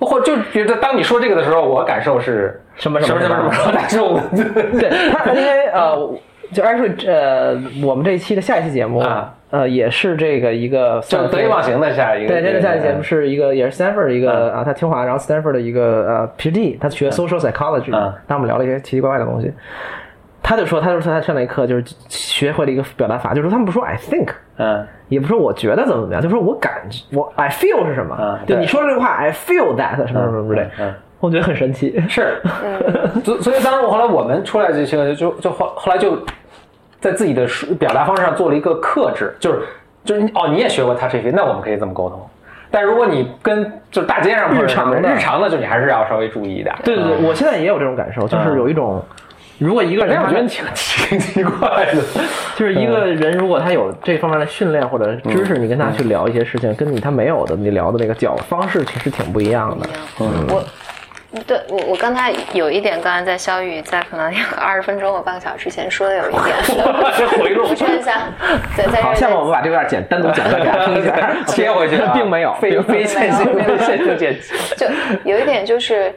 [SPEAKER 1] 或就觉得当你说这个的时候，我感受是
[SPEAKER 3] 什么
[SPEAKER 1] 什
[SPEAKER 3] 什
[SPEAKER 1] 么
[SPEAKER 3] 么
[SPEAKER 1] 什么什么什么感受？
[SPEAKER 3] 对他，因为呃，就 actually 呃，我们这一期的下一期节目
[SPEAKER 1] 啊
[SPEAKER 3] 呃，也是这个一个
[SPEAKER 1] 就是得意忘形的下一个。
[SPEAKER 3] 对，这个下一节目是一个也是 Stanford 的一个、啊，他清华，然后 Stanford 的一个呃 PhD，他
[SPEAKER 1] 啊
[SPEAKER 3] 学 social psychology，、
[SPEAKER 1] 嗯
[SPEAKER 3] 但我们聊了一些奇奇怪怪的东西。他就说，他就说他上那一课就是学会了一个表达法，就是他们不说 I think，
[SPEAKER 1] 嗯
[SPEAKER 3] 也不说我觉得怎么怎么样，就说我感觉我 I feel 是什么，
[SPEAKER 1] 嗯
[SPEAKER 3] 就
[SPEAKER 1] 对
[SPEAKER 3] 你说这个话 I feel that 什么什么什么之类，
[SPEAKER 1] 嗯嗯
[SPEAKER 3] 我觉得很神奇。
[SPEAKER 1] 是，
[SPEAKER 2] 嗯，
[SPEAKER 1] 所所以当时我后来我们出来这些，就就后后来就在自己的说表达方式上做了一个克制，就是就是你哦，你也学过 touch if，那我们可以这么沟通。但如果你跟就是大街上碰上
[SPEAKER 3] 日常的
[SPEAKER 1] 日常的，就你还是要稍微注意一点。
[SPEAKER 3] 对对对，我现在也有这种感受，就是有一种，嗯如果一个
[SPEAKER 1] 没
[SPEAKER 3] 人
[SPEAKER 1] 哎有，我
[SPEAKER 3] 他
[SPEAKER 1] 觉得挺挺奇怪 的。
[SPEAKER 3] 就是一个人，如果他有这方面的训练或者知识，你跟他去聊一些事情，跟你他没有的，你聊的那个角方式其实挺不一样的。嗯
[SPEAKER 2] 我。对我，我刚才有一点，刚才在肖宇在可能二十分钟或半个小时前说的有一 点，
[SPEAKER 1] 这回路，
[SPEAKER 2] 补充一下，在在这
[SPEAKER 3] 好，
[SPEAKER 2] 儿
[SPEAKER 3] 下面我们把这段剪单独剪出来给大家听一下
[SPEAKER 1] 切回去啊
[SPEAKER 3] 并没有，
[SPEAKER 1] 非
[SPEAKER 3] 并
[SPEAKER 1] 非线 性非线性剪辑。
[SPEAKER 2] 就有一点就是，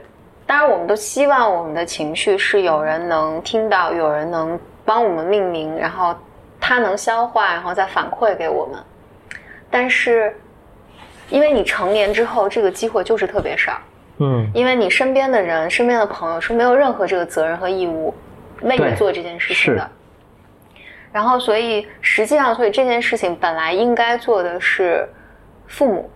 [SPEAKER 2] 当然我们都希望我们的情绪是有人能听到，有人能帮我们命名，然后他能消化，然后再反馈给我们。但是，因为你成年之后，这个机会就是特别少，
[SPEAKER 3] 嗯，
[SPEAKER 2] 因为你身边的人、身边的朋友是没有任何这个责任和义务为
[SPEAKER 3] 对
[SPEAKER 2] 你做这件事情
[SPEAKER 3] 是
[SPEAKER 2] 的。然后，所以实际上，所以这件事情本来应该做的是父母，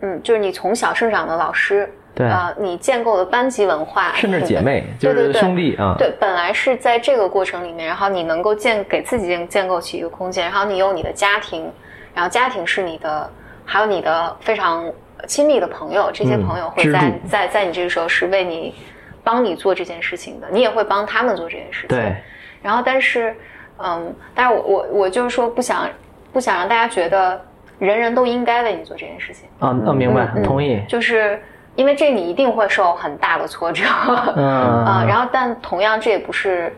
[SPEAKER 2] 嗯，就是你从小生长的老师，
[SPEAKER 3] 对
[SPEAKER 2] 啊、你建构的班级文化，
[SPEAKER 3] 甚至
[SPEAKER 2] 你
[SPEAKER 3] 姐
[SPEAKER 2] 的
[SPEAKER 3] 妹就
[SPEAKER 2] 对对
[SPEAKER 3] 是
[SPEAKER 2] 对
[SPEAKER 3] 兄弟啊，
[SPEAKER 2] 对，本来是在这个过程里面，然后你能够建给自己建建构起一个空间，然后你有你的家庭，然后家庭是你的，还有你的非常亲密的朋友，这些
[SPEAKER 3] 嗯
[SPEAKER 2] 朋友会
[SPEAKER 3] 支
[SPEAKER 2] 在、
[SPEAKER 3] 柱
[SPEAKER 2] 在在你这个时候是为你帮你做这件事情的，你也会帮他们做这件事情。
[SPEAKER 3] 对，
[SPEAKER 2] 然后但是，嗯，但是我我我就是说不想不想让大家觉得人人都应该为你做这件事情，
[SPEAKER 3] 啊，那明白，
[SPEAKER 2] 嗯
[SPEAKER 3] 同意，
[SPEAKER 2] 就是因为这你一定会受很大的挫折。
[SPEAKER 3] 嗯
[SPEAKER 2] 啊、
[SPEAKER 3] 啊
[SPEAKER 2] 然后但同样这也不是，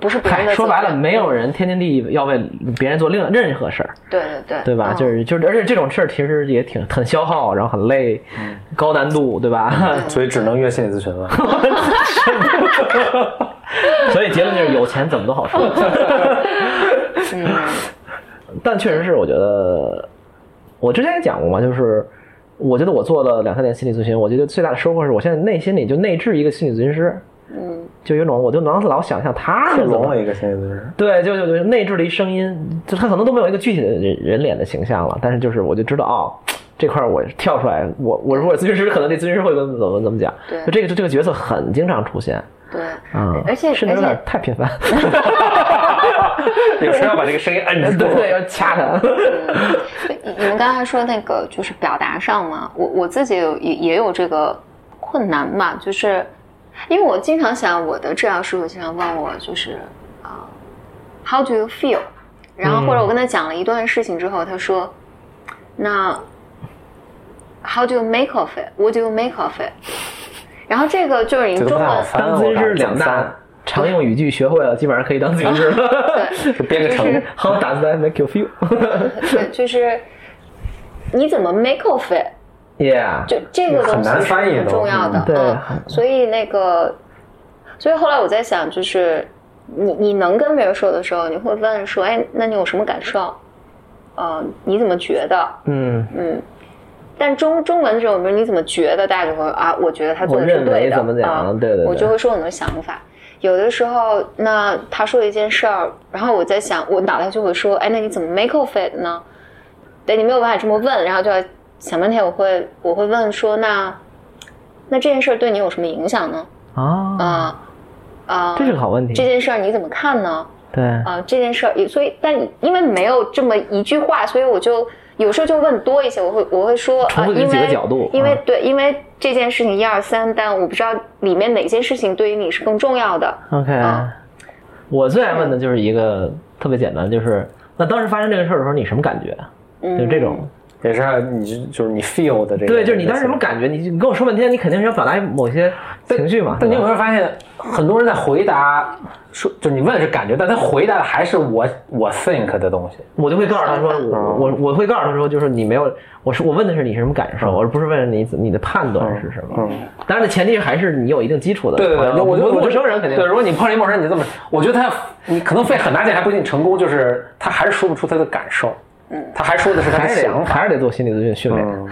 [SPEAKER 2] 不是别人的责
[SPEAKER 3] 嗨，
[SPEAKER 2] 任。
[SPEAKER 3] 哎说白了，没有人天经地义要为别人做另任何事儿，
[SPEAKER 2] 对对对，
[SPEAKER 3] 对吧？
[SPEAKER 2] 嗯
[SPEAKER 3] 就是就是，而且这种事儿其实也挺很消耗，然后很累，
[SPEAKER 2] 嗯
[SPEAKER 3] 高难度，对吧？
[SPEAKER 1] 所以只能约心理咨询 了。
[SPEAKER 3] 所以结论就是有钱怎么都好说。
[SPEAKER 2] 嗯
[SPEAKER 3] 但确实是，我觉得我之前也讲过嘛，就是我觉得我做了两三年心理咨询，我觉得最大的收获是我现在内心里就内置一个心理咨询师，
[SPEAKER 2] 嗯，
[SPEAKER 3] 就有一种我就能老想象他是
[SPEAKER 1] 克
[SPEAKER 3] 怎么
[SPEAKER 1] 隆了一个心理咨询师，
[SPEAKER 3] 对，就就就内置了一声音，就他可能都没有一个具体的人人脸的形象了，但是就是我就知道哦，这块儿我跳出来，我我如果咨询师，可能这咨询师会怎么怎么怎么讲，
[SPEAKER 2] 对
[SPEAKER 3] 就这个就这个角色很经常出现，
[SPEAKER 2] 对，
[SPEAKER 3] 嗯，
[SPEAKER 2] 而且
[SPEAKER 3] 甚至
[SPEAKER 2] 而
[SPEAKER 3] 有点
[SPEAKER 2] 且
[SPEAKER 3] 太频繁，
[SPEAKER 1] 有时候要把这个声音 摁住
[SPEAKER 3] 对。对，要掐他，
[SPEAKER 2] 嗯你你们刚才说那个就是表达上嘛，我我自己有也也有这个困难嘛，就是因为我经常想我的治疗师傅经常问我就是啊、h o w do you feel？然后或者我跟他讲了一段事情之后，他说那 How do you make of it？What do you make of it？然后这个就是你
[SPEAKER 1] 这都
[SPEAKER 2] 中
[SPEAKER 1] 不太好
[SPEAKER 2] 文
[SPEAKER 1] 翻
[SPEAKER 3] 当咨询师两大常用语句学会了，基本上可以当咨询师 了。
[SPEAKER 2] 对，
[SPEAKER 1] 就编个成
[SPEAKER 2] 就是
[SPEAKER 3] 好，打字 make you feel，yeah，
[SPEAKER 2] 对就是你怎么 make of it？就 这个东西
[SPEAKER 1] 很难
[SPEAKER 2] 是
[SPEAKER 1] 翻译
[SPEAKER 2] 很
[SPEAKER 1] 都
[SPEAKER 2] 重要的
[SPEAKER 3] 嗯，对
[SPEAKER 2] 嗯，所以那个，所以后来我在想，就是你你能跟别人说的时候，你会问说，哎，那你有什么感受？呃，你怎么觉得？
[SPEAKER 3] 嗯，
[SPEAKER 2] 嗯，但中中文这种，比如你怎么觉得，大家就会啊，我觉得他做的
[SPEAKER 3] 我
[SPEAKER 2] 是
[SPEAKER 3] 认为
[SPEAKER 2] 对的，
[SPEAKER 3] 怎么讲
[SPEAKER 2] 啊
[SPEAKER 3] 对对对
[SPEAKER 2] 我就会说我的想法。有的时候，那他说一件事儿，然后我在想，我脑袋就会说，哎，那你怎么 make of it 呢？对，你没有办法这么问，然后就要想半天。我会我会问说，那那这件事儿对你有什么影响呢？
[SPEAKER 3] 啊，
[SPEAKER 2] 啊、啊、
[SPEAKER 3] 这是个好问
[SPEAKER 2] 这
[SPEAKER 3] 题，
[SPEAKER 2] 件事儿你怎么看呢？
[SPEAKER 3] 对，
[SPEAKER 2] 啊、这件事儿，所以但因为没有这么一句话，所以我就有时候就问多一些，我会我会说
[SPEAKER 3] 重
[SPEAKER 2] 啊，
[SPEAKER 3] 复你
[SPEAKER 2] 因
[SPEAKER 3] 几个
[SPEAKER 2] 为
[SPEAKER 3] 角度
[SPEAKER 2] 因为、
[SPEAKER 3] 啊
[SPEAKER 2] 对，因为这件事情一二三，但我不知道里面哪些事情对于你是更重要的。
[SPEAKER 3] OK，、
[SPEAKER 2] 啊
[SPEAKER 3] 我最爱问的就是一个特别简单，就是那当时发生这个事儿的时候，你什么感觉？
[SPEAKER 2] 嗯，
[SPEAKER 3] 就这种，
[SPEAKER 1] 也是让你就是你 feel 的这个，
[SPEAKER 3] 对，就是你当时什么感觉？你你跟我说半天，你肯定是要表达某些情绪嘛。
[SPEAKER 1] 但你
[SPEAKER 3] 对
[SPEAKER 1] 有
[SPEAKER 3] 吧
[SPEAKER 1] 没有发现，很多人在回答说，就是你问的是感觉，但他回答的还是我我 think 的东西。
[SPEAKER 3] 我就会告诉他说，我我
[SPEAKER 1] 嗯
[SPEAKER 3] 我会告诉他说，就是你没有，我是我问的是你什么感受，而不是问你怎你的判断是什么。
[SPEAKER 1] 嗯，
[SPEAKER 3] 当然的前提还是你有一定基础的。
[SPEAKER 1] 对对对，
[SPEAKER 3] 啊
[SPEAKER 1] 那我觉得
[SPEAKER 3] 陌生人肯定
[SPEAKER 1] 对。如果你碰上一陌生人，你这么，我觉得他你可能费很大劲还不一定成功，就是他还是说不出他的感受，嗯，他还说的是他
[SPEAKER 3] 还
[SPEAKER 1] 的
[SPEAKER 3] 是得
[SPEAKER 1] 想法，嗯
[SPEAKER 3] 还是得做心理咨询训练。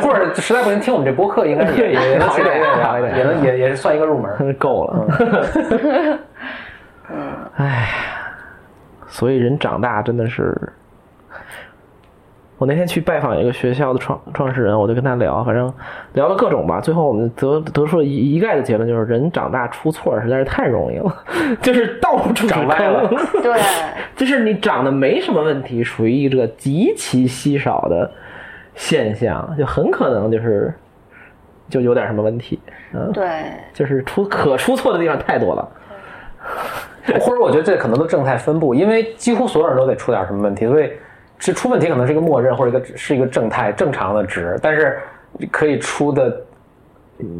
[SPEAKER 1] 或者实在不行听我们这播客应该也也能
[SPEAKER 3] 好一点
[SPEAKER 1] 也能
[SPEAKER 3] 好一点
[SPEAKER 1] 啊也能也也是算一个入门。
[SPEAKER 3] 真是够了。
[SPEAKER 1] 嗯
[SPEAKER 3] 哎，所以人长大真的是。我那天去拜访一个学校的创创始人，我就跟他聊，反正聊了各种吧。最后我们得得出了一一概的结论，就是人长大出错实在是太容易了，就是到处
[SPEAKER 1] 长
[SPEAKER 3] 是
[SPEAKER 1] 歪了
[SPEAKER 3] 坑
[SPEAKER 2] 对，
[SPEAKER 3] 就是你长得没什么问题，属于一个极其稀少的现象，就很可能就是就有点什么问题。嗯，
[SPEAKER 2] 对，哎
[SPEAKER 3] 就是出可出错的地方太多了。
[SPEAKER 1] 或者我觉得这可能都正态分布，因为几乎所有人都得出点什么问题，所以这出问题可能是一个默认或者一个是一个正态正常的值，但是可以出的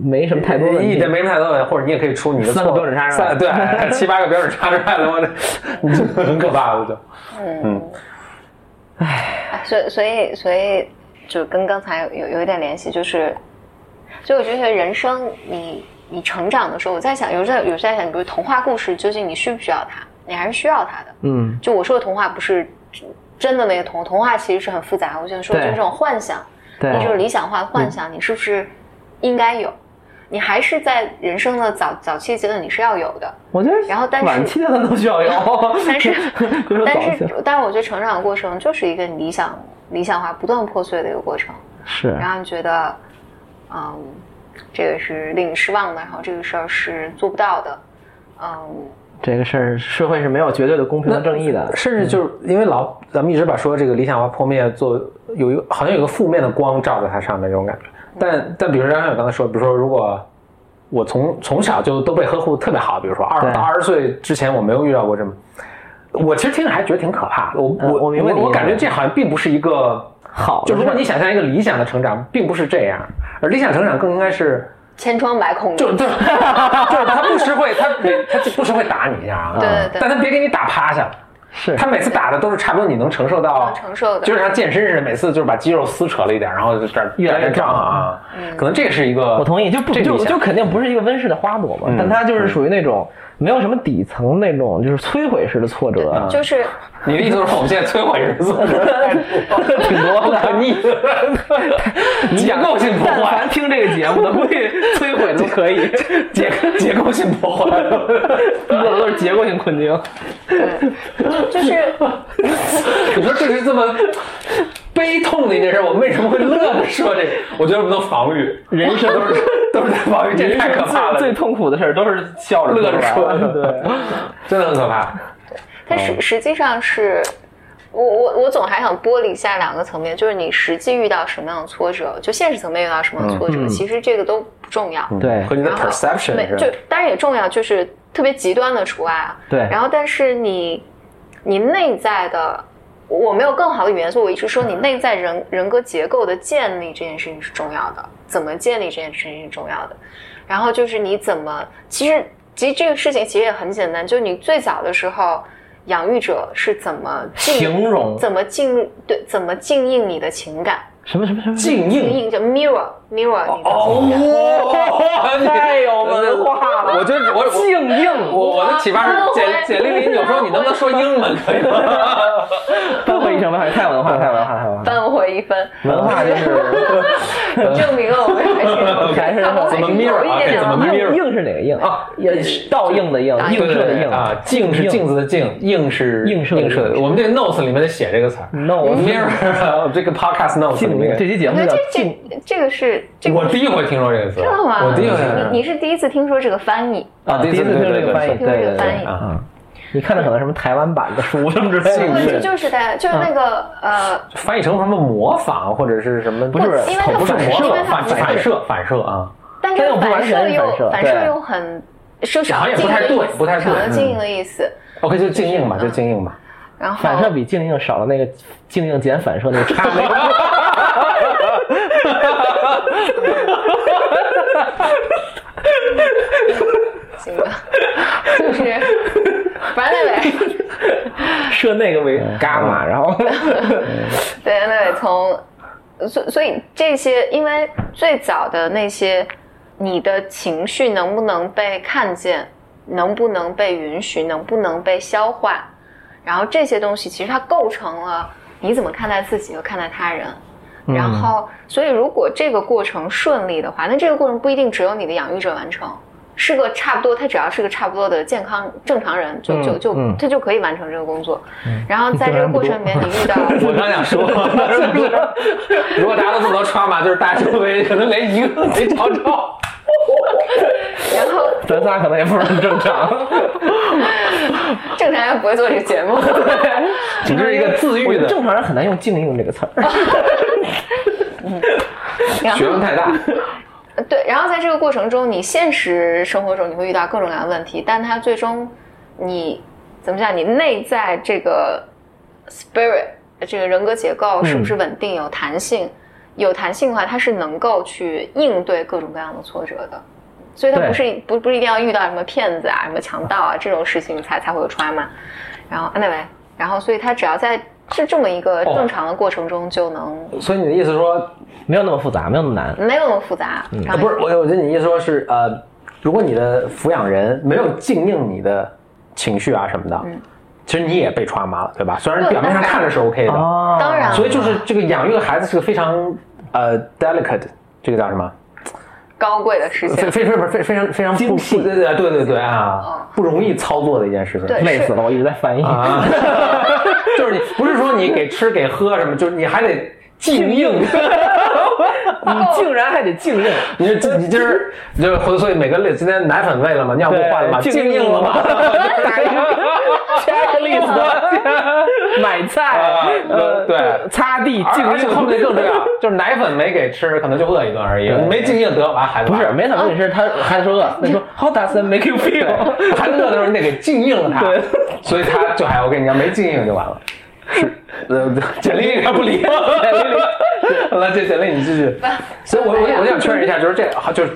[SPEAKER 3] 没什么太多问
[SPEAKER 1] 一
[SPEAKER 3] 题
[SPEAKER 1] 点。没什么太多问题，或者你也可以出你的
[SPEAKER 3] 三个
[SPEAKER 1] 错
[SPEAKER 3] 标准差是吧
[SPEAKER 1] 三对 七八个标准差出来了，我这 你这很可怕，我就
[SPEAKER 2] 嗯，唉，所以所以所以就跟刚才有有一点联系，就是，所以我就觉得人生你你成长的时候，我在想，有时候有时候在想，比如童话故事，究竟你需不需要它？你还是需要它的。
[SPEAKER 3] 嗯，
[SPEAKER 2] 就我说的童话不是真的那个童，童话其实是很复杂。我想说
[SPEAKER 3] 对
[SPEAKER 2] 就是这种幻想，
[SPEAKER 3] 对
[SPEAKER 2] 那就是理想化的幻想，你是不是应该有？你还是在人生的早早期阶段，你是要有的。
[SPEAKER 3] 我觉得
[SPEAKER 2] 然后但是
[SPEAKER 3] 晚期的他都需要有，
[SPEAKER 2] 但 是
[SPEAKER 3] 别说早
[SPEAKER 2] 但
[SPEAKER 3] 期
[SPEAKER 2] 是，但是我觉得成长的过程就是一个你理想理想化不断破碎的一个过程，
[SPEAKER 3] 是
[SPEAKER 2] 然后你觉得，嗯，这个是令你失望的，然后这个事儿是做不到的，嗯，
[SPEAKER 3] 这个事儿，社会是没有绝对的公平和正义的。
[SPEAKER 1] 甚至就是因为老咱们一直把说这个理想化破灭做有一个好像有个负面的光照在它上面这种感觉，但但比如说张小刚才说，比如说如果我从从小就都被呵护得特别好，比如说二
[SPEAKER 3] 对
[SPEAKER 1] 到二十岁之前我没有遇到过这么，我其实听着还觉得挺可怕的，我
[SPEAKER 3] 嗯
[SPEAKER 1] 我
[SPEAKER 3] 我明白你
[SPEAKER 1] 我
[SPEAKER 3] 意思
[SPEAKER 1] 感觉这好像并不是一个
[SPEAKER 3] 好的事
[SPEAKER 1] 就
[SPEAKER 3] 儿，
[SPEAKER 1] 如果你想象一个理想的成长，并不是这样，而理想成长更应该是。
[SPEAKER 2] 千疮百孔
[SPEAKER 1] 就
[SPEAKER 2] 的，
[SPEAKER 1] 是 对，就是他不吃会，他别他就不吃会打你一下啊，
[SPEAKER 2] 对对对
[SPEAKER 1] 但他别给你打趴下了。
[SPEAKER 3] 是
[SPEAKER 1] 他每次打的都是差不多你能承受到，
[SPEAKER 2] 能承受的
[SPEAKER 1] 就是像健身似的，每次就是把肌肉撕扯了一点，然后就这儿
[SPEAKER 3] 越来越
[SPEAKER 1] 越胀啊。
[SPEAKER 2] 嗯
[SPEAKER 1] 可能这是一个，
[SPEAKER 3] 我同意，就不
[SPEAKER 1] 这
[SPEAKER 3] 就
[SPEAKER 1] 理想
[SPEAKER 3] 就肯定不是一个温室的花朵嘛，但它就是属于那种没有什么底层那种，就是摧毁式的挫折，
[SPEAKER 2] 就是
[SPEAKER 1] 你的意思是说我们现在摧毁人素质
[SPEAKER 3] 挺
[SPEAKER 1] 不
[SPEAKER 3] 多
[SPEAKER 1] 可
[SPEAKER 3] 的。
[SPEAKER 1] 逆，结构性破
[SPEAKER 3] 但
[SPEAKER 1] 坏
[SPEAKER 3] 凡，听这个节目的，估计摧毁都可以，
[SPEAKER 1] 结结构性破坏。
[SPEAKER 3] 这都是结构性困境。
[SPEAKER 2] 就是
[SPEAKER 1] 你说这是这么悲痛的一件事，我们为什么会乐着说这个？我觉得我们都防御，
[SPEAKER 3] 人生
[SPEAKER 1] 都是都是在防御，这太可怕了，
[SPEAKER 3] 最最痛苦的事儿都是笑着
[SPEAKER 1] 乐着
[SPEAKER 3] 出来
[SPEAKER 1] 说
[SPEAKER 3] 的，对。
[SPEAKER 1] 真的很可怕。
[SPEAKER 2] 但
[SPEAKER 1] 哦
[SPEAKER 2] 实实际上是，我我我总还想剥离下两个层面，就是你实际遇到什么样的挫折，就现实层面遇到什么样的挫折，其实这个都不重要。
[SPEAKER 3] 对
[SPEAKER 1] 嗯和你的
[SPEAKER 2] 然后
[SPEAKER 1] perception
[SPEAKER 2] 没
[SPEAKER 1] 是
[SPEAKER 2] 就
[SPEAKER 1] 吧
[SPEAKER 2] 当然也重要，就是特别极端的除外啊。
[SPEAKER 3] 对
[SPEAKER 2] 然后，但是你你内在的，我没有更好的语言，所以我一直说你内在人人格结构的建立这件事情是重要的，怎么建立这件事情是重要的。然后就是你怎么，其实其实这个事情其实也很简单，就是你最早的时候。养育者是怎么进
[SPEAKER 3] 形容
[SPEAKER 2] 怎么进入对怎么静应你的情感？
[SPEAKER 3] 什么 什么什么
[SPEAKER 1] 静
[SPEAKER 3] 嗯
[SPEAKER 2] 静
[SPEAKER 1] 音
[SPEAKER 2] 应叫 mirror mirror 你的情
[SPEAKER 3] 哦
[SPEAKER 2] 感。
[SPEAKER 1] 哦，你
[SPEAKER 3] 太有文化了
[SPEAKER 1] 我觉得我我
[SPEAKER 3] 静应，
[SPEAKER 1] 我我的启发是
[SPEAKER 2] 我
[SPEAKER 1] 简简丽丽，有时候你能不能说英文可以吗？
[SPEAKER 3] 扳回一城，扳回太有文化，太有文化，太有文化。
[SPEAKER 2] 扳回一分，
[SPEAKER 3] 文化就是
[SPEAKER 2] 证明了我们还是
[SPEAKER 3] 还是
[SPEAKER 2] 他们
[SPEAKER 3] 怎么
[SPEAKER 2] 还是有
[SPEAKER 1] mirror
[SPEAKER 2] 一
[SPEAKER 1] 啊
[SPEAKER 2] 点
[SPEAKER 1] 怎
[SPEAKER 2] 点
[SPEAKER 1] 么
[SPEAKER 2] 文化
[SPEAKER 1] mirror
[SPEAKER 3] 应应是哪个应
[SPEAKER 1] 啊
[SPEAKER 3] 也是倒映的映，
[SPEAKER 2] 啊
[SPEAKER 3] 映射的
[SPEAKER 1] 对
[SPEAKER 3] 映
[SPEAKER 1] 啊，镜是镜子的镜，映是
[SPEAKER 3] 映射的
[SPEAKER 1] 映射的。
[SPEAKER 3] 映
[SPEAKER 1] 我们这个 notes 里面得写这个词儿
[SPEAKER 3] Notes
[SPEAKER 1] mirror 这个 podcast notes 里
[SPEAKER 3] 静
[SPEAKER 1] 面
[SPEAKER 3] 映。这。期节
[SPEAKER 2] 我
[SPEAKER 3] 目
[SPEAKER 2] 觉
[SPEAKER 3] 叫
[SPEAKER 2] 得这
[SPEAKER 3] 静
[SPEAKER 2] 这这个是这个
[SPEAKER 1] 我第一回听说这个词，
[SPEAKER 2] 知道吗？
[SPEAKER 1] 我第一回呃听说。
[SPEAKER 2] 你你是第一次听说这个翻译，
[SPEAKER 1] 啊
[SPEAKER 3] 第一次
[SPEAKER 1] 对
[SPEAKER 3] 听
[SPEAKER 1] 对对
[SPEAKER 3] 这个
[SPEAKER 1] 对
[SPEAKER 3] 翻译，
[SPEAKER 2] 听
[SPEAKER 3] 对
[SPEAKER 2] 说
[SPEAKER 3] 对
[SPEAKER 2] 这个
[SPEAKER 3] 对
[SPEAKER 2] 翻译，
[SPEAKER 3] 啊。你看的可能什么台湾版的书什么之
[SPEAKER 1] 静嗯
[SPEAKER 3] 类
[SPEAKER 2] 对，
[SPEAKER 1] 音
[SPEAKER 3] 的，
[SPEAKER 2] 这就是在就是
[SPEAKER 3] 嗯
[SPEAKER 2] 那个呃，
[SPEAKER 1] 翻译成什么模仿或者是什么？不
[SPEAKER 2] 是因为它
[SPEAKER 1] 不是
[SPEAKER 2] 反
[SPEAKER 1] 模
[SPEAKER 2] 射
[SPEAKER 1] 仿，
[SPEAKER 2] 因为它
[SPEAKER 1] 反反射反射啊！
[SPEAKER 2] 但这
[SPEAKER 3] 但又
[SPEAKER 2] 个
[SPEAKER 3] 不完
[SPEAKER 2] 反射
[SPEAKER 3] 全反射
[SPEAKER 2] 又反射
[SPEAKER 3] 对
[SPEAKER 2] 又很。是
[SPEAKER 1] 好像
[SPEAKER 2] 少
[SPEAKER 1] 也
[SPEAKER 2] 了
[SPEAKER 1] 不
[SPEAKER 2] 静
[SPEAKER 1] 太对
[SPEAKER 2] 音的
[SPEAKER 1] 嗯
[SPEAKER 2] 意思
[SPEAKER 1] 不太对
[SPEAKER 2] 少了静音的意思。
[SPEAKER 1] OK，就静音吧，就静音吧。
[SPEAKER 2] 然后
[SPEAKER 3] 反射比静映少了那个静映减反射那个差那个。
[SPEAKER 2] 行吧， 就是 白磊磊。
[SPEAKER 3] 设那个为伽马，然后
[SPEAKER 2] 对，那得从，所所以这些，因为最早的那些，你的情绪能不能被看见，能不能被允许，能不能被消化，然后这些东西其实它构成了你怎么看待自己和看待他人。
[SPEAKER 3] 嗯
[SPEAKER 2] 然后，所以如果这个过程顺利的话，那这个过程不一定只有你的养育者完成，是个差不多，他只要是个差不多的健康正常人，就就就、
[SPEAKER 3] 嗯嗯嗯
[SPEAKER 2] 他就可以完成这个工作。然后在这个过程里面，你 遇到
[SPEAKER 1] 我刚想说， 如果大家都这么多穿嘛，就是大家周围可能连一个都没找着。
[SPEAKER 2] 然后
[SPEAKER 3] 咱仨可能也不是很正常，
[SPEAKER 2] 正常人不会做这个 节目。
[SPEAKER 1] 只是一个自
[SPEAKER 3] 我
[SPEAKER 1] 愈
[SPEAKER 3] 觉得
[SPEAKER 1] 的
[SPEAKER 3] 正常人很难用“静用”这个词儿。
[SPEAKER 2] 然
[SPEAKER 1] 学
[SPEAKER 2] 后
[SPEAKER 1] 问太大，
[SPEAKER 2] 对，然后在这个过程中，你现实生活中你会遇到各种各样的问题，但它最终你怎么讲？你内在这个 spirit 这个人格结构是不是稳定、有弹性？有弹性的话，它是能够去应对各种各样的挫折的。所以它
[SPEAKER 3] 对
[SPEAKER 2] 不是不不是一定要遇到什么骗子啊、什么强盗啊这种事情才才会有 trauma。然后 anyway，然后所以它只要在这这么一个
[SPEAKER 1] 哦
[SPEAKER 2] 正常的过程中就能、
[SPEAKER 1] 所以你的意思说，
[SPEAKER 3] 没有那么复杂，没有那么难。
[SPEAKER 2] 没有那么复杂，然后
[SPEAKER 1] 啊不是我，我觉得你意思说是呃，如果你的抚养人没有静应你的情绪啊什么的，其实你也被穿麻了，对吧？虽然
[SPEAKER 2] 嗯对
[SPEAKER 1] 表面上看着是 OK 的，
[SPEAKER 3] 哦
[SPEAKER 2] 当然
[SPEAKER 1] 所以就是这个养育的孩子是个非常呃 delicate，这个叫什么？
[SPEAKER 2] 高贵的事情
[SPEAKER 1] 非。非非非非常非常
[SPEAKER 3] 精
[SPEAKER 1] 不
[SPEAKER 3] 细
[SPEAKER 1] 不对对对对对啊，不容易操作的一件事情。
[SPEAKER 2] 嗯对
[SPEAKER 3] 累死了，我一直在翻译。
[SPEAKER 1] 啊，就是你不是说你给吃给喝什么，就是你还得静应。
[SPEAKER 3] 你竟然还得静应，
[SPEAKER 1] 你这你今儿就是所以每个类今天奶粉喂了吗？尿布换了吗？
[SPEAKER 3] 对
[SPEAKER 1] 静应了吗？
[SPEAKER 3] 打一个 checklist，买
[SPEAKER 1] 啊
[SPEAKER 3] 菜，呃，
[SPEAKER 1] 对
[SPEAKER 3] 擦地
[SPEAKER 1] 而
[SPEAKER 3] 静
[SPEAKER 1] 而且
[SPEAKER 3] 应
[SPEAKER 1] 后面更重要，就是奶粉没给吃，可能就饿一顿而已。
[SPEAKER 3] 对
[SPEAKER 1] 你没静应得完孩子
[SPEAKER 3] 不
[SPEAKER 1] 完
[SPEAKER 3] 是
[SPEAKER 1] 了
[SPEAKER 3] 没怎么回事，他
[SPEAKER 1] 啊
[SPEAKER 3] 还说饿，他说 How does it make you
[SPEAKER 1] 对
[SPEAKER 3] feel？
[SPEAKER 1] 孩子饿的时候你得给静应了他
[SPEAKER 3] 对，
[SPEAKER 1] 所以他就还 OK。你要没静应就完 了。是，呃，简历应该不理。 简历里，好了，这简历你继续。所以我我我想确认一下，就是这好就是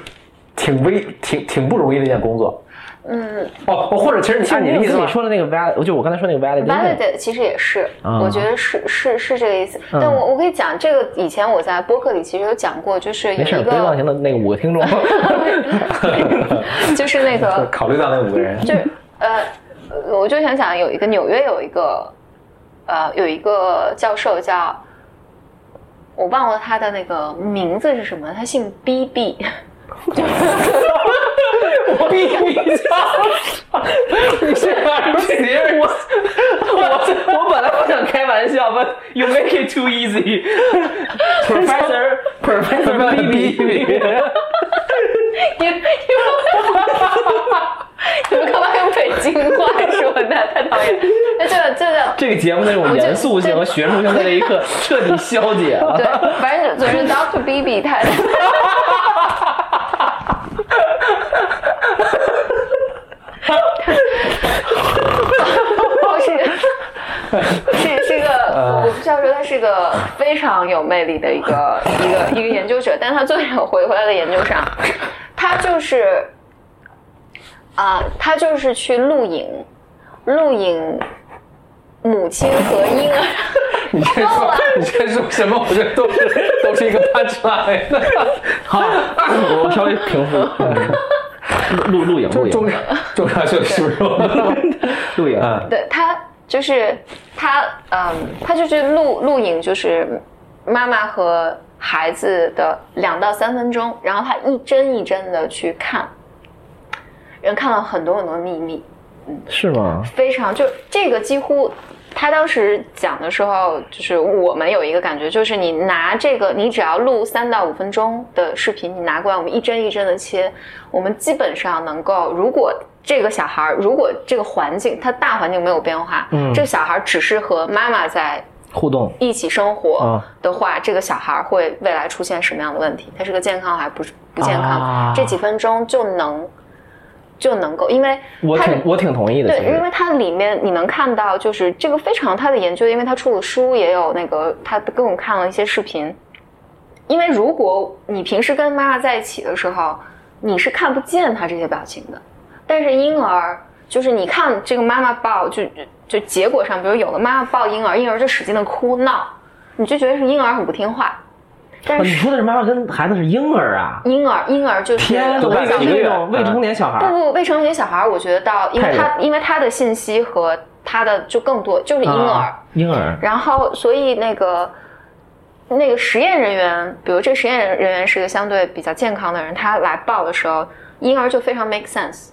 [SPEAKER 1] 挺危挺挺不容易的一件工作。嗯，哦，或者其实你按你的意思
[SPEAKER 3] 你
[SPEAKER 1] 吧，
[SPEAKER 3] 说的那个 valid，就我刚才说那个 valid，
[SPEAKER 2] valid 的其实也是，
[SPEAKER 3] 啊
[SPEAKER 2] 我觉得是是是这个意思。
[SPEAKER 3] 嗯
[SPEAKER 2] 但我我可以讲这个，以前我在播客里其实有讲过，就是有
[SPEAKER 3] 没事，
[SPEAKER 2] 一
[SPEAKER 3] 不要忘
[SPEAKER 2] 个
[SPEAKER 3] 情的那个五 个听众，
[SPEAKER 2] 就是那个
[SPEAKER 1] 考虑到那五个 人，
[SPEAKER 2] 就是呃，我就想讲有一个纽约有一个呃有一个教授叫，我忘了他的那个名字是什么，他姓 B B，
[SPEAKER 1] 我比 你强，你是哪谁？ 我
[SPEAKER 3] 我我本来不想开玩笑，but you make it too easy。Professor Professor
[SPEAKER 1] B B
[SPEAKER 3] Bibi，
[SPEAKER 2] 你们你们干嘛用北京话说呢？太讨厌了！那这个这个
[SPEAKER 3] 这个节目的这种严肃性和学术性在这一刻彻底消解了。
[SPEAKER 2] 对，反正总之 Doctor Bibi 他，他是是是个，我不需要说他是个非常有魅力的一个一个一个研究者，但他最后回回来的研究上，他就是啊、他就是去露营，露营母亲和婴儿。
[SPEAKER 1] 你这说你这说什么？我觉得都是都是一个 punch line。
[SPEAKER 3] 好，我稍微平 复。嗯录录影录
[SPEAKER 1] 中
[SPEAKER 3] 影
[SPEAKER 1] 中场休息 十分钟。
[SPEAKER 3] 录影，
[SPEAKER 1] 嗯
[SPEAKER 2] 对他就是他，嗯，他就是录录影，就是妈妈和孩子的两到三分钟，然后他一帧一帧的去看，人看到很多很多秘密，
[SPEAKER 3] 是吗？
[SPEAKER 2] 非常就这个几乎。他当时讲的时候，就是我们有一个感觉，就是你拿这个，你只要录三到五分钟的视频，你拿过来，我们一帧一帧的切，我们基本上能够，如果这个小孩儿，如果这个环境，他大环境没有变化，
[SPEAKER 3] 嗯
[SPEAKER 2] 这个小孩儿只是和妈妈在
[SPEAKER 3] 互动
[SPEAKER 2] 一起生活
[SPEAKER 3] 啊
[SPEAKER 2] 的话，这个小孩儿会未来出现什么样的问题？他是个健康还不是不健康？
[SPEAKER 3] 啊
[SPEAKER 2] 这几分钟就能就能够，因为
[SPEAKER 3] 我
[SPEAKER 2] 它
[SPEAKER 3] 挺我挺同意的，
[SPEAKER 2] 对，
[SPEAKER 3] 其
[SPEAKER 2] 因
[SPEAKER 3] 实
[SPEAKER 2] 为它里面你能看到，就是这个非常他的研究，因为他出了书，也有那个他给我们看了一些视频。因为如果你平时跟妈妈在一起的时候，你是看不见她这些表情的，但是婴儿就是你看这个妈妈抱，就就结果上，比如有的妈妈抱婴儿，婴儿就使劲的哭闹，你就觉得是婴儿很不听话，
[SPEAKER 3] 啊
[SPEAKER 2] 但
[SPEAKER 3] 你
[SPEAKER 2] 是
[SPEAKER 3] 说的是妈妈跟孩子是婴儿啊？
[SPEAKER 2] 婴儿婴儿就是
[SPEAKER 3] 天哪，
[SPEAKER 1] 都
[SPEAKER 3] 我以
[SPEAKER 1] 半
[SPEAKER 3] 为
[SPEAKER 1] 岁
[SPEAKER 3] 是
[SPEAKER 1] 一
[SPEAKER 3] 那
[SPEAKER 1] 个
[SPEAKER 3] 种
[SPEAKER 1] 月
[SPEAKER 3] 未成年小孩
[SPEAKER 2] 不
[SPEAKER 3] 儿。
[SPEAKER 2] 不，未成年小孩儿，我觉得到，因为他因为他的信息和他的就更多，就是婴儿。
[SPEAKER 3] 啊，婴儿，
[SPEAKER 2] 然后，所以那个那个实验人员，比如这个实验人员是一个相对比较健康的人，他来报的时候，婴儿就非常 make sense。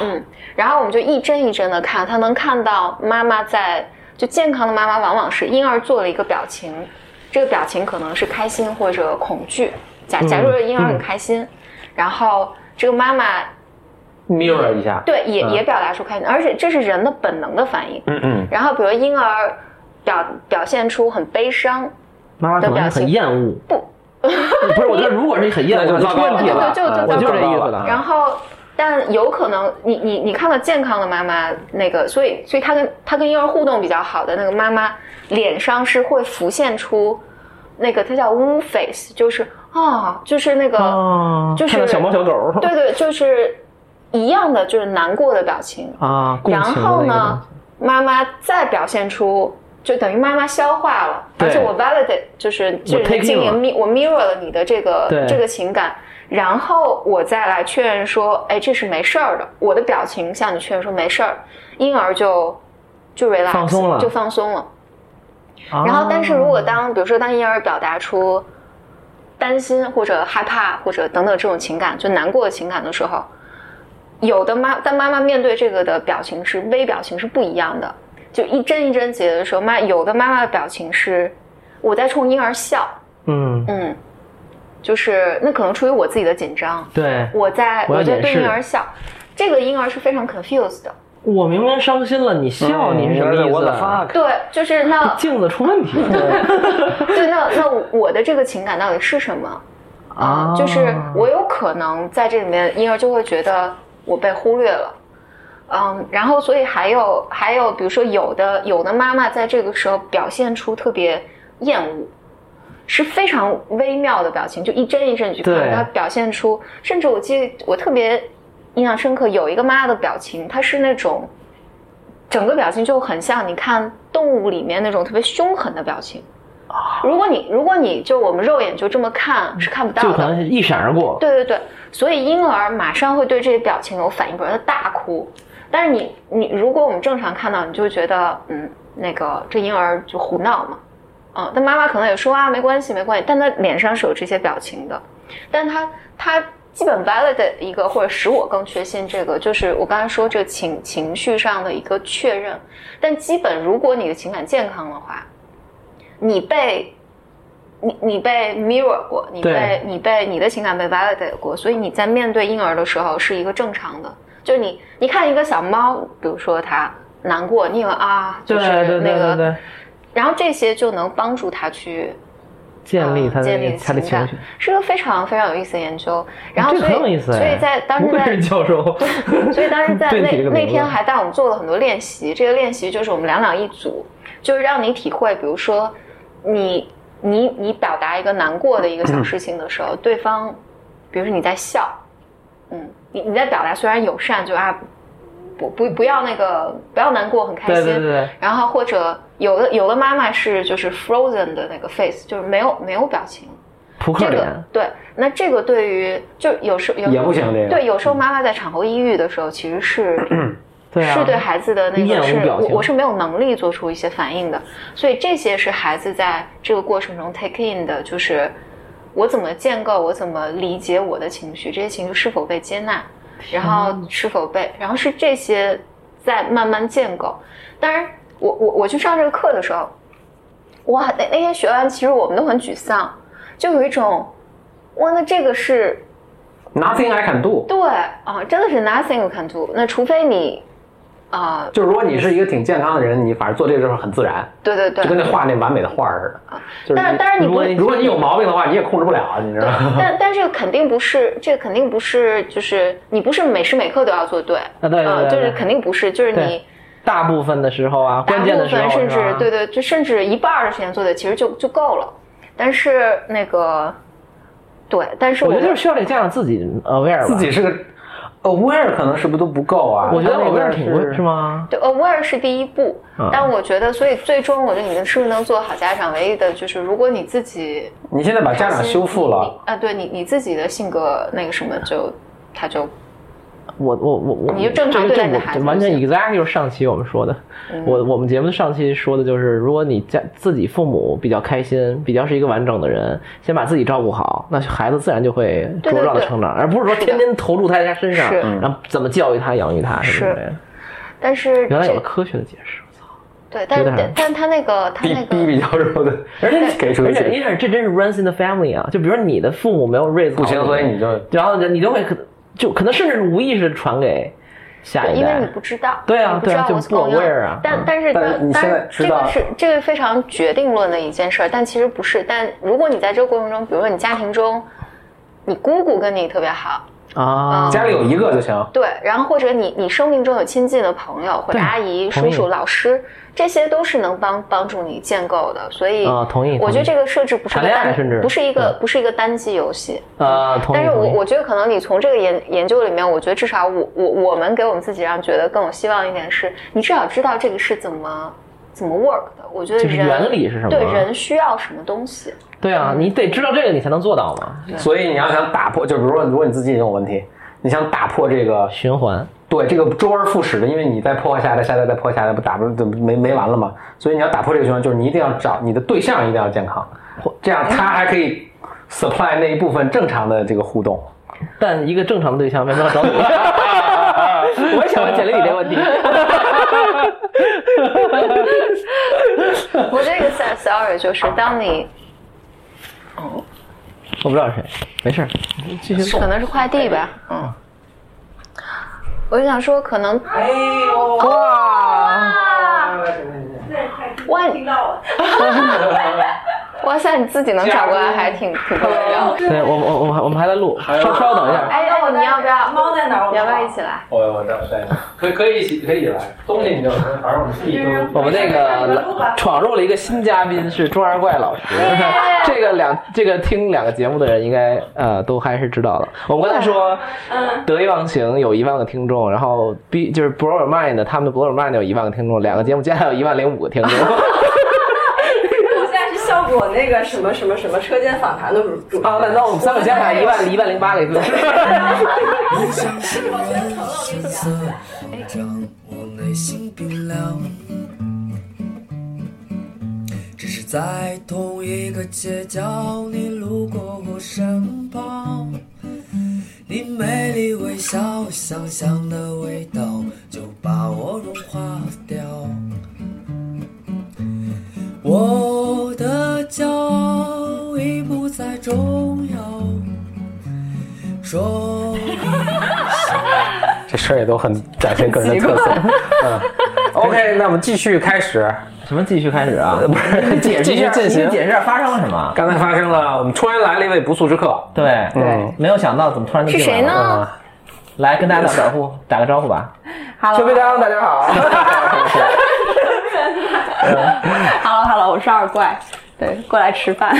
[SPEAKER 2] 嗯，然后我们就一帧一帧的看，他能看到妈妈在就健康的妈妈往往是婴儿做了一个表情，这个表情可能是开心或者恐惧。假假
[SPEAKER 3] 嗯
[SPEAKER 2] 如婴儿很开心，然后这个妈妈
[SPEAKER 3] mirror 一下，
[SPEAKER 2] 对，也
[SPEAKER 3] 嗯
[SPEAKER 2] 也表达出开心，而且这是人的本能的反应。
[SPEAKER 1] 嗯嗯，
[SPEAKER 2] 然后，比如婴儿表表现出很悲伤，
[SPEAKER 3] 妈妈可能是很厌恶。
[SPEAKER 2] 不，
[SPEAKER 3] 不是，我觉得如果是很厌恶，
[SPEAKER 1] 那就糟
[SPEAKER 3] 出
[SPEAKER 1] 糕
[SPEAKER 3] 问题了嗯
[SPEAKER 2] 了，就就就
[SPEAKER 3] 我就
[SPEAKER 2] 糟糕
[SPEAKER 3] 是这意思
[SPEAKER 1] 了
[SPEAKER 3] 了。
[SPEAKER 2] 然后但有可能你你你看到健康的妈妈那个，所以所以她跟她跟婴儿互动比较好的那个妈妈，脸上是会浮现出那个它叫 w face，就是啊、就是那个、
[SPEAKER 3] 啊，
[SPEAKER 2] 就是
[SPEAKER 3] 看到小猫小狗，
[SPEAKER 2] 对对，就是一样的，就是难过的表情。
[SPEAKER 3] 啊，共
[SPEAKER 2] 然
[SPEAKER 3] 情
[SPEAKER 2] 后
[SPEAKER 3] 的那个
[SPEAKER 2] 呢，妈妈再表现出，就等于妈妈消化了，
[SPEAKER 3] 对
[SPEAKER 2] 而且我 validate 就是就是
[SPEAKER 3] take in
[SPEAKER 2] 进
[SPEAKER 3] 了
[SPEAKER 2] 行 mi 我 mirror 了你的这
[SPEAKER 3] 对
[SPEAKER 2] 个这个情感，然后我再来确认说，哎，这是没事儿的，我的表情向你确认说没事儿，因而就就 relax
[SPEAKER 3] 放松了
[SPEAKER 2] 就放松了。
[SPEAKER 3] 啊
[SPEAKER 2] 然后，但是如果当比如说当婴儿表达出担心或者害怕或者等等这种情感，就难过的情感的时候，有的妈但妈妈面对这个的表情是微表情是不一样的，就一针一针结的时候，妈有的妈妈的表情是我在冲婴儿笑，
[SPEAKER 3] 嗯，
[SPEAKER 2] 嗯，就是那可能出于我自己的紧张，
[SPEAKER 3] 对
[SPEAKER 2] 我在
[SPEAKER 3] 我要
[SPEAKER 2] 我在
[SPEAKER 3] 掩
[SPEAKER 2] 对
[SPEAKER 3] 饰
[SPEAKER 2] 婴儿笑，这个婴儿是非常 confused 的，
[SPEAKER 3] 我明明伤心了，你笑，
[SPEAKER 1] 嗯
[SPEAKER 3] 你是什么意
[SPEAKER 1] 我
[SPEAKER 3] 思
[SPEAKER 1] 的 fuck，
[SPEAKER 2] 对，就是那
[SPEAKER 3] 镜子出问题了
[SPEAKER 2] 对那那我的这个情感到底是什么？啊，就是我有可能在这里面，婴儿就会觉得我被忽略了。嗯，然后所以还有还有，比如说有的有的妈妈在这个时候表现出特别厌恶，是非常微妙的表情，就一帧一帧你去
[SPEAKER 3] 对
[SPEAKER 2] 看，她表现出，甚至我记得我特别印象深刻，有一个妈妈的表情，她是那种整个表情就很像你看动物里面那种特别凶狠的表情。如果你如果你就我们肉眼就这么看是看不
[SPEAKER 3] 就
[SPEAKER 2] 到
[SPEAKER 3] 可能
[SPEAKER 2] 的，
[SPEAKER 3] 是一闪而过。
[SPEAKER 2] 对对对，所以婴儿马上会对这些表情有反应，比如他大哭。但是你你如果我们正常看到，你就会觉得嗯，那个这婴儿就胡闹嘛，嗯，但妈妈可能也说啊没关系没关系，但他脸上是有这些表情的，但他他基本 validate 一个或者使我更确信这个，就是我刚才说这个情情绪上的一个确认。但基本如果你的情感健康的话，你被你你被 mirror 过，你
[SPEAKER 3] 对
[SPEAKER 2] 被你被你的情感被 validate 过，所以你在面对婴儿的时候是一个正常的，就是你你看一个小猫，比如说它难过，你以为啊就
[SPEAKER 3] 对
[SPEAKER 2] 是
[SPEAKER 3] 对对
[SPEAKER 2] 那
[SPEAKER 3] 对
[SPEAKER 2] 个，嗯
[SPEAKER 3] 对，
[SPEAKER 2] 然后这些就能帮助他去
[SPEAKER 3] 建立他
[SPEAKER 2] 啊建
[SPEAKER 3] 的
[SPEAKER 2] 立
[SPEAKER 3] 他的情
[SPEAKER 2] 情
[SPEAKER 3] 绪
[SPEAKER 2] 感，，是个非常非常有意思的研究。然后
[SPEAKER 3] 这
[SPEAKER 2] 所
[SPEAKER 3] 个
[SPEAKER 2] 以
[SPEAKER 3] 很有意思哎。
[SPEAKER 2] 所以在当时
[SPEAKER 3] 不愧
[SPEAKER 2] 在
[SPEAKER 3] 是 教授，
[SPEAKER 2] 所以当时在
[SPEAKER 3] 对你
[SPEAKER 2] 那
[SPEAKER 3] 这个啊
[SPEAKER 2] 那
[SPEAKER 3] 名字
[SPEAKER 2] 天还带我们做了很多练习，这个练习就是我们两两一组，就是让你体会，比如说你你你表达一个难过的一个小事情的时候，对方，比如说你在笑，嗯，你你在表达虽然友善，就啊不不不要那个不要难过，很开
[SPEAKER 3] 对
[SPEAKER 2] 心，
[SPEAKER 3] 对对对，
[SPEAKER 2] 然后或者有的有的妈妈是就是 frozen 的那个 face，就是没有没有表情。
[SPEAKER 3] 扑克
[SPEAKER 2] 这个
[SPEAKER 3] 脸，
[SPEAKER 2] 对，那这个对于就有时候有时候
[SPEAKER 1] 也不行这个
[SPEAKER 2] 对，有时候妈妈在产后抑郁的时候，其实是
[SPEAKER 3] 对啊，
[SPEAKER 2] 是对孩子的那
[SPEAKER 3] 面
[SPEAKER 2] 个
[SPEAKER 3] 无
[SPEAKER 2] 是
[SPEAKER 3] 表
[SPEAKER 2] 我
[SPEAKER 3] 情
[SPEAKER 2] 我是没有能力做出一些反应的，所以这些是孩子在这个过程中 take in 的，就是我怎么建构，我怎么理解我的情绪，这些情绪是否被接纳，然后是否被，然后是这些在慢慢建构。当然，我我我去上这个课的时候，哇，那那天学完，其实我们都很沮丧，就有一种，哇，那这个是
[SPEAKER 1] nothing I can do，
[SPEAKER 2] 对啊，真的是 nothing you can do。那除非你啊、
[SPEAKER 1] 就是如果你是一个挺健康的人，你反正做这个时候很自然，
[SPEAKER 2] 对对对
[SPEAKER 1] 就。跟那画那完美的画似的。就是
[SPEAKER 2] 但但是你
[SPEAKER 1] 如果
[SPEAKER 2] 不
[SPEAKER 1] 如果你有毛病的话，你也控制不了，啊你知道
[SPEAKER 2] 对
[SPEAKER 1] 吗？
[SPEAKER 2] 但但是肯定不是，这个肯定不是，就是你不是每时每刻都要做对，
[SPEAKER 3] 对啊对
[SPEAKER 2] 呃
[SPEAKER 3] 对
[SPEAKER 2] 就是
[SPEAKER 3] 对
[SPEAKER 2] 肯定不是，就是
[SPEAKER 3] 对
[SPEAKER 2] 你
[SPEAKER 3] 大部分的时候啊，
[SPEAKER 2] 大
[SPEAKER 3] 关
[SPEAKER 2] 部
[SPEAKER 3] 键的时候
[SPEAKER 2] 分甚至
[SPEAKER 3] 是吧
[SPEAKER 2] 对对，就甚至一半儿的时间做对，其实就就够了。但是那个，对，但是
[SPEAKER 3] 我觉得就是
[SPEAKER 2] 是
[SPEAKER 3] 需要这个家长自己 aware 吧
[SPEAKER 1] 自己是个 aware，可能是不是都不够啊？
[SPEAKER 3] 我觉得
[SPEAKER 1] 他那个
[SPEAKER 3] aware 挺贵是吗？
[SPEAKER 2] 对 aware 是第一步，
[SPEAKER 3] 啊
[SPEAKER 2] 但我觉得，所以最终我觉得你们是不是能做好家长，唯一的就是如果你自己
[SPEAKER 1] 你现在把家长修复了，
[SPEAKER 2] 啊，对你你自己的性格那个什么就他就
[SPEAKER 3] 我我我我，
[SPEAKER 2] 你就正常
[SPEAKER 3] 这个
[SPEAKER 2] 对待
[SPEAKER 3] 这
[SPEAKER 2] 你的
[SPEAKER 3] 我
[SPEAKER 2] 孩子
[SPEAKER 3] 完
[SPEAKER 2] 就
[SPEAKER 3] 全
[SPEAKER 2] 行
[SPEAKER 3] exactly 就是上期我们说的，
[SPEAKER 2] 嗯
[SPEAKER 3] 我我们节目上期说的就是，如果你家自己父母比较开心，比较是一个完整的人，先把自己照顾好，那孩子自然就会
[SPEAKER 2] 对对
[SPEAKER 3] 茁壮的
[SPEAKER 2] 对
[SPEAKER 3] 成长，而不是说
[SPEAKER 2] 是的
[SPEAKER 3] 天天投入在他身上
[SPEAKER 2] 是，
[SPEAKER 3] 然后怎么教育他、养育他什么之类的。
[SPEAKER 2] 但是
[SPEAKER 3] 原来有
[SPEAKER 2] 这
[SPEAKER 3] 了科学的解释，我操！
[SPEAKER 2] 对，但
[SPEAKER 3] 有点
[SPEAKER 2] 但但他那个他
[SPEAKER 1] 逼
[SPEAKER 2] 那
[SPEAKER 1] 逼
[SPEAKER 2] 个
[SPEAKER 1] 比较弱的， 而且给出
[SPEAKER 3] 而
[SPEAKER 1] 的
[SPEAKER 3] 且
[SPEAKER 1] 解
[SPEAKER 3] 你
[SPEAKER 1] 释
[SPEAKER 3] 想，这真是 runs in the family 啊！就比如说你的父母没有 raise
[SPEAKER 1] 不行，
[SPEAKER 3] 好
[SPEAKER 1] 所以你就
[SPEAKER 3] 然后你就会可就可能甚至是无意识传给下
[SPEAKER 2] 对，
[SPEAKER 3] 一
[SPEAKER 2] 因为你
[SPEAKER 3] 代。
[SPEAKER 2] 不知道，
[SPEAKER 3] 对啊
[SPEAKER 2] 你不知
[SPEAKER 3] 对啊
[SPEAKER 2] 道
[SPEAKER 3] 就
[SPEAKER 2] 我
[SPEAKER 3] 不 aware 啊嗯
[SPEAKER 2] 但但是
[SPEAKER 1] 但是
[SPEAKER 2] 当
[SPEAKER 1] 你
[SPEAKER 2] 当
[SPEAKER 1] 现在
[SPEAKER 2] 然
[SPEAKER 1] 知
[SPEAKER 2] 这个
[SPEAKER 1] 道
[SPEAKER 2] 是这个非常决定论的一件事儿，但其实不是。但如果你在这个过程中，比如说你家庭中，你姑姑跟你特别好，嗯
[SPEAKER 3] 啊，
[SPEAKER 1] 家里有一个就行。
[SPEAKER 2] 对，然后或者你你生命中有亲近的朋友或者
[SPEAKER 3] 对
[SPEAKER 2] 阿姨、
[SPEAKER 3] 同
[SPEAKER 2] 叔
[SPEAKER 3] 意
[SPEAKER 2] 叔、老师，这些都是能帮帮助你建构的。所以
[SPEAKER 3] 啊同意
[SPEAKER 2] 我觉
[SPEAKER 3] 同
[SPEAKER 2] 得
[SPEAKER 3] 意
[SPEAKER 2] 这个设置不是
[SPEAKER 3] 谈
[SPEAKER 2] 个
[SPEAKER 3] 恋爱甚至
[SPEAKER 2] 单，不是一个不是一个单机游戏。
[SPEAKER 3] 啊，同意。
[SPEAKER 2] 但是我
[SPEAKER 3] 同意
[SPEAKER 2] 我觉得可能你从这个研研究里面，我觉得至少我我我们给我们自己让觉得更有希望一点是，你至少知道这个是怎么怎么 work 的。我觉得
[SPEAKER 3] 就是
[SPEAKER 2] 人
[SPEAKER 3] 原理是什么
[SPEAKER 2] 对人需要什么东西，
[SPEAKER 3] 对啊，你得知道这个你才能做到嘛，
[SPEAKER 1] 所以你要想打破，就比如说，如果你自己也有问题，你想打破这个，
[SPEAKER 3] 循环。
[SPEAKER 1] 对这个周而复始的，因为你再破坏下一代，下一代再破坏下一代，不打不就没没完了吗？所以你要打破这个循环，就是你一定要找你的对象一定要健康，这样他还可以 supply 那一部分正常的这个互动。
[SPEAKER 3] 但一个正常的对象为什么要找你？ 我也想问简历里这个问题。
[SPEAKER 2] 我这个 sad story 就是当你
[SPEAKER 3] 我不知道是谁，没事儿，继续
[SPEAKER 2] 可能是快递嗯吧，嗯，我就想说可能
[SPEAKER 5] 哎呦，
[SPEAKER 3] 哇，
[SPEAKER 2] 啊，
[SPEAKER 5] 在快递
[SPEAKER 2] 哇
[SPEAKER 5] 听到了，
[SPEAKER 2] 哇塞，你自己能找过来还挺挺不容易的。
[SPEAKER 3] 对我我我们还我们还在录，稍稍等一下。
[SPEAKER 2] 哎，要不你要不要？
[SPEAKER 5] 猫在哪儿？我
[SPEAKER 2] 你要不要一起来？
[SPEAKER 1] 我我带我带你，可以可以一起可以来，东西你就反正我们自己
[SPEAKER 3] 我们那个闯入了一个新嘉宾是中二怪老师， 这个两这个听两个节目的人应该呃都还是知道的。我们刚才说，得意忘形有一万个听众，然后 B 就是 Blow Your Mind 他们的 Blow Your Mind 有一万个听众，两个节目加起来有一万零五个听 众。
[SPEAKER 5] 我现在是效果那个什么什么什么车间访谈的主主持人
[SPEAKER 3] 啊，那那我们三个加起来一万一万零八个听众。
[SPEAKER 4] 路上行人神色慌张，我内心冰凉。只是在同一个街角，你路过我身旁，你美丽微笑，香香的味道就把我融化掉。我的骄傲已不再重要，说
[SPEAKER 1] 这事儿也都很展现个人的特色。嗯，OK，那我们继续开始。
[SPEAKER 3] 什么继续开始啊？
[SPEAKER 1] 呃不是
[SPEAKER 3] 解释一下，
[SPEAKER 1] 继续进行
[SPEAKER 3] 你解释一下发生了什么？
[SPEAKER 1] 刚才发生了，我们突然来了一位不速之客，
[SPEAKER 3] 对
[SPEAKER 1] 嗯
[SPEAKER 3] 没有想到怎么突然就是进来
[SPEAKER 2] 谁
[SPEAKER 3] 了？
[SPEAKER 2] 呢？
[SPEAKER 3] 来跟大家打招 呼，打个招呼吧。
[SPEAKER 5] ，Hello
[SPEAKER 3] 当，大家 好。
[SPEAKER 5] Hello Hello，我是二怪，对，过来吃 饭。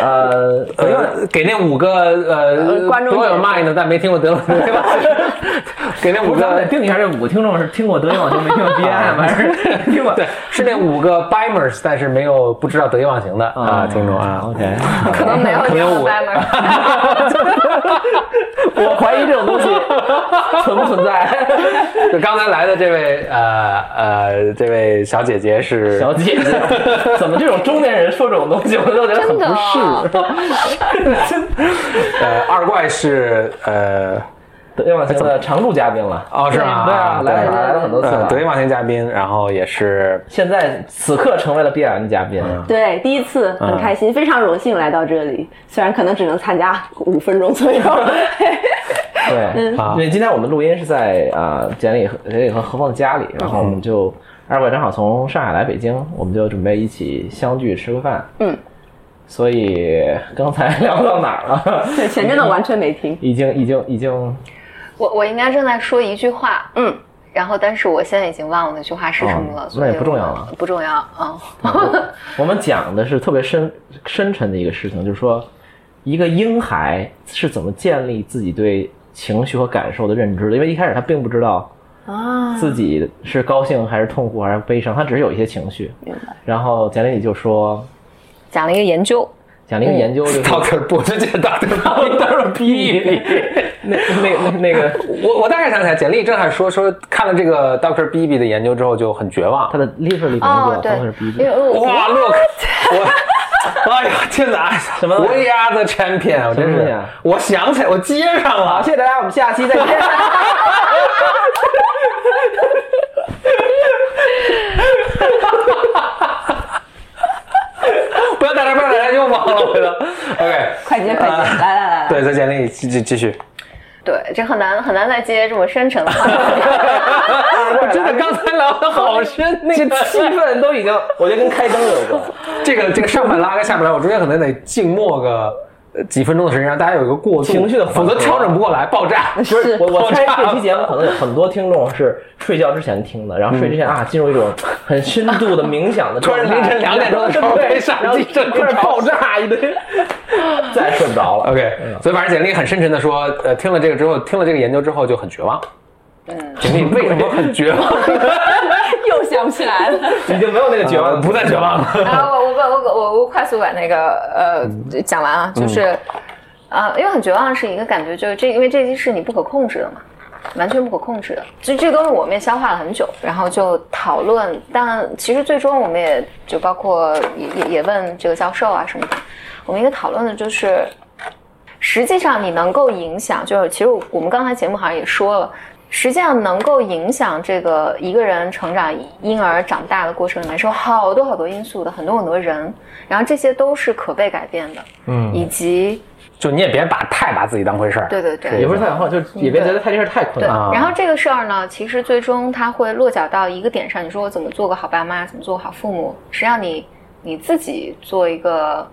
[SPEAKER 3] 呃，
[SPEAKER 1] 呃给那五个呃
[SPEAKER 5] 呃观众
[SPEAKER 1] 都有
[SPEAKER 5] 也
[SPEAKER 1] mind 但没听过德鲁对 吧？给那五
[SPEAKER 3] 我们
[SPEAKER 1] 个
[SPEAKER 3] 得定一下，这五个听众是听过德云网球没听过 BM 还是听 过？
[SPEAKER 1] 对，是那五个 bimers，但是没有不知道得意忘形的啊，听众啊。
[SPEAKER 3] ，OK。
[SPEAKER 2] 可能没有
[SPEAKER 1] 可
[SPEAKER 2] 你
[SPEAKER 1] 能
[SPEAKER 2] 们
[SPEAKER 1] 我
[SPEAKER 2] 班门。
[SPEAKER 3] 我怀疑这种东西存不存在？
[SPEAKER 1] 就刚才来的这位呃呃这位小姐姐是
[SPEAKER 3] 小姐姐，怎么这种中年人说这种东西，我都觉得很
[SPEAKER 2] 真的啊
[SPEAKER 3] 不适。
[SPEAKER 1] 呃二怪是呃
[SPEAKER 3] 德云网球的常驻嘉宾了。
[SPEAKER 1] 哦，是吗？
[SPEAKER 3] 对啊，来了来了很多次
[SPEAKER 1] 呃，
[SPEAKER 3] 了
[SPEAKER 1] 德。云网星嘉宾，然后也是
[SPEAKER 3] 现在此刻成为了 BLM 嘉宾，
[SPEAKER 6] 对，第一次很开心，非常荣幸来到这里，虽然可能只能参加五分 钟左右。
[SPEAKER 3] 对，
[SPEAKER 1] 啊
[SPEAKER 3] 因，为今天我们录音是在啊简里和简里和何峰的家里，然后我们就二位正好从上海来北京，我们就准备一起相聚吃个饭。
[SPEAKER 6] 嗯，
[SPEAKER 3] 所以刚才 聊到哪儿了？
[SPEAKER 6] 对，前真的完全没听。
[SPEAKER 3] 已经已经已经
[SPEAKER 2] 我我应该正在说一句话，
[SPEAKER 6] 嗯，
[SPEAKER 2] 然后但是我现在已经忘了那句话是什么了，
[SPEAKER 3] 哦
[SPEAKER 2] 所以
[SPEAKER 3] 那也不重要
[SPEAKER 2] 我
[SPEAKER 3] 了，
[SPEAKER 2] 不重要啊。
[SPEAKER 3] 我们讲的是特别深深沉的一个事情，就是说，一个婴孩是怎么建立自己对情绪和感受的认知的。因为一开始他并不知道
[SPEAKER 6] 啊，
[SPEAKER 3] 自己是高兴还是痛苦还是悲伤，他只是有一些情绪。
[SPEAKER 6] 明白。
[SPEAKER 3] 然后简历里就说，
[SPEAKER 2] 讲了一个研究，
[SPEAKER 3] 讲了一个研究，就是
[SPEAKER 2] 哎
[SPEAKER 1] 到这儿不，这这到这儿不
[SPEAKER 3] 到时候逼你， 那那那 那个
[SPEAKER 1] 我我大概想起来，简历正还说说看了这个 Doctor Bibi 的研究之后就很绝望
[SPEAKER 3] 他。的 liver 里面
[SPEAKER 2] 哦
[SPEAKER 3] 的
[SPEAKER 2] 对
[SPEAKER 3] 都啊是逼
[SPEAKER 2] 因为我
[SPEAKER 1] 哇，Look，我，哎呀，天哪，什
[SPEAKER 3] 么
[SPEAKER 1] We are the champion，我真
[SPEAKER 3] 什么东西
[SPEAKER 1] 是
[SPEAKER 3] 啊，
[SPEAKER 1] 我想起来，我接上
[SPEAKER 3] 好，
[SPEAKER 1] 了
[SPEAKER 3] 谢。谢大家，我们下期再见。
[SPEAKER 1] 不要打岔，不要打岔，又忘了回头。OK，
[SPEAKER 6] 快接快接，
[SPEAKER 3] 嗯
[SPEAKER 1] 啊
[SPEAKER 6] 来 来来，
[SPEAKER 1] 对，再简历继继继续。
[SPEAKER 2] 对这很难很难再接这么深沉的话 题。
[SPEAKER 1] 我真的刚才聊的好深，那
[SPEAKER 3] 这
[SPEAKER 1] 个
[SPEAKER 3] 气氛都已经，我觉得跟开灯有关。
[SPEAKER 1] 这个这个上半拉跟下半拉，我中间可能得静默个呃几分钟的时间，让大家有一个过渡
[SPEAKER 3] 情绪的缓
[SPEAKER 1] 否
[SPEAKER 3] 和
[SPEAKER 1] 则调整不过来，爆炸。
[SPEAKER 3] 不是我，我
[SPEAKER 1] 爆
[SPEAKER 3] 猜
[SPEAKER 1] 炸
[SPEAKER 3] 这期节目可能有很多听众是睡觉之前听的，然后睡之前啊进入一种很深度的冥想
[SPEAKER 1] 嗯
[SPEAKER 3] 的
[SPEAKER 1] 突
[SPEAKER 3] 状态，
[SPEAKER 1] 然凌晨两点钟的时候被
[SPEAKER 3] 对，
[SPEAKER 1] 杀
[SPEAKER 3] 然后
[SPEAKER 1] 鸡整个
[SPEAKER 3] 开始爆炸一堆，再也睡不着了。
[SPEAKER 1] OK，所以反正简历很深沉的说，呃，听了这个之后，听了这个研究之后就很绝望。嗯，简历为什么很绝望？
[SPEAKER 6] 又想不起来了。
[SPEAKER 3] 已经没有那个绝望，
[SPEAKER 1] 呃 不再绝望了。
[SPEAKER 7] 啊，我我把我我我快速把那个呃讲完啊，就是
[SPEAKER 2] 呃，因为很绝望是一个感觉，就是这因为这期是你不可控制的嘛，完全不可控制的。就这个东西我们也消化了很久，然后就讨论，但其实最终我们也就包括也也也问这个教授啊什么的，我们一个讨论的就是，实际上你能够影响，就是其实我们刚才节目好像也说了。实际上能够影响这个一个人成长、婴儿长大的过程里面是有好多好多因素的，很多很多人，然后这些都是可被改变的，嗯，以及
[SPEAKER 1] 就 你也别把太把自己当回事儿。
[SPEAKER 2] 对对对，
[SPEAKER 3] 也不是太想晃，就是
[SPEAKER 1] 嗯
[SPEAKER 3] 也别觉得他这事儿太困
[SPEAKER 2] 对，
[SPEAKER 3] 难。
[SPEAKER 1] 啊
[SPEAKER 2] 然后这个事儿呢，其实最终它会落脚到一个点上。你说我怎么做个好爸妈，怎么做个好父母？实际上你你自己做一个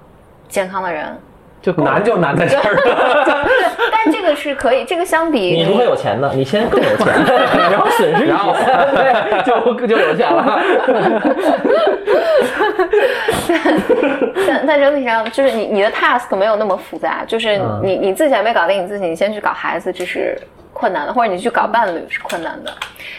[SPEAKER 2] 健康的人，
[SPEAKER 3] 就
[SPEAKER 1] 难就难在这 儿了。
[SPEAKER 2] 但这个是可以，这个相比
[SPEAKER 3] 你如果有钱呢，你先更有 钱，然后损失一些，
[SPEAKER 1] 然后
[SPEAKER 3] 对，就就有钱 了。
[SPEAKER 2] 但但整体上就是你你的 task 没有那么复杂，就是
[SPEAKER 3] 嗯
[SPEAKER 2] 你你自己还没搞定你自己，你先去搞孩子，这是。困难的，或者你去搞伴侣是困难的。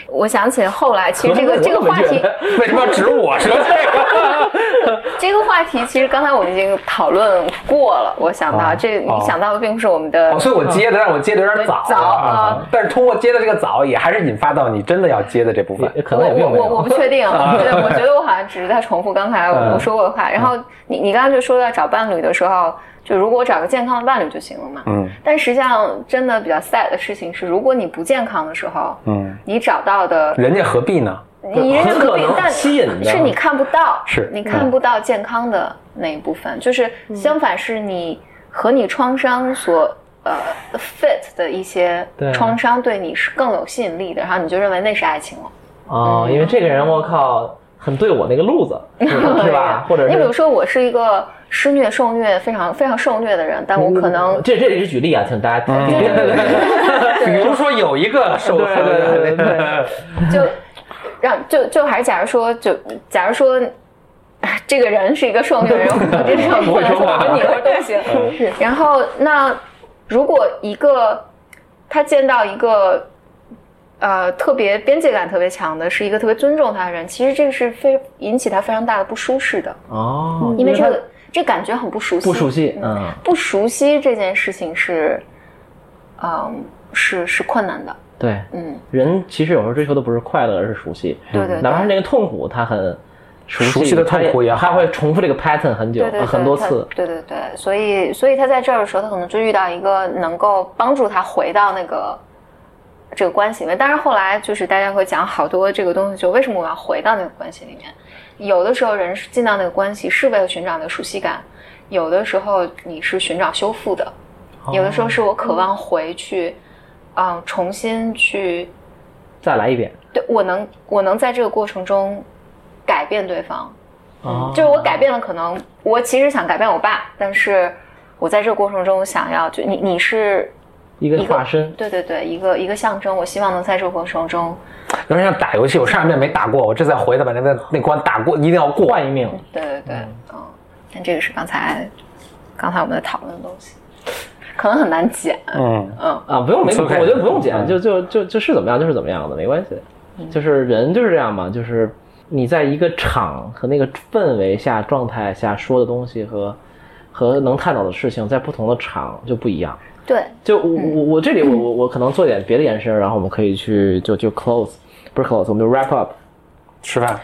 [SPEAKER 2] 我想起后来，其实这个这个话题，
[SPEAKER 1] 为什么要指我 说这个？
[SPEAKER 2] 这个话题其实刚才我们已经讨论过了。我想到
[SPEAKER 1] 啊
[SPEAKER 2] 这，你
[SPEAKER 1] 啊
[SPEAKER 2] 想到的并不是我们的
[SPEAKER 1] 哦，所以我接的，但是我接的有点早。
[SPEAKER 2] 早啊
[SPEAKER 1] 但是通过接的这个早，也还是引发到你真的要接的这部分。
[SPEAKER 3] 也可能也并
[SPEAKER 2] 我
[SPEAKER 3] 没
[SPEAKER 2] 我我我
[SPEAKER 3] 有
[SPEAKER 2] 不。确 定，
[SPEAKER 3] 啊
[SPEAKER 2] 我觉得我觉得我好像只是在重复刚才
[SPEAKER 1] 嗯
[SPEAKER 2] 我说过的话。然后你你刚才就说到找伴侣的时候，就如果找个健康的伴侣就行了嘛。
[SPEAKER 1] 嗯
[SPEAKER 2] 但实际上，真的比较 sad 的事情是，如果你不健康的时候，
[SPEAKER 1] 嗯，
[SPEAKER 2] 你找到的
[SPEAKER 1] 人家何必呢？
[SPEAKER 2] 你人家
[SPEAKER 3] 很
[SPEAKER 2] 可
[SPEAKER 3] 可
[SPEAKER 2] 以
[SPEAKER 3] 能，
[SPEAKER 2] 但
[SPEAKER 3] 吸引的嗯
[SPEAKER 2] 是你看不到，
[SPEAKER 1] 是
[SPEAKER 2] 你看不到健康的那一部分，就是相反是你和你创伤所呃 fit 的一些
[SPEAKER 3] 对
[SPEAKER 2] 创伤对你是更有吸引力的，然后你就认为那是爱情了。
[SPEAKER 3] 哦，因为这个人我靠，很对我那 个路子，是吧是吧？或者
[SPEAKER 2] 你比如
[SPEAKER 3] 是
[SPEAKER 2] 说，我是一个施虐受虐非常非常受虐的人，但我可能
[SPEAKER 3] 这这只是举例啊，请大家听。
[SPEAKER 1] 嗯对比如说有一个受
[SPEAKER 3] 对对对对嗯
[SPEAKER 2] 就让就就还是假如说就假如说。 这个人是一个受虐 人，我这上
[SPEAKER 1] 不会说话
[SPEAKER 2] 我你我都行。嗯然后那如果一个他见到一个呃特别边界感特别强的，是一个特别尊重他的人，其实这个是非引起他非常大的不舒适的，
[SPEAKER 3] 哦，
[SPEAKER 2] 因为这个这感觉很不熟悉，
[SPEAKER 3] 不熟悉，嗯，
[SPEAKER 2] 不熟悉这件事情是，嗯，是是困难的，
[SPEAKER 3] 对，
[SPEAKER 2] 嗯，
[SPEAKER 3] 人其实有时候追求的不是快乐，而是熟悉。
[SPEAKER 2] 对对对
[SPEAKER 3] 哪怕是那个痛苦，他很熟
[SPEAKER 1] 熟悉的
[SPEAKER 3] 他
[SPEAKER 1] 痛苦也好
[SPEAKER 3] 他会重复这个 pattern 很久
[SPEAKER 2] 对对对，
[SPEAKER 3] 很多次。
[SPEAKER 2] 他对对对，所以所以他在这儿的时候，他可能就遇到一个能够帮助他回到那个这个关系里面。但是后来就是大家会讲好多这个东西，就为什么我要回到那个关系里面？有的时候人是进到那个关系是为了寻找那个熟悉感，有的时候你是寻找修复的，有的时候是我渴望回去，嗯、重新去
[SPEAKER 3] 再来一遍。
[SPEAKER 2] 对我能我能在这个过程中改变对方，
[SPEAKER 3] 哦
[SPEAKER 2] 就是我改变了，可能我其实想改变我爸，但是我在这个过程中想要就你你是
[SPEAKER 3] 一个化身，
[SPEAKER 2] 对对对，一个一个象征，我希望能在这个过程中，
[SPEAKER 1] 有点像打游戏，我上一遍没打过，我这再回来把那个那关打过，一定要过。
[SPEAKER 3] 换一命。
[SPEAKER 2] 对对对，嗯，但这个是刚才刚才我们在讨论的东西，可能很难剪，
[SPEAKER 1] 嗯，
[SPEAKER 2] 嗯，
[SPEAKER 3] 啊，不用没，
[SPEAKER 1] It's
[SPEAKER 3] 我
[SPEAKER 1] okay
[SPEAKER 3] 觉得不用
[SPEAKER 1] 嗯
[SPEAKER 3] 剪，就就就就是怎么样就是怎么样的，没关系。
[SPEAKER 2] 嗯
[SPEAKER 3] 就是人就是这样嘛，就是你在一个场和那个氛围下、状态下说的东西和和能探讨的事情，在不同的场就不一样。
[SPEAKER 2] 对，
[SPEAKER 3] 就我我我这里我我我可能做点别的延伸，然后我们可以去就就 close 不是 close，我们就 wrap up。
[SPEAKER 1] 吃饭。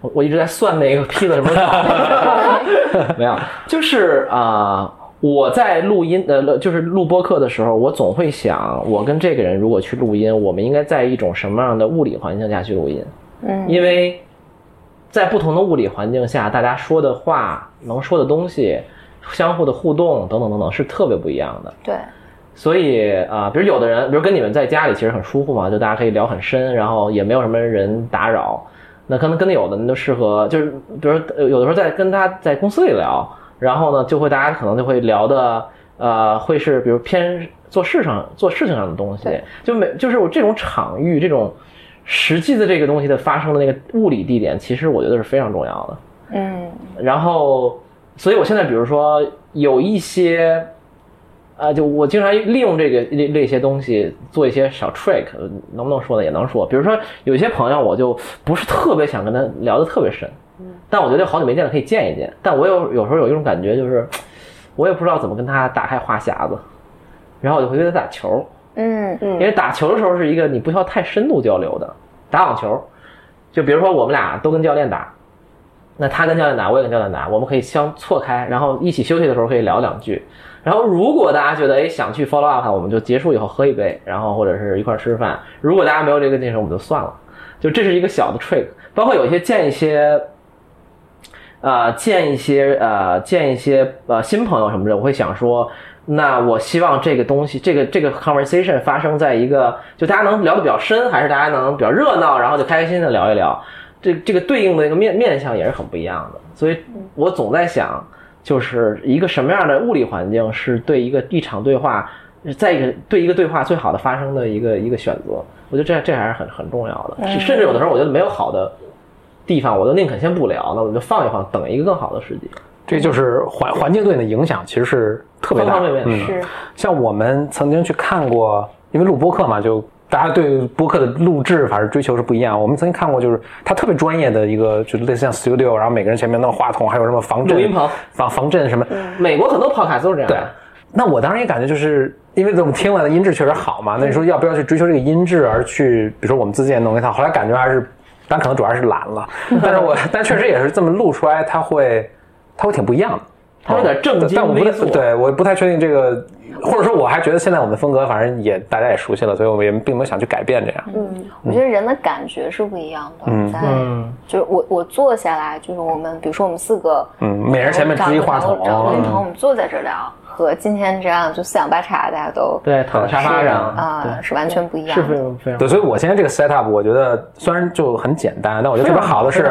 [SPEAKER 3] 我我一直在算那个 披萨什么时候到没有，就是啊、我在录音呃，就是录播客的时候，我总会想，我跟这个人如果去录音，我们应该在一种什么样的物理环境下去录音？
[SPEAKER 2] 嗯
[SPEAKER 3] 因为在不同的物理环境下，大家说的话、能说的东西、相互的互动等等等等是特别不一样的。
[SPEAKER 2] 对，
[SPEAKER 3] 所以啊、呃比如有的人，比如跟你们在家里其实很舒服嘛，就大家可以聊很深，然后也没有什么人打扰。那可能跟有的人就适合，就是比如呃有的时候在跟他在公司里聊，然后呢就会大家可能就会聊的呃会是比如偏做事上做事情上的东西
[SPEAKER 2] 对，
[SPEAKER 3] 就每就是我这种场域这种实际的这个东西的发生的那个物理地点，其实我觉得是非常重要的。
[SPEAKER 2] 嗯
[SPEAKER 3] 然后，所以我现在比如说有一些，啊，就我经常利用这个这这些东西做一些小 trick，呃能不能说呢？也能说。比如说有些朋友，我就不是特别想跟他聊得特别深，但我觉得好久没见了，可以见一见。但我有有时候有一种感觉，就是我也不知道怎么跟他打开话匣子，然后我就会跟他打球，
[SPEAKER 2] 嗯嗯
[SPEAKER 3] 因为打球的时候是一个你不需要太深度交流的。打网球，就比如说我们俩都跟教练打，那他跟教练打，我也跟教练打，我们可以相错开，然后一起休息的时候可以聊两句。然后如果大家觉得哎想去 follow up 的话，我们就结束以后喝一杯，然后或者是一块儿吃饭。如果大家没有这个精神，我们就算了。就这是一个小的 trick，包括有一些见一些呃，见一些呃，见一些呃新朋友什么的，我会想说，那我希望这个东西，这个这个 conversation 发生在一个就大家能聊得比较深，还是大家能比较热闹，然后就开开心心的聊一聊，这这个对应的一个面面向也是很不一样的。所以我总在想，就是一个什么样的物理环境是对一个一场对话，在一个对一个对话最好的发生的一个一个选择。我觉得这这还是很很重要的，甚至有的时候我觉得没有好的地方，我都宁肯先不聊，那我们就放一放，等一个更好的时机。
[SPEAKER 1] 这就是环环境对你的影响，其实是特别大。
[SPEAKER 3] 方方面面
[SPEAKER 1] 嗯，像我们曾经去看过，因为录播客嘛，就大家对播客的录制反正追求是不一样。我们曾经看过，就是他特别专业的一个，就类似像 studio，然后每个人前面弄话筒，还有什么防震
[SPEAKER 3] 录音棚嗯
[SPEAKER 1] 防防震什么。
[SPEAKER 3] 美国很多 podcast 都是这样
[SPEAKER 1] 对
[SPEAKER 3] 的，，
[SPEAKER 1] 那我当时也感觉就是。因为我们听了的音质确实好嘛，那
[SPEAKER 2] 嗯
[SPEAKER 1] 你说要不要去追求这个音质而去，比如说我们自己也弄一套，后来感觉还是，但可能主要是懒 了，但是我但确实也是这么录出来，它会，它会挺不一样的。
[SPEAKER 3] 它有点正
[SPEAKER 1] 但我不
[SPEAKER 3] 襟危
[SPEAKER 1] 太
[SPEAKER 3] 坐。
[SPEAKER 1] 对，我不太确定这个，或者说我还觉得现在我们的风格，反正也大家也熟悉了，所以我们也并没有想去改变这样。
[SPEAKER 2] 嗯，我觉得人的感觉是不一样的，
[SPEAKER 1] 嗯
[SPEAKER 2] 在
[SPEAKER 3] 嗯，
[SPEAKER 2] 就是我我坐下来，就是我们比如说我们四个，
[SPEAKER 1] 嗯每人前面支一话筒
[SPEAKER 2] 找个录音棚，我们坐在这儿聊，和今天这样就四仰八叉，大家都
[SPEAKER 3] 对，躺在沙发上
[SPEAKER 2] 啊是完全不一样
[SPEAKER 3] 是非
[SPEAKER 2] 的。
[SPEAKER 3] 常非常
[SPEAKER 1] 对，所以我现在这个 setup，我觉得虽然就很简单，但我
[SPEAKER 6] 啊
[SPEAKER 1] 觉得特别好的是。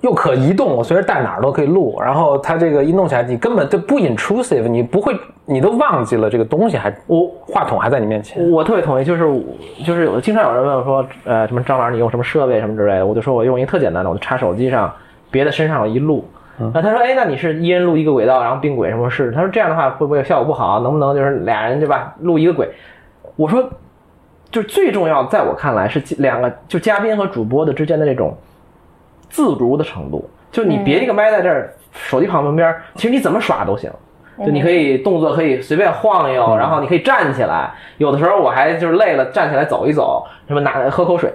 [SPEAKER 1] 又可移动，我随时带哪儿都可以录。然后它这个一弄起来，你根本就不 intrusive，你不会，你都忘记了这个东西还，我话筒还在你面前。
[SPEAKER 3] 我特别同意，就是我就是有经常有人问我说，呃，什么张老师你用什么设备什么之类的，我就说我用一个特简单的，我就插手机上，别的身上我一录。那他说，哎，那你是一人录一个轨道，然后并轨什么事？他说这样的话会不会效果不好？能不能就是俩人对吧，录一个轨？我说，就是最重要，在我看来是两个就嘉宾和主播的之间的这种自如的程度，就是
[SPEAKER 2] 嗯
[SPEAKER 3] 你别一个麦在这儿，手机旁边，其实你怎么耍都行。
[SPEAKER 2] 嗯
[SPEAKER 3] 就你可以动作可以随便晃悠，然后你可以站起来。有的时候我还就是累了，站起来走一走，什么拿喝口水，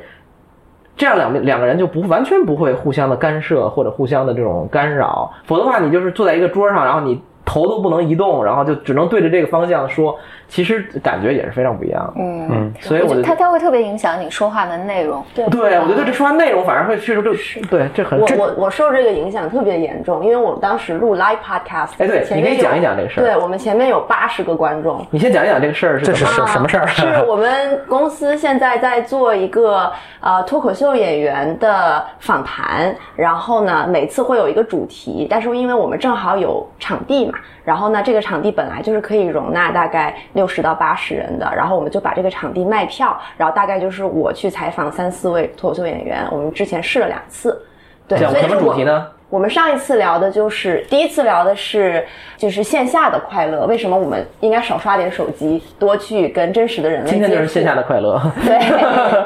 [SPEAKER 3] 这样两两个人就不完全不会互相的干涉或者互相的这种干扰，否则的话你就是坐在一个桌上，然后你头都不能移动，然后就只能对着这个方向说，其实感觉也是非常不一样的。
[SPEAKER 2] 嗯，
[SPEAKER 1] 嗯，
[SPEAKER 3] 所以
[SPEAKER 2] 我
[SPEAKER 3] 我
[SPEAKER 2] 觉得
[SPEAKER 3] 就
[SPEAKER 2] 它它会特别影响你说话的内容。对，
[SPEAKER 3] 对我觉得这说话内容反而会去除这对这很
[SPEAKER 6] 我
[SPEAKER 3] 这
[SPEAKER 6] 我我受这个影响特别严重，因为我们当时录 live podcast，
[SPEAKER 3] 哎对
[SPEAKER 6] 前
[SPEAKER 3] 你
[SPEAKER 6] 面
[SPEAKER 3] 可以
[SPEAKER 6] 有
[SPEAKER 3] 讲一讲这个事儿
[SPEAKER 6] 对我们前面有八十个观众，
[SPEAKER 3] 你先讲一讲这个事儿是
[SPEAKER 1] 这
[SPEAKER 3] 怎
[SPEAKER 1] 是
[SPEAKER 3] 么
[SPEAKER 1] 什什么事儿？
[SPEAKER 6] 啊 是我们公司现在在做一个呃脱口秀演员的访谈，然后呢，每次会有一个主题，但是因为我们正好有场地嘛，然后呢，这个场地本来就是可以容纳大概六十到八十人的，然后我们就把这个场地卖票，然后大概就是我去采访三四位脱口秀演员，我们之前试了两次，对，
[SPEAKER 3] 讲
[SPEAKER 6] 所以
[SPEAKER 3] 什么
[SPEAKER 6] 是
[SPEAKER 3] 主
[SPEAKER 6] 我
[SPEAKER 3] 题呢？
[SPEAKER 6] 我们上一次聊的就是第一次聊的是就是线下的快乐，为什么我们应该少刷点手机，多去跟真哎实的人类接
[SPEAKER 3] 今
[SPEAKER 6] 触？
[SPEAKER 3] 天就是线下的快 乐。
[SPEAKER 6] 对，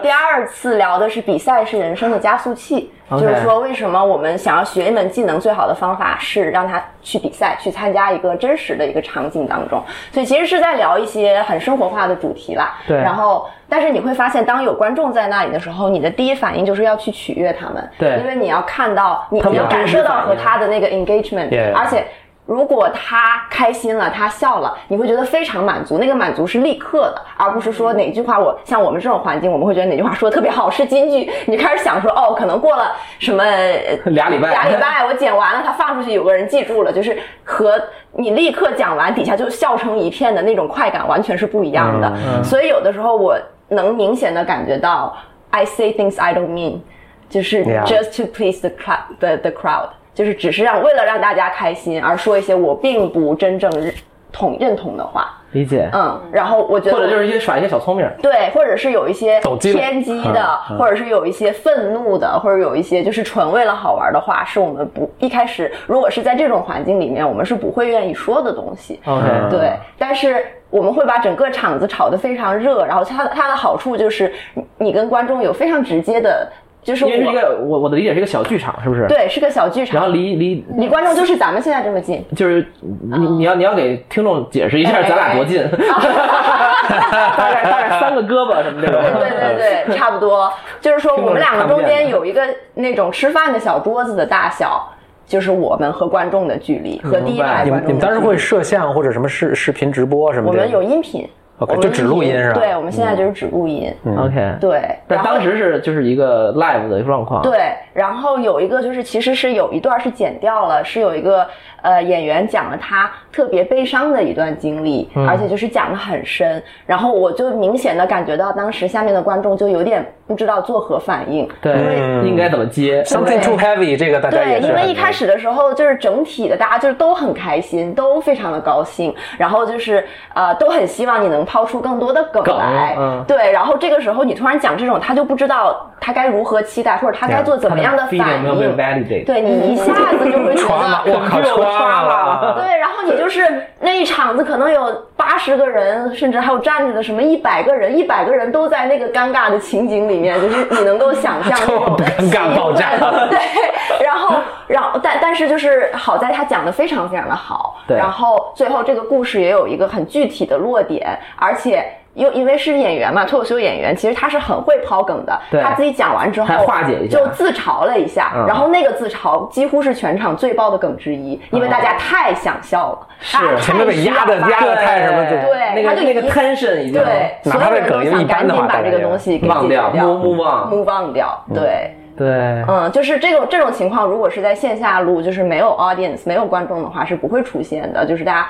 [SPEAKER 6] 第二次聊的是比赛是人生的加速器
[SPEAKER 3] OK
[SPEAKER 6] 就是说为什么我们想要学一门技能，最好的方法是让他去比赛，去参加一个真实的一个场景当中。所以其实是在聊一些很生活化的主题啦。
[SPEAKER 3] 对
[SPEAKER 6] 然后，但是你会发现，当有观众在那里的时候，你的第一反应就是要去取悦他们，
[SPEAKER 3] 对
[SPEAKER 6] 因为你要看到，你
[SPEAKER 3] 他们
[SPEAKER 6] 你要
[SPEAKER 3] 有
[SPEAKER 6] 感
[SPEAKER 3] 真实
[SPEAKER 6] 受到
[SPEAKER 3] 反
[SPEAKER 6] 和
[SPEAKER 3] 应
[SPEAKER 6] 他的那个 engagement，
[SPEAKER 1] Yeah
[SPEAKER 6] 而且。如果他开心了，他笑了，你会觉得非常满足，那个满足是立刻的，而不是说哪句话我像我们这种环境，我们会觉得哪句话说的特别好是金句，你就开始想说哦，可能过了 什么呃
[SPEAKER 3] 俩礼拜
[SPEAKER 6] 俩礼拜我剪完了，他放出去有个人记住了，就是和你立刻讲完底下就笑成一片的那种快感完全是不一样的，
[SPEAKER 1] 嗯
[SPEAKER 6] 所以有的时候我能明显的感觉到 I say things I don't mean，就是
[SPEAKER 1] Yeah
[SPEAKER 6] just to please the crowd the the crowd，就是只是让为了让大家开心而说一些我并不真正认同认同的话，
[SPEAKER 3] 理解，
[SPEAKER 6] 嗯，然后我觉得
[SPEAKER 3] 或者就是一些耍一些小聪明。
[SPEAKER 6] 对，或者是有一些
[SPEAKER 1] 走鸡了
[SPEAKER 6] 偏激的，
[SPEAKER 1] 嗯嗯
[SPEAKER 6] 或者是有一些愤怒的，或者有一些就是纯为了好玩的话，是我们不一开始如果是在这种环境里面，我们是不会愿意说的东西。
[SPEAKER 1] 嗯
[SPEAKER 3] OK，
[SPEAKER 6] 对，但是我们会把整个场子炒得非常热，然后它它的好处就是你你跟观众有非常直接的，就是
[SPEAKER 3] 因为是一
[SPEAKER 6] 我
[SPEAKER 3] 个我我的理解是一个小剧场，是不是？。
[SPEAKER 6] 对是个小剧
[SPEAKER 3] 然后
[SPEAKER 6] 场，
[SPEAKER 3] 离离
[SPEAKER 6] 离观众就是咱们现在这么
[SPEAKER 1] 嗯
[SPEAKER 6] 近，
[SPEAKER 3] 就是
[SPEAKER 6] 哦
[SPEAKER 3] 你你要你要给听众解释一
[SPEAKER 6] 哎
[SPEAKER 3] 下咱俩多 近， 大概大概三个胳膊什么这种。
[SPEAKER 6] 对对对 对，差不多。就是说，我们两个中间有一个那种吃饭的小桌子的大小，就是我们和观众的距离，和第一排
[SPEAKER 1] 嗯你们
[SPEAKER 6] 观众的距离。
[SPEAKER 1] 你们当时会摄像或者什么视视频直播什么
[SPEAKER 6] 我
[SPEAKER 1] 的？
[SPEAKER 6] 们有音频
[SPEAKER 1] OK，
[SPEAKER 6] 我们
[SPEAKER 1] 就只录音是吧嗯
[SPEAKER 6] 对，我们现在就是只录音。
[SPEAKER 3] 嗯 OK，
[SPEAKER 6] 对，
[SPEAKER 3] 但
[SPEAKER 6] 然后
[SPEAKER 3] 当时是就是一个 live 的状况。
[SPEAKER 6] 对，然后有一个就是，其实是有一段是剪掉了，是有一个呃演员讲了他特别悲伤的一段经历，而且就是讲的很深。然后我就明显的感觉到，当时下面的观众就有点不知道作何反应。
[SPEAKER 3] 对，
[SPEAKER 1] 嗯
[SPEAKER 3] 应该怎么接？
[SPEAKER 1] something too heavy，这个大家
[SPEAKER 6] 对，
[SPEAKER 1] 也是
[SPEAKER 6] 因为
[SPEAKER 1] 很
[SPEAKER 6] 一开始的时候就是整体的大家就是都很开心，都非常的高兴，然后就是呃都很希望你能抛出更多的梗
[SPEAKER 3] 梗
[SPEAKER 6] 来，
[SPEAKER 3] 嗯
[SPEAKER 6] 对，然后这个时候你突然讲这种，他就不知道他该如何期待，或者他该做怎么样的反
[SPEAKER 3] feeling 没有被
[SPEAKER 6] 应。
[SPEAKER 3] validate？
[SPEAKER 6] 对你一下子就会觉
[SPEAKER 1] 穿了，
[SPEAKER 6] 得，
[SPEAKER 1] 我靠，
[SPEAKER 3] 整个
[SPEAKER 1] 穿
[SPEAKER 3] 我穿
[SPEAKER 1] 了
[SPEAKER 3] 了。
[SPEAKER 6] 对，然后你就是那一场子可能有八十个人，甚至还有站着的什么一百个人，一百个人都在那个尴尬的情景里面，就是你能够想象那 种
[SPEAKER 1] 尴尬爆炸
[SPEAKER 6] 气 氛对，然后，然后，但但是就是好在他讲的非常非常的好，
[SPEAKER 3] 对
[SPEAKER 6] 然后最后这个故事也有一个很具体的落点，而且。又因为是演员嘛，脱口秀演员，其实他是很会抛梗的。
[SPEAKER 3] 对
[SPEAKER 6] 他自己讲完之后，
[SPEAKER 3] 还化解一下
[SPEAKER 6] 就自嘲了一下。
[SPEAKER 3] 嗯
[SPEAKER 6] 然后那个自嘲几乎是全场最爆的梗之一，因为大家太想笑了，
[SPEAKER 3] 是
[SPEAKER 6] 大家太
[SPEAKER 1] 前面被压的
[SPEAKER 6] 需要
[SPEAKER 1] 压的
[SPEAKER 6] 发
[SPEAKER 1] 太什么就
[SPEAKER 6] 对
[SPEAKER 3] 那
[SPEAKER 6] 他
[SPEAKER 3] 个
[SPEAKER 6] 就
[SPEAKER 3] 那个
[SPEAKER 6] 一
[SPEAKER 3] tension 已经
[SPEAKER 6] 对，
[SPEAKER 1] 哪
[SPEAKER 6] 所
[SPEAKER 1] 怕
[SPEAKER 6] 有
[SPEAKER 1] 这
[SPEAKER 6] 人都
[SPEAKER 1] 梗因为一
[SPEAKER 6] 想
[SPEAKER 1] 般
[SPEAKER 6] 赶
[SPEAKER 1] 的话
[SPEAKER 6] 紧把
[SPEAKER 1] 大
[SPEAKER 6] 这
[SPEAKER 1] 家
[SPEAKER 6] 个
[SPEAKER 1] 也
[SPEAKER 6] 东西给
[SPEAKER 3] 忘
[SPEAKER 6] 解决
[SPEAKER 3] 掉
[SPEAKER 6] 掉
[SPEAKER 3] move on
[SPEAKER 6] ，move on 掉，对。
[SPEAKER 3] 对
[SPEAKER 6] 嗯，就是这种这种情况，如果是在线下录，就是没有 audience、没有观众的话，是不会出现的。就是大家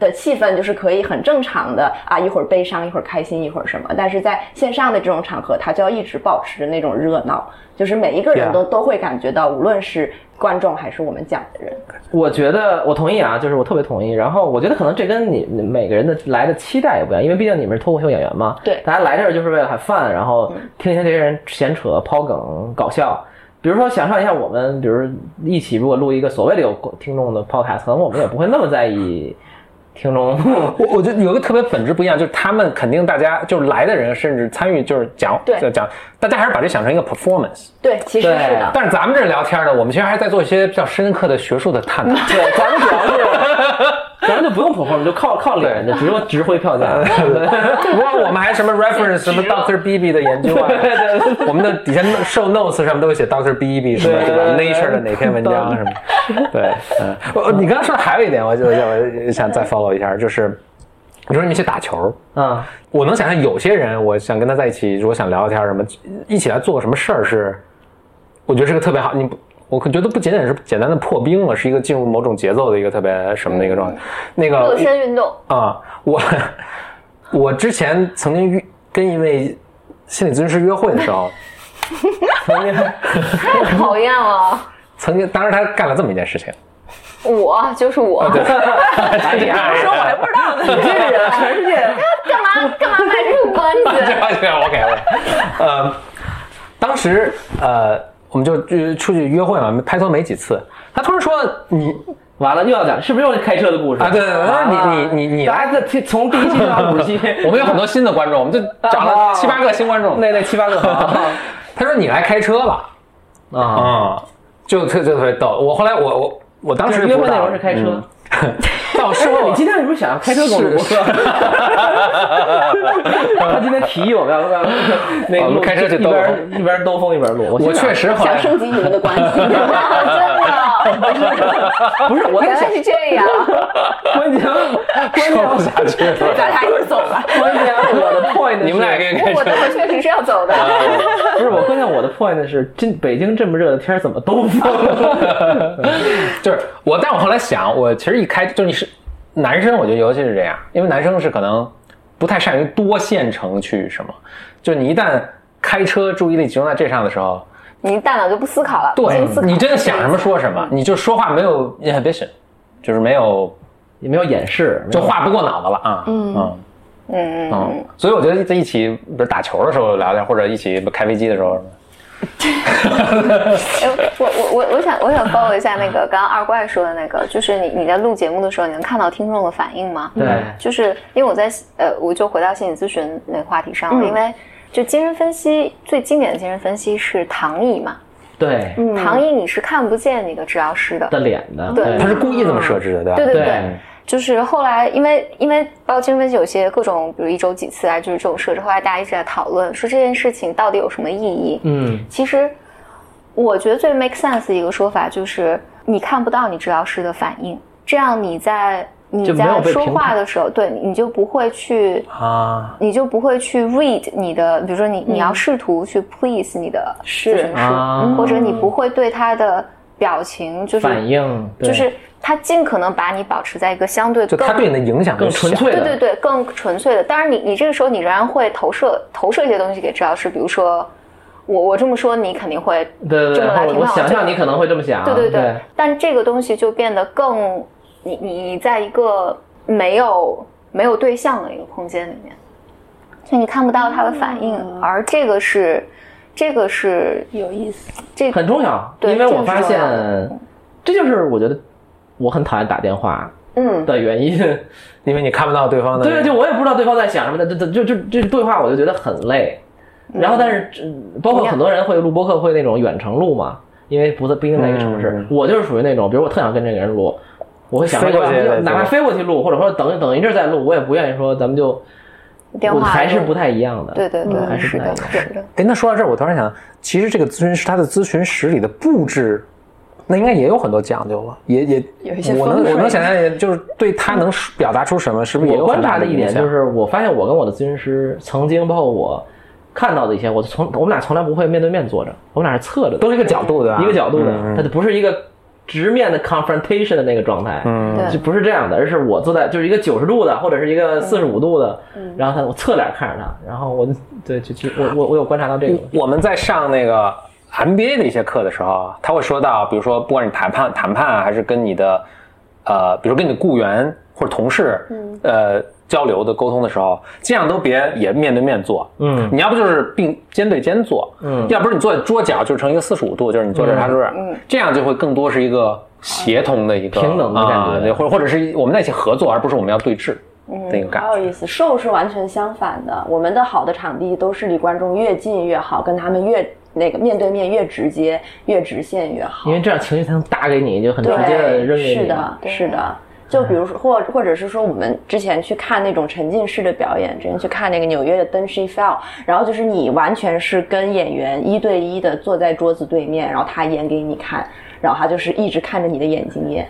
[SPEAKER 6] 的气氛就是可以很正常的啊，一会儿悲伤，一会儿开心，一会儿什么。但是在线上的这种场合，他就要一直保持着那种热闹，就是每一个人
[SPEAKER 1] Yeah
[SPEAKER 6] 都都会感觉到，无论是观众还是我们讲的人，
[SPEAKER 3] 我觉得我同意啊，就是我特别同意。然后我觉得可能这跟你你每个人的来的期待也不一样，因为毕竟你们是脱口秀演员嘛，
[SPEAKER 6] 对
[SPEAKER 3] 大家来这儿就是为了 have fun，然后听一听这些人闲扯、抛梗、搞笑。比如说，想象一下我们，比如一起如果录一个所谓的有听众的 podcast，可能我们也不会那么在意听众。
[SPEAKER 1] 我我觉得有一个特别本质不一样，就是他们肯定大家就是来的人，甚至参与就是讲
[SPEAKER 6] 对
[SPEAKER 1] 就讲，大家还是把这想成一个 performance。
[SPEAKER 6] 对，其实是
[SPEAKER 3] 对
[SPEAKER 6] 的。
[SPEAKER 1] 但是咱们这聊天呢，我们其实还在做一些比较深刻的学术的探讨。
[SPEAKER 3] 对，咱们主要是，咱们就不用 perform，就靠靠脸，就
[SPEAKER 1] 对
[SPEAKER 3] 直直挥票价。
[SPEAKER 1] 不过我们还什么 reference 什么 Doctor Beebe 的研究啊，我们的底下 show notes 上面都会写 Doctor Beebe 什么
[SPEAKER 3] 对
[SPEAKER 1] 对吧？Nature 的哪篇文章啊什么，对，嗯，我你刚刚说的还有一点，我就我想再 follow 一下，就是你说你们去打球，
[SPEAKER 3] 嗯，
[SPEAKER 1] 我能想象有些人，我想跟他在一起，如果想聊聊天儿什么，一起来做个什么事儿是，我觉得是个特别好，你不。我可觉得不仅仅是简单的破冰了，是一个进入某种节奏的一个特别什么的一个状态。那个
[SPEAKER 2] 热身 运动，
[SPEAKER 1] 啊，我我之前曾经约跟一位心理咨询师约会的时候， 曾经
[SPEAKER 2] 太讨厌了。
[SPEAKER 1] 曾经，当时他干了这么一件事情，
[SPEAKER 2] 我就是我，
[SPEAKER 1] 啊这样
[SPEAKER 7] 哎 说我还不知 道呢，
[SPEAKER 3] 这个
[SPEAKER 6] 啊
[SPEAKER 3] 全世界
[SPEAKER 2] 干嘛干嘛卖这种 关
[SPEAKER 1] 对
[SPEAKER 2] 子？
[SPEAKER 1] 对，OK OK，呃，当时呃，我们就就出去约会嘛，拍拖没几次，他突然说你
[SPEAKER 3] 完了又要讲，是不是又是开车的故事
[SPEAKER 1] 啊对对对
[SPEAKER 3] 完了
[SPEAKER 1] 你你你
[SPEAKER 3] 大家这从第一期到五期
[SPEAKER 1] ，我们有很多新的观众，我们就找了七八个新观众，
[SPEAKER 3] 啊那那七八个啊
[SPEAKER 1] 他说你来开车吧，
[SPEAKER 3] 啊，
[SPEAKER 1] 啊，就特就特别逗。我后来我我我当时
[SPEAKER 3] 就是约会
[SPEAKER 1] 不知
[SPEAKER 3] 内
[SPEAKER 1] 道
[SPEAKER 3] 容是开车。
[SPEAKER 1] 嗯到事
[SPEAKER 3] 哎
[SPEAKER 1] 后
[SPEAKER 3] 你今天是不是想要开车跟我录播
[SPEAKER 1] 是
[SPEAKER 3] 客？ 他今天提议我们要不 要那个
[SPEAKER 1] 我们
[SPEAKER 3] 录
[SPEAKER 1] 开车去
[SPEAKER 3] 一
[SPEAKER 1] 兜
[SPEAKER 3] 边一边兜风一边录。
[SPEAKER 1] 我
[SPEAKER 3] 心想
[SPEAKER 1] 确实后
[SPEAKER 6] 想
[SPEAKER 1] 来
[SPEAKER 6] 升级你们的关 系。
[SPEAKER 3] 不是我在
[SPEAKER 7] 原
[SPEAKER 3] 想
[SPEAKER 7] 来，是这 样，
[SPEAKER 3] 关键
[SPEAKER 1] 说
[SPEAKER 3] 关
[SPEAKER 1] 不
[SPEAKER 3] 键
[SPEAKER 1] 下去 了。
[SPEAKER 7] 咱俩一会儿走吧。
[SPEAKER 3] 关键 我的 point 是
[SPEAKER 1] 你们俩可以开
[SPEAKER 7] 我
[SPEAKER 1] 车
[SPEAKER 7] 待。会儿确实是要走的，
[SPEAKER 1] 啊
[SPEAKER 3] 不是我关键我的 point 是，今北京这么热的天儿怎么兜 风？
[SPEAKER 1] 就是我，但我后来想，我其实一开就你是男生，我觉得尤其是这样，因为男生是可能不太善于多线程去什么，就你一旦开车注意力集中在这上的时候，
[SPEAKER 2] 你大脑就不思考了，不
[SPEAKER 1] 对
[SPEAKER 2] 经思考
[SPEAKER 1] 你真的想什么说什
[SPEAKER 3] 嗯
[SPEAKER 1] 么，你就说话没有 inhibition，就是没有
[SPEAKER 3] 也没有掩饰，
[SPEAKER 1] 就话不过脑子了啊，嗯嗯。
[SPEAKER 2] 嗯嗯
[SPEAKER 1] 嗯，所以我觉得在一起，比如打球的时候聊聊，或者一起开飞机的时候，
[SPEAKER 2] 哎，我我我我想我想 follow 一下那 个刚刚二怪说的那个，就是你你在录节目的时候，你能看到听众的反应吗？
[SPEAKER 3] 对
[SPEAKER 1] 哎
[SPEAKER 2] 就是因为我在呃，我就回到心理咨询那个话题上了，因为就精神分析最经典的精神分析是唐毅嘛，
[SPEAKER 3] 对
[SPEAKER 2] 唐毅你是看不见你的治疗师的，
[SPEAKER 3] 的脸的，
[SPEAKER 2] 对
[SPEAKER 1] 他是故意这么设置的，对吧？
[SPEAKER 2] 对对
[SPEAKER 3] 对
[SPEAKER 2] 对，就是后来，因为因为包括精神分析有些各种，比如一周几次啊，就是这种设置。后来大家一直在讨论，说这件事情到底有什么意义？
[SPEAKER 3] 嗯，
[SPEAKER 2] 其实我觉得最 make sense 的一个说法就是，你看不到你治疗师的反应，这样你在你
[SPEAKER 3] 就没有
[SPEAKER 2] 在
[SPEAKER 3] 被
[SPEAKER 2] 说
[SPEAKER 3] 评
[SPEAKER 2] 话
[SPEAKER 3] 判
[SPEAKER 2] 的时候，对，你就不会去，
[SPEAKER 1] 啊，
[SPEAKER 2] 你就不会去 read 你的，比如说你你要试图去 please 你的咨询师，
[SPEAKER 3] 啊
[SPEAKER 2] 或者你不会对他的表情就是
[SPEAKER 3] 反应对
[SPEAKER 2] 就是他尽可能把你保持在一个相对
[SPEAKER 1] 就他
[SPEAKER 2] 更
[SPEAKER 1] 对你的影响
[SPEAKER 3] 更纯粹
[SPEAKER 2] 对对
[SPEAKER 3] 的，
[SPEAKER 2] 对更纯粹的。当然你，你这个时候你仍然会投射投射一些东西给治疗师，比如说我我这么说，你肯定会
[SPEAKER 3] 对对
[SPEAKER 2] 这么
[SPEAKER 3] 对，
[SPEAKER 2] 来
[SPEAKER 3] 我
[SPEAKER 2] 挺
[SPEAKER 3] 我
[SPEAKER 2] 好
[SPEAKER 3] 想
[SPEAKER 2] 这
[SPEAKER 3] 象
[SPEAKER 2] 个
[SPEAKER 3] 你可能会这么想，
[SPEAKER 2] 对对对。
[SPEAKER 3] 啊对，
[SPEAKER 2] 但这个东西就变得更你你你在一个没有没有对象的一个空间里面，所以你看不到他的反应，
[SPEAKER 3] 嗯
[SPEAKER 2] 而这个是这个是
[SPEAKER 6] 有意思，
[SPEAKER 2] 这个
[SPEAKER 3] 很重要，
[SPEAKER 2] 对
[SPEAKER 3] 因为我发
[SPEAKER 2] 这
[SPEAKER 3] 现
[SPEAKER 2] 个是，
[SPEAKER 3] 这就是我觉得我很讨厌打电话
[SPEAKER 2] 嗯
[SPEAKER 3] 的原因。
[SPEAKER 1] 因为你看不到对方的。
[SPEAKER 3] 对，就我也不知道对方在想什么的，这这就就这对话我就觉得很累。然后，但是嗯包括很多人会录播客，会那种远程录嘛，因为不在不一定在一个城市
[SPEAKER 1] 嗯。
[SPEAKER 3] 我就是属于那种，比如我特想跟这个人录，我会想
[SPEAKER 1] 飞过去
[SPEAKER 3] 哎
[SPEAKER 1] 对
[SPEAKER 3] 哪怕飞过去录，或者说等等一阵儿再录，我也不愿意说咱们就
[SPEAKER 2] 电
[SPEAKER 3] 我
[SPEAKER 2] 话
[SPEAKER 3] 还是
[SPEAKER 2] 录
[SPEAKER 3] 不太一样的。
[SPEAKER 2] 对对对、
[SPEAKER 3] 嗯还是
[SPEAKER 2] 是
[SPEAKER 3] 不太
[SPEAKER 2] 的
[SPEAKER 3] 一样。
[SPEAKER 2] 是的。
[SPEAKER 1] 哎，那说到这儿，我突然想，其实这个咨询师他的咨询室里的布置，那应该也有很多讲究吧？也也
[SPEAKER 7] 有一些
[SPEAKER 1] 我能
[SPEAKER 7] 风水
[SPEAKER 1] 我能想象，就是对他能表达出什么，是不是也
[SPEAKER 3] 我
[SPEAKER 1] 有很
[SPEAKER 3] 观
[SPEAKER 1] 大
[SPEAKER 3] 察的一
[SPEAKER 1] 影
[SPEAKER 3] 点
[SPEAKER 1] 响
[SPEAKER 3] 就是，我发现我跟我的咨询师曾经，包括我看到的一些，我从我们俩从来不会面对面坐着，我们俩是侧着的，
[SPEAKER 1] 都是一个角度的啊，
[SPEAKER 3] 一个角度的，
[SPEAKER 1] 嗯
[SPEAKER 3] 它就不是一个直面的 confrontation 的那个状态，
[SPEAKER 1] 嗯
[SPEAKER 2] 对
[SPEAKER 3] 就不是这样的，而是我坐在就是一个九十度的或者是一个四十五度的，然后他我侧脸看着他，然后我对就就我我我有观察到这个，
[SPEAKER 1] 我们在上那个 MBA 的一些课的时候，啊他会说到，比如说，不管你谈判谈判啊还是跟你的呃，比如跟你的雇员或者同事，呃，交流的沟通的时候，尽量都别也面对面坐，
[SPEAKER 3] 嗯
[SPEAKER 1] 你要不就是并肩对肩坐，
[SPEAKER 3] 嗯
[SPEAKER 1] 要不是你坐在桌角，就成一个四十五度，就是你坐这儿，
[SPEAKER 3] 嗯
[SPEAKER 1] 他坐这儿，这样就会更多是一个协同的一个
[SPEAKER 3] 平等的感觉
[SPEAKER 1] 啊对或者或者是我们在一起合作，而不是我们要对峙的一个感
[SPEAKER 6] 好有意思。瘦是完全相反的，我们的好的场地都是离观众越近越好，跟他们越那个面对面越直接，越直线越好
[SPEAKER 3] 因。为这样情绪才能打给你，就很直
[SPEAKER 6] 对，
[SPEAKER 3] 接的扔给你，
[SPEAKER 6] 是的，是的。就比如说，或或者是说，我们之前去看那种沉浸式的表演，之前去看那个纽约的《Then She Fell》，然后就是你完全是跟演员一对一的坐在桌子对面，然后他演给你看，然后他就是一直看着你的眼睛演，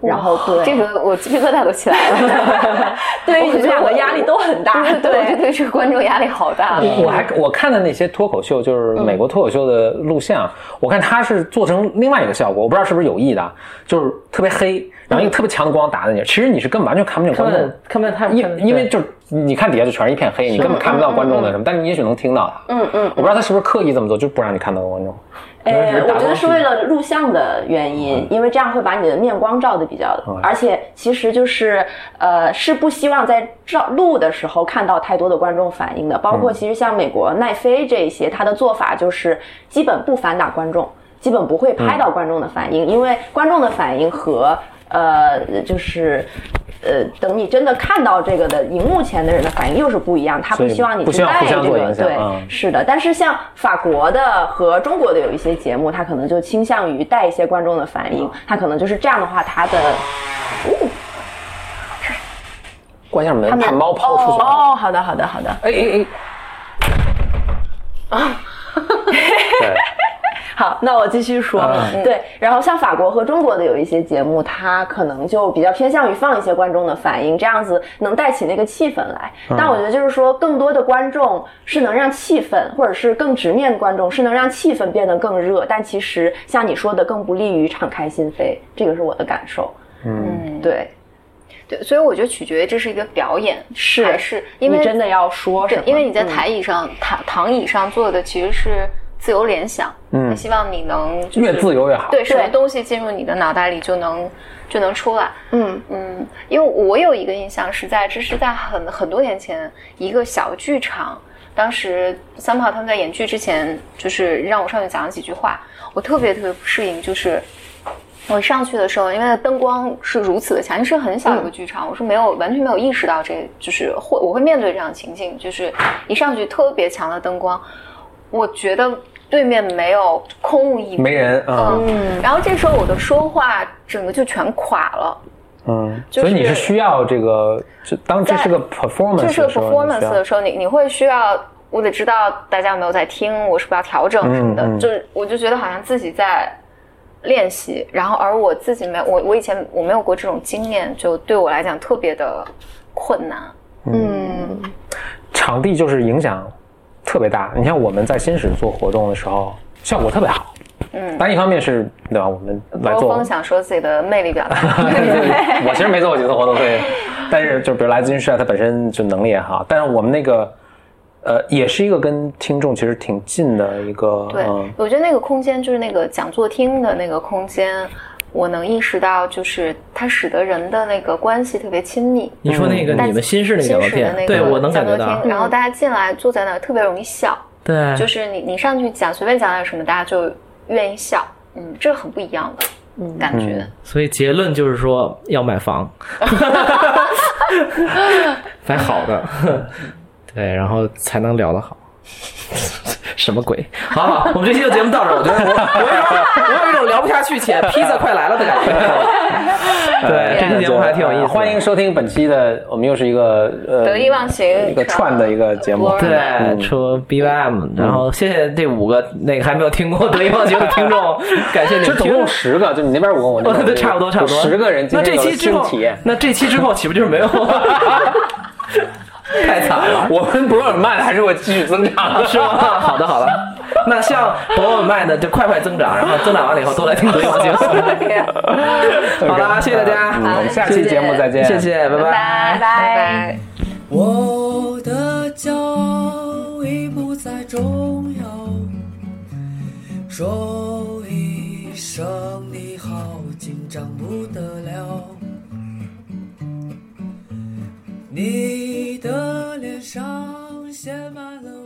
[SPEAKER 6] 然后对
[SPEAKER 8] 这个我鸡皮疙瘩都起来 了。
[SPEAKER 6] 对于
[SPEAKER 8] 我
[SPEAKER 6] 你们两个压力都很大，
[SPEAKER 8] 对对，我就对这个观众压力好
[SPEAKER 2] 啊
[SPEAKER 8] 大。
[SPEAKER 1] 我还我看的那些脱口秀，就是美国脱口秀的录像，我看他是做成另外一个效果，我不知道是不是有意的，就是特别黑，然后一个特别强的光打在你，其实你是根本完全看不见
[SPEAKER 3] 看
[SPEAKER 1] 观
[SPEAKER 3] 不
[SPEAKER 1] 众
[SPEAKER 3] 见，看不见太
[SPEAKER 1] 嗯因因为就是你看底下就全是一片黑，你根本看不到观众的什么，但你也许能听到他。
[SPEAKER 6] 嗯嗯
[SPEAKER 1] 我不知道他是不是刻意这么做，就不让你看到观众。
[SPEAKER 6] 呃
[SPEAKER 3] 只是，打光
[SPEAKER 6] 我觉得是
[SPEAKER 3] 机
[SPEAKER 6] 为了录像的原因，因为这样会把你的面光照的比较
[SPEAKER 1] 嗯，
[SPEAKER 6] 而且其实就是呃是不希望在照录的时候看到太多的观众反应的。包括其实像美国奈飞这一些，它的做法就是基本不反打观众，基本不会拍到观众的反应，因为观众的反应和呃就是。呃，等你真的看到这个的荧幕前的人的反应又是不一样，他
[SPEAKER 1] 所
[SPEAKER 6] 不
[SPEAKER 1] 以
[SPEAKER 6] 希望你
[SPEAKER 1] 不
[SPEAKER 6] 去
[SPEAKER 1] 希望
[SPEAKER 6] 带
[SPEAKER 1] 互
[SPEAKER 6] 这
[SPEAKER 1] 相做
[SPEAKER 6] 个，
[SPEAKER 1] 影响
[SPEAKER 6] 对，
[SPEAKER 1] 嗯
[SPEAKER 6] 是的，但是像法国的和中国的有一些节目，它可能就倾向于带一些观众的反
[SPEAKER 1] 嗯
[SPEAKER 6] 应，它可能就是这样的话，它的
[SPEAKER 1] 关一下门，怕猫跑出去。
[SPEAKER 6] 哦，好的，好的，好的，
[SPEAKER 1] 哎哎哎！对， 嗯
[SPEAKER 6] 好，那我继续说，对，然后像法国和中国的有一些节目，它可能就比较偏向于放一些观众的反应，这样子能带起那个气氛来。
[SPEAKER 1] 嗯
[SPEAKER 6] 但我觉得就是说，更多的观众是能让气氛，或者是更直面的观众是能让气氛变得更热，但其实像你说的，更不利于敞开心扉，这个是我的感受。
[SPEAKER 2] 嗯，
[SPEAKER 6] 对，
[SPEAKER 2] 对，所以我觉得取决于这是一个表演，
[SPEAKER 6] 是
[SPEAKER 2] 还是因为
[SPEAKER 6] 你真的要说什
[SPEAKER 2] 对
[SPEAKER 6] 么，，
[SPEAKER 2] 因为你在
[SPEAKER 6] 嗯
[SPEAKER 2] 台椅上、躺躺椅上做的其实是自由联想，
[SPEAKER 1] 嗯
[SPEAKER 2] 希望你能就是
[SPEAKER 1] 越自由越好。
[SPEAKER 2] 对什么
[SPEAKER 6] 对
[SPEAKER 2] 东西进入你的脑袋里就能就能出来。
[SPEAKER 6] 嗯
[SPEAKER 2] 嗯，因为我有一个印象是在，这是在很很多年前一个小剧场，当时三炮他们在演剧之前，就是让我上去讲了几句话，我特别特别不适应，就是。我上去的时候，因为灯光是如此的强，因为是很小一个剧场，我是没有完全没有意识到这，就是会我会面对这样的情境，就是一上去特别强的灯光，我觉得对面没有空无一物，
[SPEAKER 1] 没人啊，
[SPEAKER 2] 嗯，然后这时候我的说话整个就全垮了，
[SPEAKER 1] 嗯，
[SPEAKER 2] 就
[SPEAKER 1] 所
[SPEAKER 2] 是
[SPEAKER 1] 以你是需要这个，就当这是个 performance，
[SPEAKER 2] 这是个
[SPEAKER 1] 的时候你
[SPEAKER 2] performance
[SPEAKER 1] 需要
[SPEAKER 2] 的时候，你你会需要，我得知道大家有没有在听，我是不是要调整什么的，
[SPEAKER 1] 嗯嗯
[SPEAKER 2] 就是我就觉得好像自己在练习，然后而我自己没有，我我以前我没有过这种经验，就对我来讲特别的困难，
[SPEAKER 6] 嗯
[SPEAKER 1] 场地就是影响特别大。你像我们在新史做活动的时候，效果特别好。
[SPEAKER 2] 嗯，
[SPEAKER 1] 但一方面是对吧，我们来
[SPEAKER 2] 周
[SPEAKER 1] 做
[SPEAKER 2] 峰想说自己的魅力表 达，
[SPEAKER 1] 我其实没做过几次活动，对。但是就比如来自军时代，它本身就能力也好，但是我们那个，呃，也是一个跟听众其实挺近的一个，嗯
[SPEAKER 2] 对，我觉得那个空间就是那个讲座厅的那个空间。我能意识到，就是它使得人的那个关系特别亲密。
[SPEAKER 3] 你说那个
[SPEAKER 2] 嗯但
[SPEAKER 3] 你们新式那个
[SPEAKER 2] 新
[SPEAKER 3] 讲座
[SPEAKER 2] 式的那个
[SPEAKER 3] 片，对我能感觉
[SPEAKER 2] 讲座
[SPEAKER 3] 到嗯
[SPEAKER 2] 厅，然后大家进来坐在那儿特别容易笑，
[SPEAKER 3] 对，
[SPEAKER 2] 就是你你上去讲随便讲点什么，大家就愿意笑，嗯，这很不一样的感觉。
[SPEAKER 3] 所以结论就是说要 买房，买好的，对，然后才能聊得好。什么鬼？好好，我们这期就节目到这儿。我觉得我我有一种我有一种聊不下去且披萨快来了的感觉。
[SPEAKER 1] 呃
[SPEAKER 3] 对，这期节目还挺有意思的。
[SPEAKER 1] 欢迎收听本期的，我们又是一个呃
[SPEAKER 2] 得意忘形
[SPEAKER 1] 一个串的一个节目，
[SPEAKER 2] 对
[SPEAKER 3] 对，出 BYM，然后谢谢这五个那个还没有听过《得意 忘形》的听众，感谢你
[SPEAKER 1] 就
[SPEAKER 3] 们
[SPEAKER 1] 总
[SPEAKER 3] 听
[SPEAKER 1] 共。十个，就你那边五 个，我那边五个
[SPEAKER 3] 对，差不多，差不多。
[SPEAKER 1] 有十个人今
[SPEAKER 3] 那
[SPEAKER 1] 天有
[SPEAKER 3] 这
[SPEAKER 1] 了
[SPEAKER 3] 期之
[SPEAKER 1] 新
[SPEAKER 3] 后
[SPEAKER 1] 体验，。
[SPEAKER 3] 那这期之后岂不就是没有？ 太惨了。
[SPEAKER 1] 我们博尔曼还是会继续增长的，
[SPEAKER 3] 是吗？好的，好的。那像博尔曼的就快快增长，然后增长完了以后都来听德云 节目。好啦，谢谢大家，
[SPEAKER 1] 嗯我们下期节目再见，
[SPEAKER 3] 谢谢，拜拜。
[SPEAKER 2] 拜拜。
[SPEAKER 4] 我的骄傲已不再重要，说一声你好，紧张不得了。你的脸上写满了